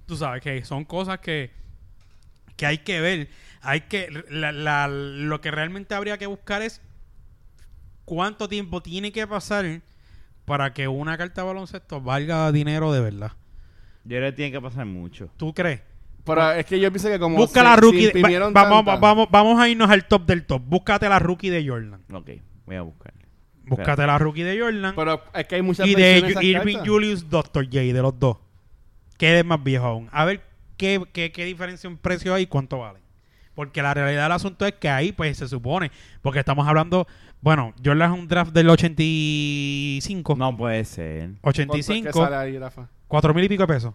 [SPEAKER 3] Tú sabes que son cosas que, que hay que ver. Hay que. la- la- lo que realmente habría que buscar es cuánto tiempo tiene que pasar para que una carta de baloncesto valga dinero de verdad.
[SPEAKER 2] Yo creo que tiene que pasar mucho.
[SPEAKER 3] ¿Tú crees?
[SPEAKER 1] Pero es que yo pienso que como.
[SPEAKER 3] pues, Busca
[SPEAKER 1] se-
[SPEAKER 3] la
[SPEAKER 1] se
[SPEAKER 3] rookie. de-
[SPEAKER 1] imprimieron
[SPEAKER 3] va- vamos,
[SPEAKER 1] tantas-
[SPEAKER 3] vamos, vamos a irnos al top del top. Búscate la rookie de Jordan.
[SPEAKER 2] Ok, voy a buscar.
[SPEAKER 3] Búscate la rookie de Jordan.
[SPEAKER 1] Pero es que hay muchas
[SPEAKER 3] y de
[SPEAKER 1] versiones esas
[SPEAKER 3] Ju- Irving
[SPEAKER 1] cartas.
[SPEAKER 3] Julius, Dr. J, de los dos. Quede más viejo aún. A ver qué, qué, qué diferencia en precio hay y cuánto vale. Porque la realidad del asunto es que ahí, pues, se supone. Porque estamos hablando. Bueno, Jordan es un draft del 85.
[SPEAKER 2] No puede ser.
[SPEAKER 1] ¿Cuánto es que
[SPEAKER 3] 85.
[SPEAKER 1] sale ahí, Rafa?
[SPEAKER 3] Cuatro mil y pico de pesos.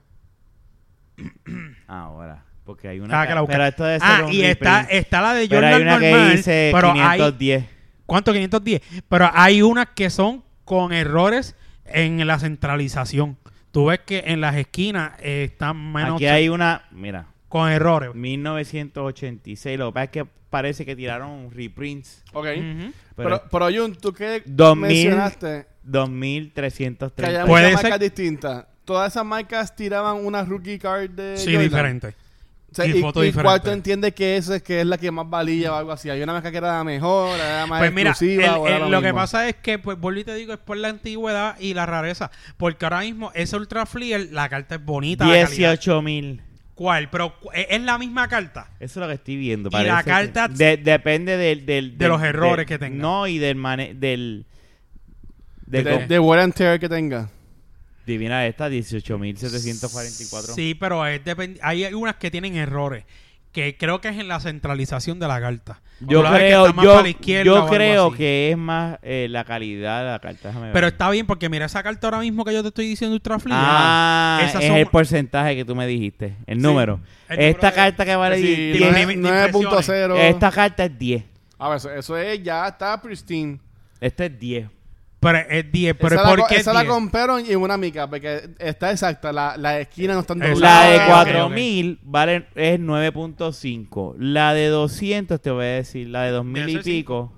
[SPEAKER 2] Ahora. Porque hay una.
[SPEAKER 3] Ah, que la busca-
[SPEAKER 2] pero esto debe ser
[SPEAKER 3] Ah,
[SPEAKER 2] un
[SPEAKER 3] y está,
[SPEAKER 2] reprint.
[SPEAKER 3] está la de
[SPEAKER 2] Pero
[SPEAKER 3] Jordan
[SPEAKER 2] hay una
[SPEAKER 3] normal,
[SPEAKER 2] que dice
[SPEAKER 3] pero hay
[SPEAKER 2] 510.
[SPEAKER 3] ¿Cuánto? 510. Pero hay unas que son con errores en la centralización. Tú ves que en las esquinas eh, están menos
[SPEAKER 2] Aquí hay Eh, una. Mira.
[SPEAKER 3] con errores.
[SPEAKER 2] 1986. Lo que pasa es que parece que tiraron reprints.
[SPEAKER 1] Ok.
[SPEAKER 3] Ujú. Pues.
[SPEAKER 1] Pero,
[SPEAKER 2] Pero
[SPEAKER 1] pero Jun, tú qué
[SPEAKER 2] 2000.
[SPEAKER 1] mencionaste que haya
[SPEAKER 2] 2330.
[SPEAKER 3] Puede
[SPEAKER 1] muchas
[SPEAKER 3] ser-
[SPEAKER 1] marcas distintas. Todas esas marcas tiraban una rookie card de.
[SPEAKER 3] Sí,
[SPEAKER 1] Jordan.
[SPEAKER 3] diferente.
[SPEAKER 1] O sea,
[SPEAKER 3] Y
[SPEAKER 1] y,
[SPEAKER 3] foto
[SPEAKER 1] y cuál
[SPEAKER 3] diferente.
[SPEAKER 1] tú entiendes que eso es que es la que más valía o algo así. Hay una marca que era la mejor, era la más
[SPEAKER 3] Pues mira,
[SPEAKER 1] exclusiva.
[SPEAKER 3] el-
[SPEAKER 1] o era
[SPEAKER 3] el-
[SPEAKER 1] lo
[SPEAKER 3] lo que
[SPEAKER 1] mismo.
[SPEAKER 3] pasa es que, pues, vuelvo y te digo, es por la antigüedad y la rareza. Porque ahora mismo, ese Ultra Flyer, la carta es bonita. la calidad.
[SPEAKER 2] 18 mil.
[SPEAKER 3] ¿Cuál? Pero cu- es es la misma carta.
[SPEAKER 2] Eso es lo que estoy viendo.
[SPEAKER 3] Y la
[SPEAKER 2] parece que-
[SPEAKER 3] carta-
[SPEAKER 2] de- depende del, del-
[SPEAKER 3] De
[SPEAKER 2] del-
[SPEAKER 3] los errores
[SPEAKER 2] del-
[SPEAKER 3] que tenga.
[SPEAKER 2] No, y del. mane- del
[SPEAKER 1] De,
[SPEAKER 2] de
[SPEAKER 1] de, wear and tear que tenga.
[SPEAKER 2] Divina esta, 18.744.
[SPEAKER 3] Sí, pero es depend- hay algunas que tienen errores. Que creo que es en la centralización de la carta.
[SPEAKER 2] Yo
[SPEAKER 3] Tú la ves que
[SPEAKER 2] creo,
[SPEAKER 3] está más
[SPEAKER 2] yo,
[SPEAKER 3] para la izquierda o
[SPEAKER 2] yo
[SPEAKER 3] algo
[SPEAKER 2] creo
[SPEAKER 3] así.
[SPEAKER 2] que es más eh, la calidad de la carta. Déjame ver.
[SPEAKER 3] Pero está bien, porque mira esa carta ahora mismo que yo te estoy diciendo Ultra Flyer.
[SPEAKER 2] Ah,
[SPEAKER 3] esas
[SPEAKER 2] es
[SPEAKER 3] son-
[SPEAKER 2] el porcentaje que tú me dijiste. El número.
[SPEAKER 3] el número
[SPEAKER 2] esta
[SPEAKER 3] de-
[SPEAKER 2] carta que vale
[SPEAKER 1] Sí,
[SPEAKER 2] 10.
[SPEAKER 3] tiene- tiene
[SPEAKER 1] 9.0.
[SPEAKER 2] Esta carta es 10.
[SPEAKER 1] A ver, eso, eso es ya está pristine.
[SPEAKER 2] Esta es 10.
[SPEAKER 3] Pero es 10. Pero
[SPEAKER 1] esa la,
[SPEAKER 3] ¿por
[SPEAKER 1] co-
[SPEAKER 3] qué es
[SPEAKER 1] esa la
[SPEAKER 3] 10?
[SPEAKER 1] compraron y una mica, porque está exacta. La, la esquina no está
[SPEAKER 3] Exacto.
[SPEAKER 2] La
[SPEAKER 3] Ah,
[SPEAKER 2] de
[SPEAKER 3] ok,
[SPEAKER 2] 4000 vale es 9.5. La de 200 te voy a decir, la de 2000 y
[SPEAKER 3] Eso es
[SPEAKER 2] pico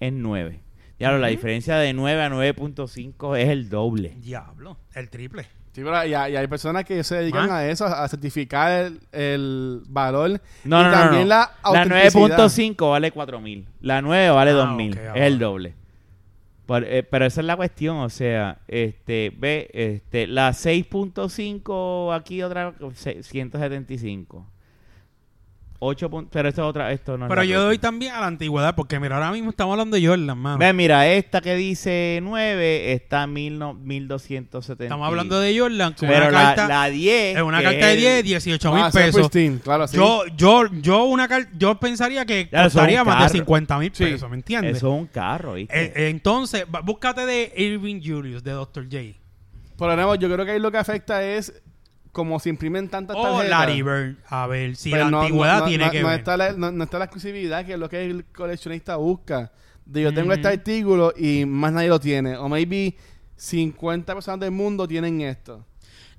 [SPEAKER 2] es 9. Ya la diferencia de 9 a 9.5 es el doble.
[SPEAKER 3] Diablo, el triple.
[SPEAKER 1] Sí, pero y, hay y hay personas que se dedican
[SPEAKER 3] Ah.
[SPEAKER 1] a eso, a certificar el, el valor.
[SPEAKER 2] No,
[SPEAKER 1] y
[SPEAKER 2] no, no,
[SPEAKER 1] también
[SPEAKER 2] no.
[SPEAKER 1] la
[SPEAKER 2] La
[SPEAKER 1] autenticidad.
[SPEAKER 2] 9.5 vale 4.000. La 9 vale
[SPEAKER 3] Ah,
[SPEAKER 2] 2.000.
[SPEAKER 3] ok,
[SPEAKER 2] es el
[SPEAKER 3] ahora.
[SPEAKER 2] doble. Por- eh, pero esa es la cuestión, o sea, este, ve, este, la 6.5 aquí otra se- 175. 8 pun- pero esto es otra, esto no es
[SPEAKER 3] Pero
[SPEAKER 2] la
[SPEAKER 3] yo
[SPEAKER 2] próxima.
[SPEAKER 3] doy Ah. también a la antigüedad, porque mira, ahora mismo estamos hablando de Jordan, mano.
[SPEAKER 2] Ve, mira, esta que dice 9 está 1000 no- 1270.
[SPEAKER 3] Estamos hablando de Jordan, con
[SPEAKER 2] pero
[SPEAKER 3] una
[SPEAKER 2] la,
[SPEAKER 3] carta,
[SPEAKER 2] la 10
[SPEAKER 3] es una
[SPEAKER 2] que
[SPEAKER 3] carta de
[SPEAKER 2] es-
[SPEAKER 3] 10, 18 mil
[SPEAKER 1] Ah, eso es
[SPEAKER 3] pesos.
[SPEAKER 1] pristine, claro, sí.
[SPEAKER 3] Yo, yo, yo una car- yo pensaría que
[SPEAKER 2] Ya, eso es un
[SPEAKER 3] costaría más
[SPEAKER 2] carro.
[SPEAKER 3] de 50 mil
[SPEAKER 1] Sí.
[SPEAKER 3] pesos, ¿me entiendes?
[SPEAKER 2] Eso es un carro, ¿viste?
[SPEAKER 3] Eh, eh, entonces, va- búscate de Irving Julius, de Dr. J.
[SPEAKER 1] Pero no, yo creo que ahí lo que afecta es como se imprimen tantas
[SPEAKER 3] O
[SPEAKER 1] tarjetas.
[SPEAKER 3] Larry Bird. A ver, si
[SPEAKER 1] pero
[SPEAKER 3] la
[SPEAKER 1] no-
[SPEAKER 3] Oh, antigüedad
[SPEAKER 1] no-
[SPEAKER 3] tiene
[SPEAKER 1] no-
[SPEAKER 3] que
[SPEAKER 1] no
[SPEAKER 3] ver.
[SPEAKER 1] Está la, no, no está la exclusividad que es lo que el coleccionista busca. De yo tengo
[SPEAKER 3] Ujú.
[SPEAKER 1] este artículo y más nadie lo tiene. O maybe 50 personas del mundo tienen esto.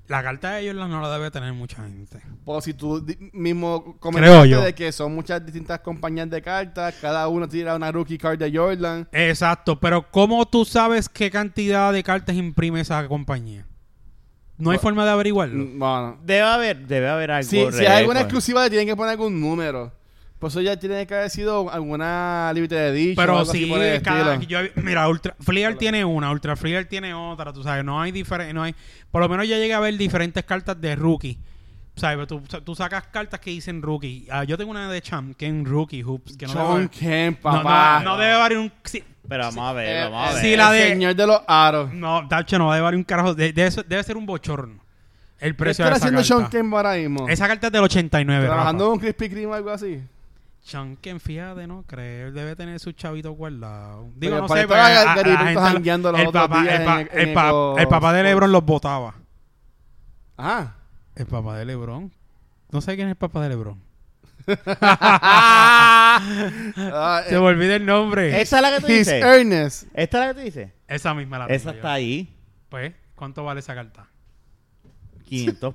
[SPEAKER 3] La carta de Jordan no la debe tener mucha gente.
[SPEAKER 1] Por Pues si tú di- mismo
[SPEAKER 3] Creo
[SPEAKER 1] comentaste
[SPEAKER 3] yo.
[SPEAKER 1] de que son muchas distintas compañías de cartas, cada uno tira una rookie card de Jordan.
[SPEAKER 3] Exacto, pero ¿cómo tú sabes qué cantidad de cartas imprime esa compañía? No hay
[SPEAKER 1] Bueno,
[SPEAKER 3] forma de averiguarlo.
[SPEAKER 1] Mm, Bueno,
[SPEAKER 2] debe haber, debe haber algo.
[SPEAKER 1] si, si
[SPEAKER 2] real,
[SPEAKER 1] hay alguna
[SPEAKER 2] pues.
[SPEAKER 1] exclusiva, le tienen que poner algún número. Por eso ya tiene que haber sido alguna límite de dicho. o
[SPEAKER 3] Pero
[SPEAKER 1] algo así
[SPEAKER 3] sí,
[SPEAKER 1] por el
[SPEAKER 3] cada-
[SPEAKER 1] estilo.
[SPEAKER 3] yo, mira, Ultra Fleer tiene una, Ultra Fleer tiene otra, tú sabes, no hay diferente, no hay, por lo menos ya llegué a ver diferentes cartas de rookie. ¿Sabes? Tú, tú sacas cartas que dicen rookie. Ah, yo tengo una de Champ que en rookie hoops que no
[SPEAKER 1] John
[SPEAKER 3] debe-
[SPEAKER 1] Kemp,
[SPEAKER 3] no, no-
[SPEAKER 1] papá.
[SPEAKER 3] no debe variar un sí,
[SPEAKER 2] Pero vamos a ver,
[SPEAKER 1] Eh,
[SPEAKER 2] vamos a
[SPEAKER 1] eh,
[SPEAKER 2] ver.
[SPEAKER 3] sí, la
[SPEAKER 1] el
[SPEAKER 3] de-
[SPEAKER 1] señor de los aros.
[SPEAKER 3] No, Dacho no debe valer un carajo. De- de eso- debe ser un bochorno. El
[SPEAKER 1] ¿Qué
[SPEAKER 3] precio de
[SPEAKER 1] está
[SPEAKER 3] esa
[SPEAKER 1] haciendo Sean
[SPEAKER 3] carta.
[SPEAKER 1] Kemp ahora mismo?
[SPEAKER 3] Esa carta es del 89.
[SPEAKER 1] ¿Trabajando en
[SPEAKER 3] Rafa.
[SPEAKER 1] un Krispy Kreme o algo así?
[SPEAKER 3] Sean Kemp, fíjate, no creo. Él debe tener sus chavitos guardados. Digo,
[SPEAKER 1] Porque
[SPEAKER 3] no
[SPEAKER 1] por
[SPEAKER 3] sé,
[SPEAKER 1] ahí
[SPEAKER 3] pero
[SPEAKER 1] estaba
[SPEAKER 3] a- a-
[SPEAKER 1] Gary
[SPEAKER 3] la
[SPEAKER 1] Prince
[SPEAKER 3] gente-
[SPEAKER 1] jangueando los
[SPEAKER 3] el
[SPEAKER 1] otros
[SPEAKER 3] papá-
[SPEAKER 1] días
[SPEAKER 3] el pa-
[SPEAKER 1] en-
[SPEAKER 3] el
[SPEAKER 1] en
[SPEAKER 3] pa-
[SPEAKER 1] Eco-
[SPEAKER 3] el papá de Lebron los botaba.
[SPEAKER 1] Ajá.
[SPEAKER 3] El papá de Lebron. No sé quién es el papá de Lebron.
[SPEAKER 1] Ah,
[SPEAKER 3] Se me olvida el nombre.
[SPEAKER 2] ¿Esta es la que tú
[SPEAKER 1] He's
[SPEAKER 2] dices?
[SPEAKER 1] earnest.
[SPEAKER 2] ¿Esta es la que tú dices?
[SPEAKER 3] Esa misma la
[SPEAKER 2] Esa
[SPEAKER 3] tengo
[SPEAKER 2] está
[SPEAKER 3] Ah, yo.
[SPEAKER 2] ahí.
[SPEAKER 3] Pues, ¿cuánto vale esa carta?
[SPEAKER 2] 500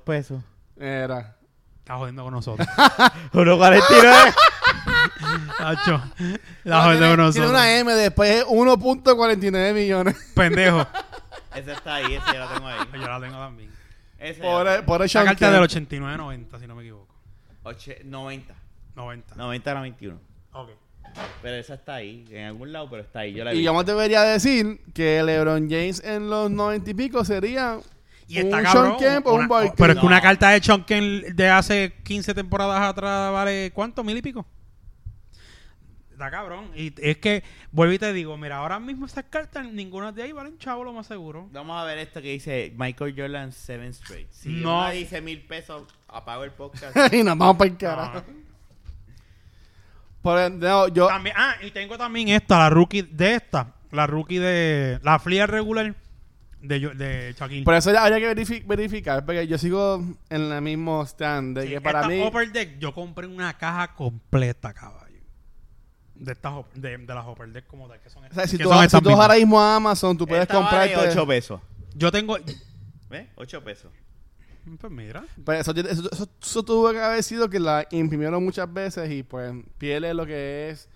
[SPEAKER 2] pesos.
[SPEAKER 1] Era.
[SPEAKER 3] Está jodiendo con nosotros.
[SPEAKER 2] 1.49.
[SPEAKER 3] Tacho,
[SPEAKER 1] Ah,
[SPEAKER 3] Está jodiendo
[SPEAKER 1] tiene-
[SPEAKER 3] con
[SPEAKER 1] Tiene
[SPEAKER 3] nosotros.
[SPEAKER 1] una M después, es 1.49 millones.
[SPEAKER 3] Pendejo.
[SPEAKER 2] esa está ahí, esa ya la tengo ahí.
[SPEAKER 3] Yo la tengo también.
[SPEAKER 2] Esa ya
[SPEAKER 1] Por,
[SPEAKER 2] la
[SPEAKER 1] el- por el
[SPEAKER 3] Esa
[SPEAKER 1] Sean
[SPEAKER 3] carta del
[SPEAKER 1] Kemp.
[SPEAKER 3] 89-90, si no me equivoco.
[SPEAKER 2] tengo. Oche- 90.
[SPEAKER 3] 90.
[SPEAKER 2] 90 a 91.
[SPEAKER 3] Ok.
[SPEAKER 2] Pero esa está ahí, en algún lado, pero está ahí. Yo la
[SPEAKER 1] Y
[SPEAKER 2] vi.
[SPEAKER 1] yo más debería decir que LeBron James en los noventa y pico sería
[SPEAKER 3] Y está
[SPEAKER 1] un
[SPEAKER 3] cabrón.
[SPEAKER 1] Sean Kemp o
[SPEAKER 3] una-
[SPEAKER 1] un Barkley.
[SPEAKER 3] pero es que una
[SPEAKER 2] No.
[SPEAKER 3] carta de Sean Kemp de hace 15 temporadas atrás vale ¿cuánto? ¿Mil y pico? Está cabrón. Y es que, vuelvo y te digo, mira, ahora mismo estas cartas, ninguna de ahí valen chavo, lo más seguro.
[SPEAKER 2] Vamos a ver esto que dice Michael Jordan Seven Straight. Si
[SPEAKER 3] No.
[SPEAKER 2] una dice mil pesos, apago el podcast.
[SPEAKER 1] y nos vamos para el carajo.
[SPEAKER 3] Ah.
[SPEAKER 1] Por- no, yo,
[SPEAKER 3] También- ah, y tengo también esta, la rookie de esta. La rookie de. La flia regular de, yo- de Shaquille.
[SPEAKER 1] por eso ya habría que verifi- verificar, porque yo sigo en el mismo stand de
[SPEAKER 3] Sí,
[SPEAKER 1] que para
[SPEAKER 3] esta
[SPEAKER 1] mí...
[SPEAKER 3] Upper Deck, yo compré una caja completa, caballo. De estas Up- de, de las Upper Deck como tal, que son
[SPEAKER 1] O
[SPEAKER 3] estas.
[SPEAKER 1] sea, si
[SPEAKER 3] que
[SPEAKER 1] tú,
[SPEAKER 3] son
[SPEAKER 1] si
[SPEAKER 3] estas
[SPEAKER 1] tú
[SPEAKER 3] mismas.
[SPEAKER 1] ahora mismo a Amazon, tú puedes
[SPEAKER 2] Esta vale
[SPEAKER 1] comprarte...
[SPEAKER 2] ocho pesos.
[SPEAKER 3] Yo tengo.
[SPEAKER 2] ¿Ves? Ocho pesos.
[SPEAKER 3] Pues mira.
[SPEAKER 1] Pero eso, tiene- eso- eso- eso tuvo que haber sido que la imprimieron muchas veces y pues pierde lo que es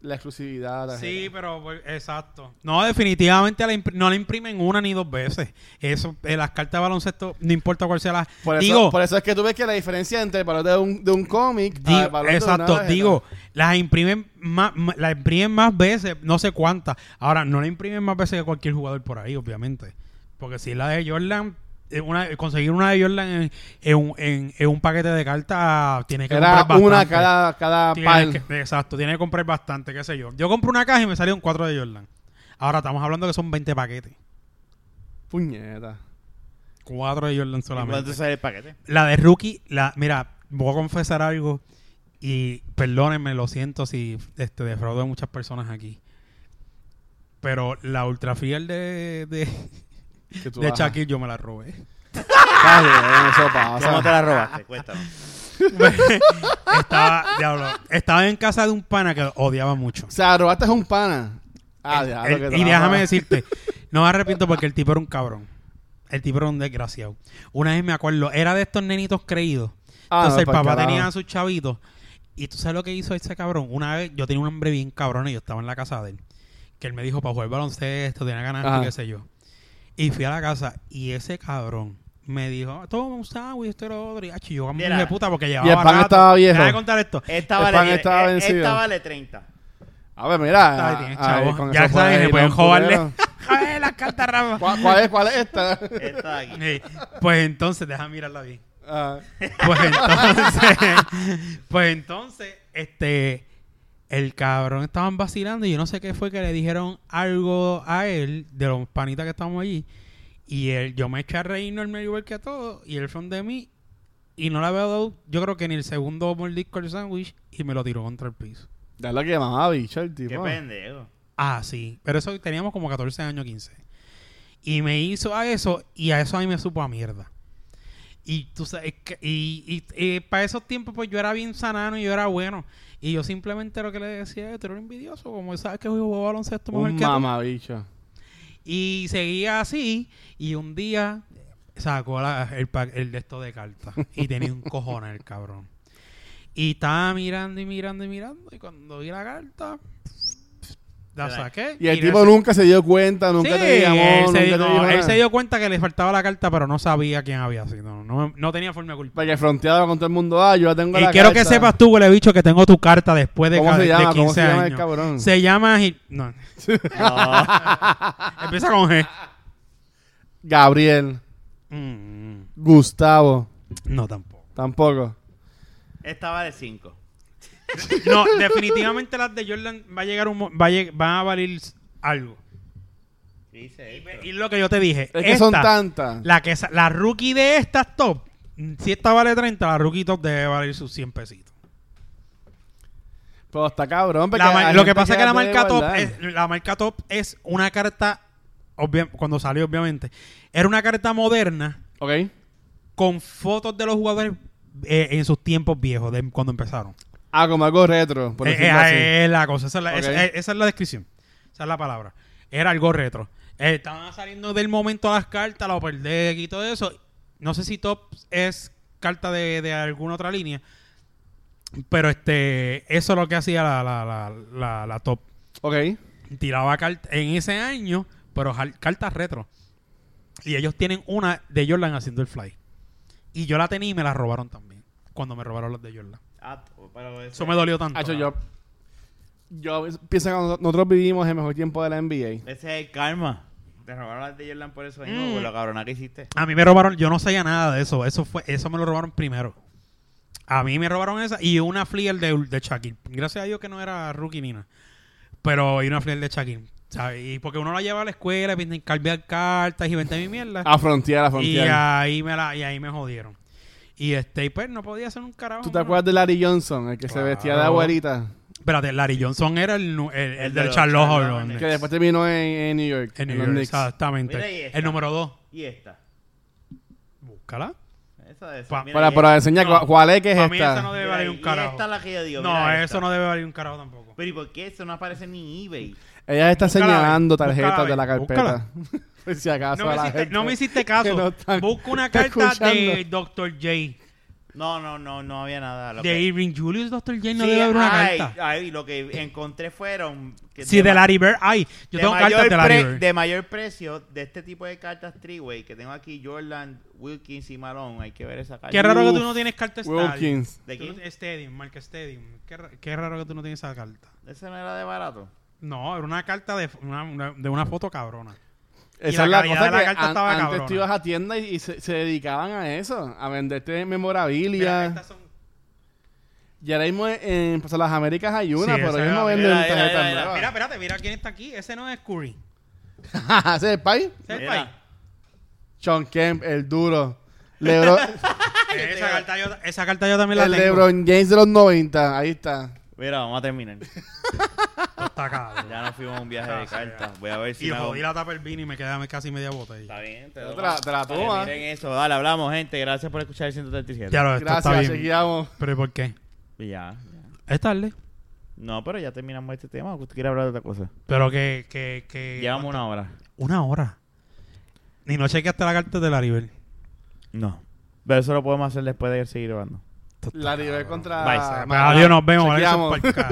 [SPEAKER 1] la exclusividad. la
[SPEAKER 3] Sí,
[SPEAKER 1] tarjeta.
[SPEAKER 3] pero pues, exacto. No, definitivamente la impr- no la imprimen una ni dos veces. Eso, eh, las cartas de baloncesto, no importa cuál sea la.
[SPEAKER 1] Por eso,
[SPEAKER 3] digo,
[SPEAKER 1] por eso es que tú ves que la diferencia entre el valor de un, de un cómic
[SPEAKER 3] Digo,
[SPEAKER 1] al valor Ah, de una
[SPEAKER 3] exacto,
[SPEAKER 1] tarjeta-
[SPEAKER 3] digo, las imprimen más, m- las imprimen más veces, no sé cuántas. Ahora, no la imprimen más veces que cualquier jugador por ahí, obviamente. Porque si la de Jordan, eh, una, conseguir una de Jordan en, en un- en- en un paquete de cartas tiene que
[SPEAKER 1] Era
[SPEAKER 3] comprar
[SPEAKER 1] una
[SPEAKER 3] bastante.
[SPEAKER 1] cada, cada
[SPEAKER 3] Tiene
[SPEAKER 1] par.
[SPEAKER 3] que- exacto, tiene que comprar bastante, qué sé yo. Yo compré una caja y me salieron cuatro de Jordan. Ahora estamos hablando que son 20 paquetes.
[SPEAKER 1] Puñeta.
[SPEAKER 3] Cuatro de Jordan
[SPEAKER 2] ¿Y
[SPEAKER 3] solamente.
[SPEAKER 2] ¿Cuánto sale el paquete?
[SPEAKER 3] La de rookie, la, mira, voy a confesar algo y perdónenme, lo siento si este, defraudo a muchas personas aquí. Pero la ultra fiel de, de,
[SPEAKER 1] que tú
[SPEAKER 3] de
[SPEAKER 1] bajas.
[SPEAKER 3] Shaquille yo me la robé.
[SPEAKER 1] Está bien, eso pasa.
[SPEAKER 2] ¿Cómo te la robaste? Cuéntanos.
[SPEAKER 3] estaba, diablo, estaba en casa de un pana que odiaba mucho.
[SPEAKER 1] O sea, robaste un pana. Ah, ya,
[SPEAKER 3] El-
[SPEAKER 1] lo que
[SPEAKER 3] y
[SPEAKER 1] te-
[SPEAKER 3] déjame decirte, no me arrepiento porque el tipo era un cabrón. El tipo era un desgraciado. Una vez me acuerdo, era de estos nenitos creídos.
[SPEAKER 1] Ah,
[SPEAKER 3] Entonces
[SPEAKER 1] no,
[SPEAKER 3] el
[SPEAKER 1] pa'l
[SPEAKER 3] papá
[SPEAKER 1] carajo.
[SPEAKER 3] tenía a sus chavitos. Y tú sabes lo que hizo ese cabrón. Una vez yo tenía un hombre bien cabrón y yo estaba en la casa de él. Que él me dijo para jugar baloncesto, tenía ganas,
[SPEAKER 1] Ajá.
[SPEAKER 3] y qué sé yo. Y fui a la casa y ese cabrón me dijo, toma un sándwich, esto y lo otro. Y achi, yo como
[SPEAKER 2] Mira.
[SPEAKER 3] de puta porque llevaba
[SPEAKER 1] el pan
[SPEAKER 3] rato.
[SPEAKER 1] estaba viejo.
[SPEAKER 3] Déjame contar esto.
[SPEAKER 2] Esta
[SPEAKER 1] El
[SPEAKER 2] vale,
[SPEAKER 1] pan
[SPEAKER 2] diez-
[SPEAKER 1] estaba
[SPEAKER 2] e-
[SPEAKER 1] vencido.
[SPEAKER 2] esta vale 30.
[SPEAKER 1] A ver, mira.
[SPEAKER 3] Ay, tienes,
[SPEAKER 1] ah, ahí,
[SPEAKER 3] chavo.
[SPEAKER 1] con
[SPEAKER 3] ya
[SPEAKER 1] eso puedes
[SPEAKER 3] sabes,
[SPEAKER 1] ir
[SPEAKER 3] me
[SPEAKER 1] a
[SPEAKER 3] pueden
[SPEAKER 1] un
[SPEAKER 3] joderle.
[SPEAKER 1] putero.
[SPEAKER 3] Joder, las cartas ramas.
[SPEAKER 1] ¿Cuál, cuál es, ¿Cuál es esta?
[SPEAKER 2] Esta de aquí.
[SPEAKER 3] Eh, Pues entonces, déjame mirarla bien.
[SPEAKER 1] Ah,
[SPEAKER 3] Pues entonces, pues entonces, este, el cabrón estaban vacilando y yo no sé qué fue que le dijeron algo a él de los panitas que estamos allí. Y él, yo me eché a reír normal igual que a todos y él fue de mí y no la había dado, yo creo que ni el segundo mordisco el sándwich y me lo tiró contra el piso.
[SPEAKER 1] ya lo que mamaba bicho el
[SPEAKER 2] Qué
[SPEAKER 1] tipo.
[SPEAKER 2] pendejo.
[SPEAKER 3] Ah, sí. Pero eso teníamos como 14 años, 15. Y me hizo a eso y a eso a mí me supo a mierda. Y tú sabes, que- y, para esos tiempos pues yo era bien sanano y yo era bueno. Y yo simplemente lo que le decía es, tú eres un envidioso, como sabes que yo juego baloncesto mejor
[SPEAKER 1] Un
[SPEAKER 3] que tú".
[SPEAKER 1] mamabicho.
[SPEAKER 3] Y seguía así y un día sacó la- el, pa- el de esto de cartas y tenía un cojón el cabrón. Y estaba mirando y mirando y mirando y cuando vi la carta, la saqué.
[SPEAKER 1] Y el
[SPEAKER 3] le-
[SPEAKER 1] tipo nunca se dio cuenta, nunca
[SPEAKER 3] Sí,
[SPEAKER 1] te llamó,
[SPEAKER 3] él,
[SPEAKER 1] nunca
[SPEAKER 3] se,
[SPEAKER 1] te
[SPEAKER 3] dio-
[SPEAKER 1] dijo
[SPEAKER 3] él
[SPEAKER 1] nada.
[SPEAKER 3] se dio cuenta que le faltaba la carta, pero no sabía quién había sido. No, no, no tenía forma de culpa.
[SPEAKER 1] Porque fronteaba con todo el mundo. Ah, yo ya tengo
[SPEAKER 3] Y
[SPEAKER 1] la
[SPEAKER 3] quiero que
[SPEAKER 1] carta.
[SPEAKER 3] sepas tú, huele bicho, que tengo tu carta después de,
[SPEAKER 1] ¿Cómo
[SPEAKER 3] ca-
[SPEAKER 1] se
[SPEAKER 3] de
[SPEAKER 1] llama?
[SPEAKER 3] 15
[SPEAKER 1] ¿Cómo se llama el
[SPEAKER 3] años.
[SPEAKER 1] cabrón?
[SPEAKER 3] Se llama... Gil- no. Empieza con G.
[SPEAKER 1] Gabriel,
[SPEAKER 3] Mm,
[SPEAKER 1] Gustavo,
[SPEAKER 3] no, tampoco.
[SPEAKER 1] tampoco.
[SPEAKER 2] Esta vale 5.
[SPEAKER 3] No, definitivamente las de Jordan va a llegar un, mo- va a, lleg- van a valer algo.
[SPEAKER 2] Dice esto.
[SPEAKER 3] Y lo que yo te dije.
[SPEAKER 1] Es que son
[SPEAKER 3] esta,
[SPEAKER 1] tantas.
[SPEAKER 3] La, que, sa- la rookie de estas top, mm, si esta vale 30, la rookie top debe valer sus 100 pesitos.
[SPEAKER 1] Pero está cabrón. porque
[SPEAKER 3] La ma-
[SPEAKER 1] hay
[SPEAKER 3] lo que
[SPEAKER 1] gente
[SPEAKER 3] pasa es que la
[SPEAKER 1] las debe
[SPEAKER 3] marca top
[SPEAKER 1] guardar.
[SPEAKER 3] es, la marca top es una carta obvia- cuando salió obviamente era una carta moderna
[SPEAKER 1] Ok.
[SPEAKER 3] con fotos de los jugadores eh, en sus tiempos viejos de cuando empezaron
[SPEAKER 1] Ah, como algo retro. Por
[SPEAKER 3] Eh,
[SPEAKER 1] decirlo
[SPEAKER 3] eh,
[SPEAKER 1] así.
[SPEAKER 3] es la cosa esa es la,
[SPEAKER 1] Ok.
[SPEAKER 3] esa- eh, esa es la descripción esa es la palabra era algo retro Eh, estaban saliendo del momento las cartas la upper deck y todo eso no sé si top es carta de, de alguna otra línea pero este eso es lo que hacía la- la- la- la- la top
[SPEAKER 1] Ok.
[SPEAKER 3] tiraba cartas en ese año, pero jal- cartas retro. Y ellos tienen una de Jordan haciendo el fly. Y yo la tenía y me la robaron también. Cuando me robaron las de Jordan.
[SPEAKER 2] Ah, t- pero ese-
[SPEAKER 3] Eso me dolió tanto.
[SPEAKER 1] Hacho,
[SPEAKER 3] cabrón.
[SPEAKER 1] yo, Yo pienso que nos- nosotros vivimos el mejor tiempo de la NBA.
[SPEAKER 2] Ese es el karma. Te robaron las de Jordan por eso mismo,
[SPEAKER 3] Mm.
[SPEAKER 2] por lo cabrona que hiciste.
[SPEAKER 3] A mí me robaron, yo no sabía nada de eso. Eso fue, eso me lo robaron primero. A mí me robaron esa y una Fleer de, de Shaquille. Gracias a Dios que no era rookie ni nada. Pero y una Fleer de Shaquille. ¿sabes? Y porque uno la lleva a la escuela, viene a encargar cartas y vente mi mierda.
[SPEAKER 1] A frontear, a
[SPEAKER 3] y
[SPEAKER 1] frontear.
[SPEAKER 3] ahí me la, y ahí me jodieron. Y este, y pues no podía hacer un carajo.
[SPEAKER 1] ¿Tú te
[SPEAKER 3] mano.
[SPEAKER 1] acuerdas de Larry Johnson, el que
[SPEAKER 3] Claro.
[SPEAKER 1] se vestía de abuelita?
[SPEAKER 3] Espérate, Larry Johnson era el, nu- el, el
[SPEAKER 2] El de
[SPEAKER 3] del
[SPEAKER 2] los
[SPEAKER 3] Charlotte
[SPEAKER 2] Charlotte
[SPEAKER 3] Hornets.
[SPEAKER 1] Que después terminó en, en New York.
[SPEAKER 3] En New
[SPEAKER 1] los
[SPEAKER 3] York,
[SPEAKER 1] Knicks.
[SPEAKER 2] Mira y
[SPEAKER 3] exactamente.
[SPEAKER 2] esta.
[SPEAKER 3] El número 2.
[SPEAKER 2] Y esta.
[SPEAKER 3] Búscala.
[SPEAKER 2] Esa de esa.
[SPEAKER 3] Pa-
[SPEAKER 2] Mira,
[SPEAKER 1] Para,
[SPEAKER 2] y
[SPEAKER 1] para
[SPEAKER 2] esta.
[SPEAKER 1] enseñar
[SPEAKER 3] No.
[SPEAKER 1] cu- cuál es que es
[SPEAKER 3] Para mí
[SPEAKER 1] esta.
[SPEAKER 3] esa no debe
[SPEAKER 2] Mira,
[SPEAKER 3] valer
[SPEAKER 2] y
[SPEAKER 3] un carajo.
[SPEAKER 2] Esta es la que yo digo.
[SPEAKER 3] No,
[SPEAKER 2] mira
[SPEAKER 3] eso
[SPEAKER 2] esta.
[SPEAKER 3] no debe valer un carajo tampoco.
[SPEAKER 2] Pero ¿y por qué eso no aparece ni en eBay?
[SPEAKER 1] Ella está
[SPEAKER 3] Búscala,
[SPEAKER 1] señalando
[SPEAKER 3] búscala,
[SPEAKER 1] tarjetas de la
[SPEAKER 3] búscala.
[SPEAKER 1] carpeta. Por si acaso
[SPEAKER 3] No me,
[SPEAKER 1] a la
[SPEAKER 3] hiciste,
[SPEAKER 1] gente
[SPEAKER 3] no me hiciste
[SPEAKER 1] que
[SPEAKER 3] caso.
[SPEAKER 1] no está
[SPEAKER 3] Busca una carta de
[SPEAKER 1] escuchando.
[SPEAKER 3] Dr. J.
[SPEAKER 2] No, no, no, no había nada. Lo
[SPEAKER 3] De
[SPEAKER 2] que-
[SPEAKER 3] Irving Julius, Dr. J. No
[SPEAKER 2] Sí,
[SPEAKER 3] debe haber una
[SPEAKER 2] ay,
[SPEAKER 3] carta.
[SPEAKER 2] Ay, lo que encontré fueron. que
[SPEAKER 3] Sí, de
[SPEAKER 2] ma-
[SPEAKER 3] Larry Bird. Ay,
[SPEAKER 2] de
[SPEAKER 3] yo tengo
[SPEAKER 2] mayor
[SPEAKER 3] cartas de Larry
[SPEAKER 2] pre-
[SPEAKER 3] Bird.
[SPEAKER 2] de mayor precio de este tipo de cartas three-way que tengo aquí: Jordan, Wilkins y Malone. Hay que ver esa carta.
[SPEAKER 3] Qué raro que tú
[SPEAKER 1] Uf,
[SPEAKER 3] no tienes carta Stadium.
[SPEAKER 1] Wilkins.
[SPEAKER 2] ¿De
[SPEAKER 3] Tú-
[SPEAKER 2] quién?
[SPEAKER 3] Stadium, marca Stadium. Qué, ra- qué raro que tú no tienes esa carta.
[SPEAKER 2] Ese no era de barato.
[SPEAKER 3] No, era una carta de f- una, una- de una foto cabrona.
[SPEAKER 1] Esa
[SPEAKER 3] Y
[SPEAKER 1] es
[SPEAKER 3] la
[SPEAKER 1] la
[SPEAKER 3] calidad
[SPEAKER 1] cosa
[SPEAKER 3] de la
[SPEAKER 1] que
[SPEAKER 3] carta
[SPEAKER 1] an-
[SPEAKER 3] estaba
[SPEAKER 1] antes
[SPEAKER 3] cabrona.
[SPEAKER 1] tú ibas a tienda y, y se, se dedicaban a eso, a venderte
[SPEAKER 3] Mira,
[SPEAKER 1] memorabilia.
[SPEAKER 3] estas son-
[SPEAKER 1] Y ahora mismo en pues, en las Américas hay una,
[SPEAKER 3] Sí,
[SPEAKER 1] pero
[SPEAKER 3] esa
[SPEAKER 1] ellos no
[SPEAKER 3] era-
[SPEAKER 1] venden
[SPEAKER 2] era- era-
[SPEAKER 1] tarjetas
[SPEAKER 2] era-
[SPEAKER 1] nuevas.
[SPEAKER 3] Mira, espérate, mira quién está aquí. Ese no es Curry.
[SPEAKER 1] ¿Ese es el país?
[SPEAKER 3] Ese es el
[SPEAKER 2] Mira.
[SPEAKER 3] país.
[SPEAKER 1] Sean Kemp, el duro. Lebron,
[SPEAKER 3] Esa carta, yo, esa carta yo también la
[SPEAKER 1] el
[SPEAKER 3] tengo.
[SPEAKER 1] Lebron James de los 90, ahí está.
[SPEAKER 2] Mira, vamos a terminar.
[SPEAKER 3] Está cabrón.
[SPEAKER 2] Ya nos fuimos a un viaje de cartas. Voy a ver si.
[SPEAKER 3] Y
[SPEAKER 2] me hago-
[SPEAKER 3] jodí la tapa el vino y me queda casi media botella.
[SPEAKER 2] Está bien, te,
[SPEAKER 1] Te
[SPEAKER 2] doy
[SPEAKER 1] la-
[SPEAKER 2] más.
[SPEAKER 1] te la
[SPEAKER 2] Dale,
[SPEAKER 1] toma.
[SPEAKER 2] Miren eso, dale, hablamos, gente. Gracias por escuchar el 137.
[SPEAKER 3] Ya lo, esto está
[SPEAKER 1] Gracias,
[SPEAKER 3] bien.
[SPEAKER 1] seguíamos.
[SPEAKER 3] ¿Pero ¿y por qué?
[SPEAKER 2] Y ya, ya.
[SPEAKER 3] Es tarde.
[SPEAKER 2] No, pero ya terminamos este tema. ¿o ¿Usted quiere hablar de otra cosa?
[SPEAKER 3] Pero que... que, que
[SPEAKER 2] Llevamos una hora.
[SPEAKER 3] Una hora. Ni no chequeaste la carta de Laribel.
[SPEAKER 2] No. Pero eso lo podemos hacer después de seguir grabando.
[SPEAKER 1] La nivel
[SPEAKER 2] Bye.
[SPEAKER 1] contra...
[SPEAKER 3] Adiós, nos vemos.
[SPEAKER 1] Chequeamos.
[SPEAKER 3] Vale, eso es pa'l carajo.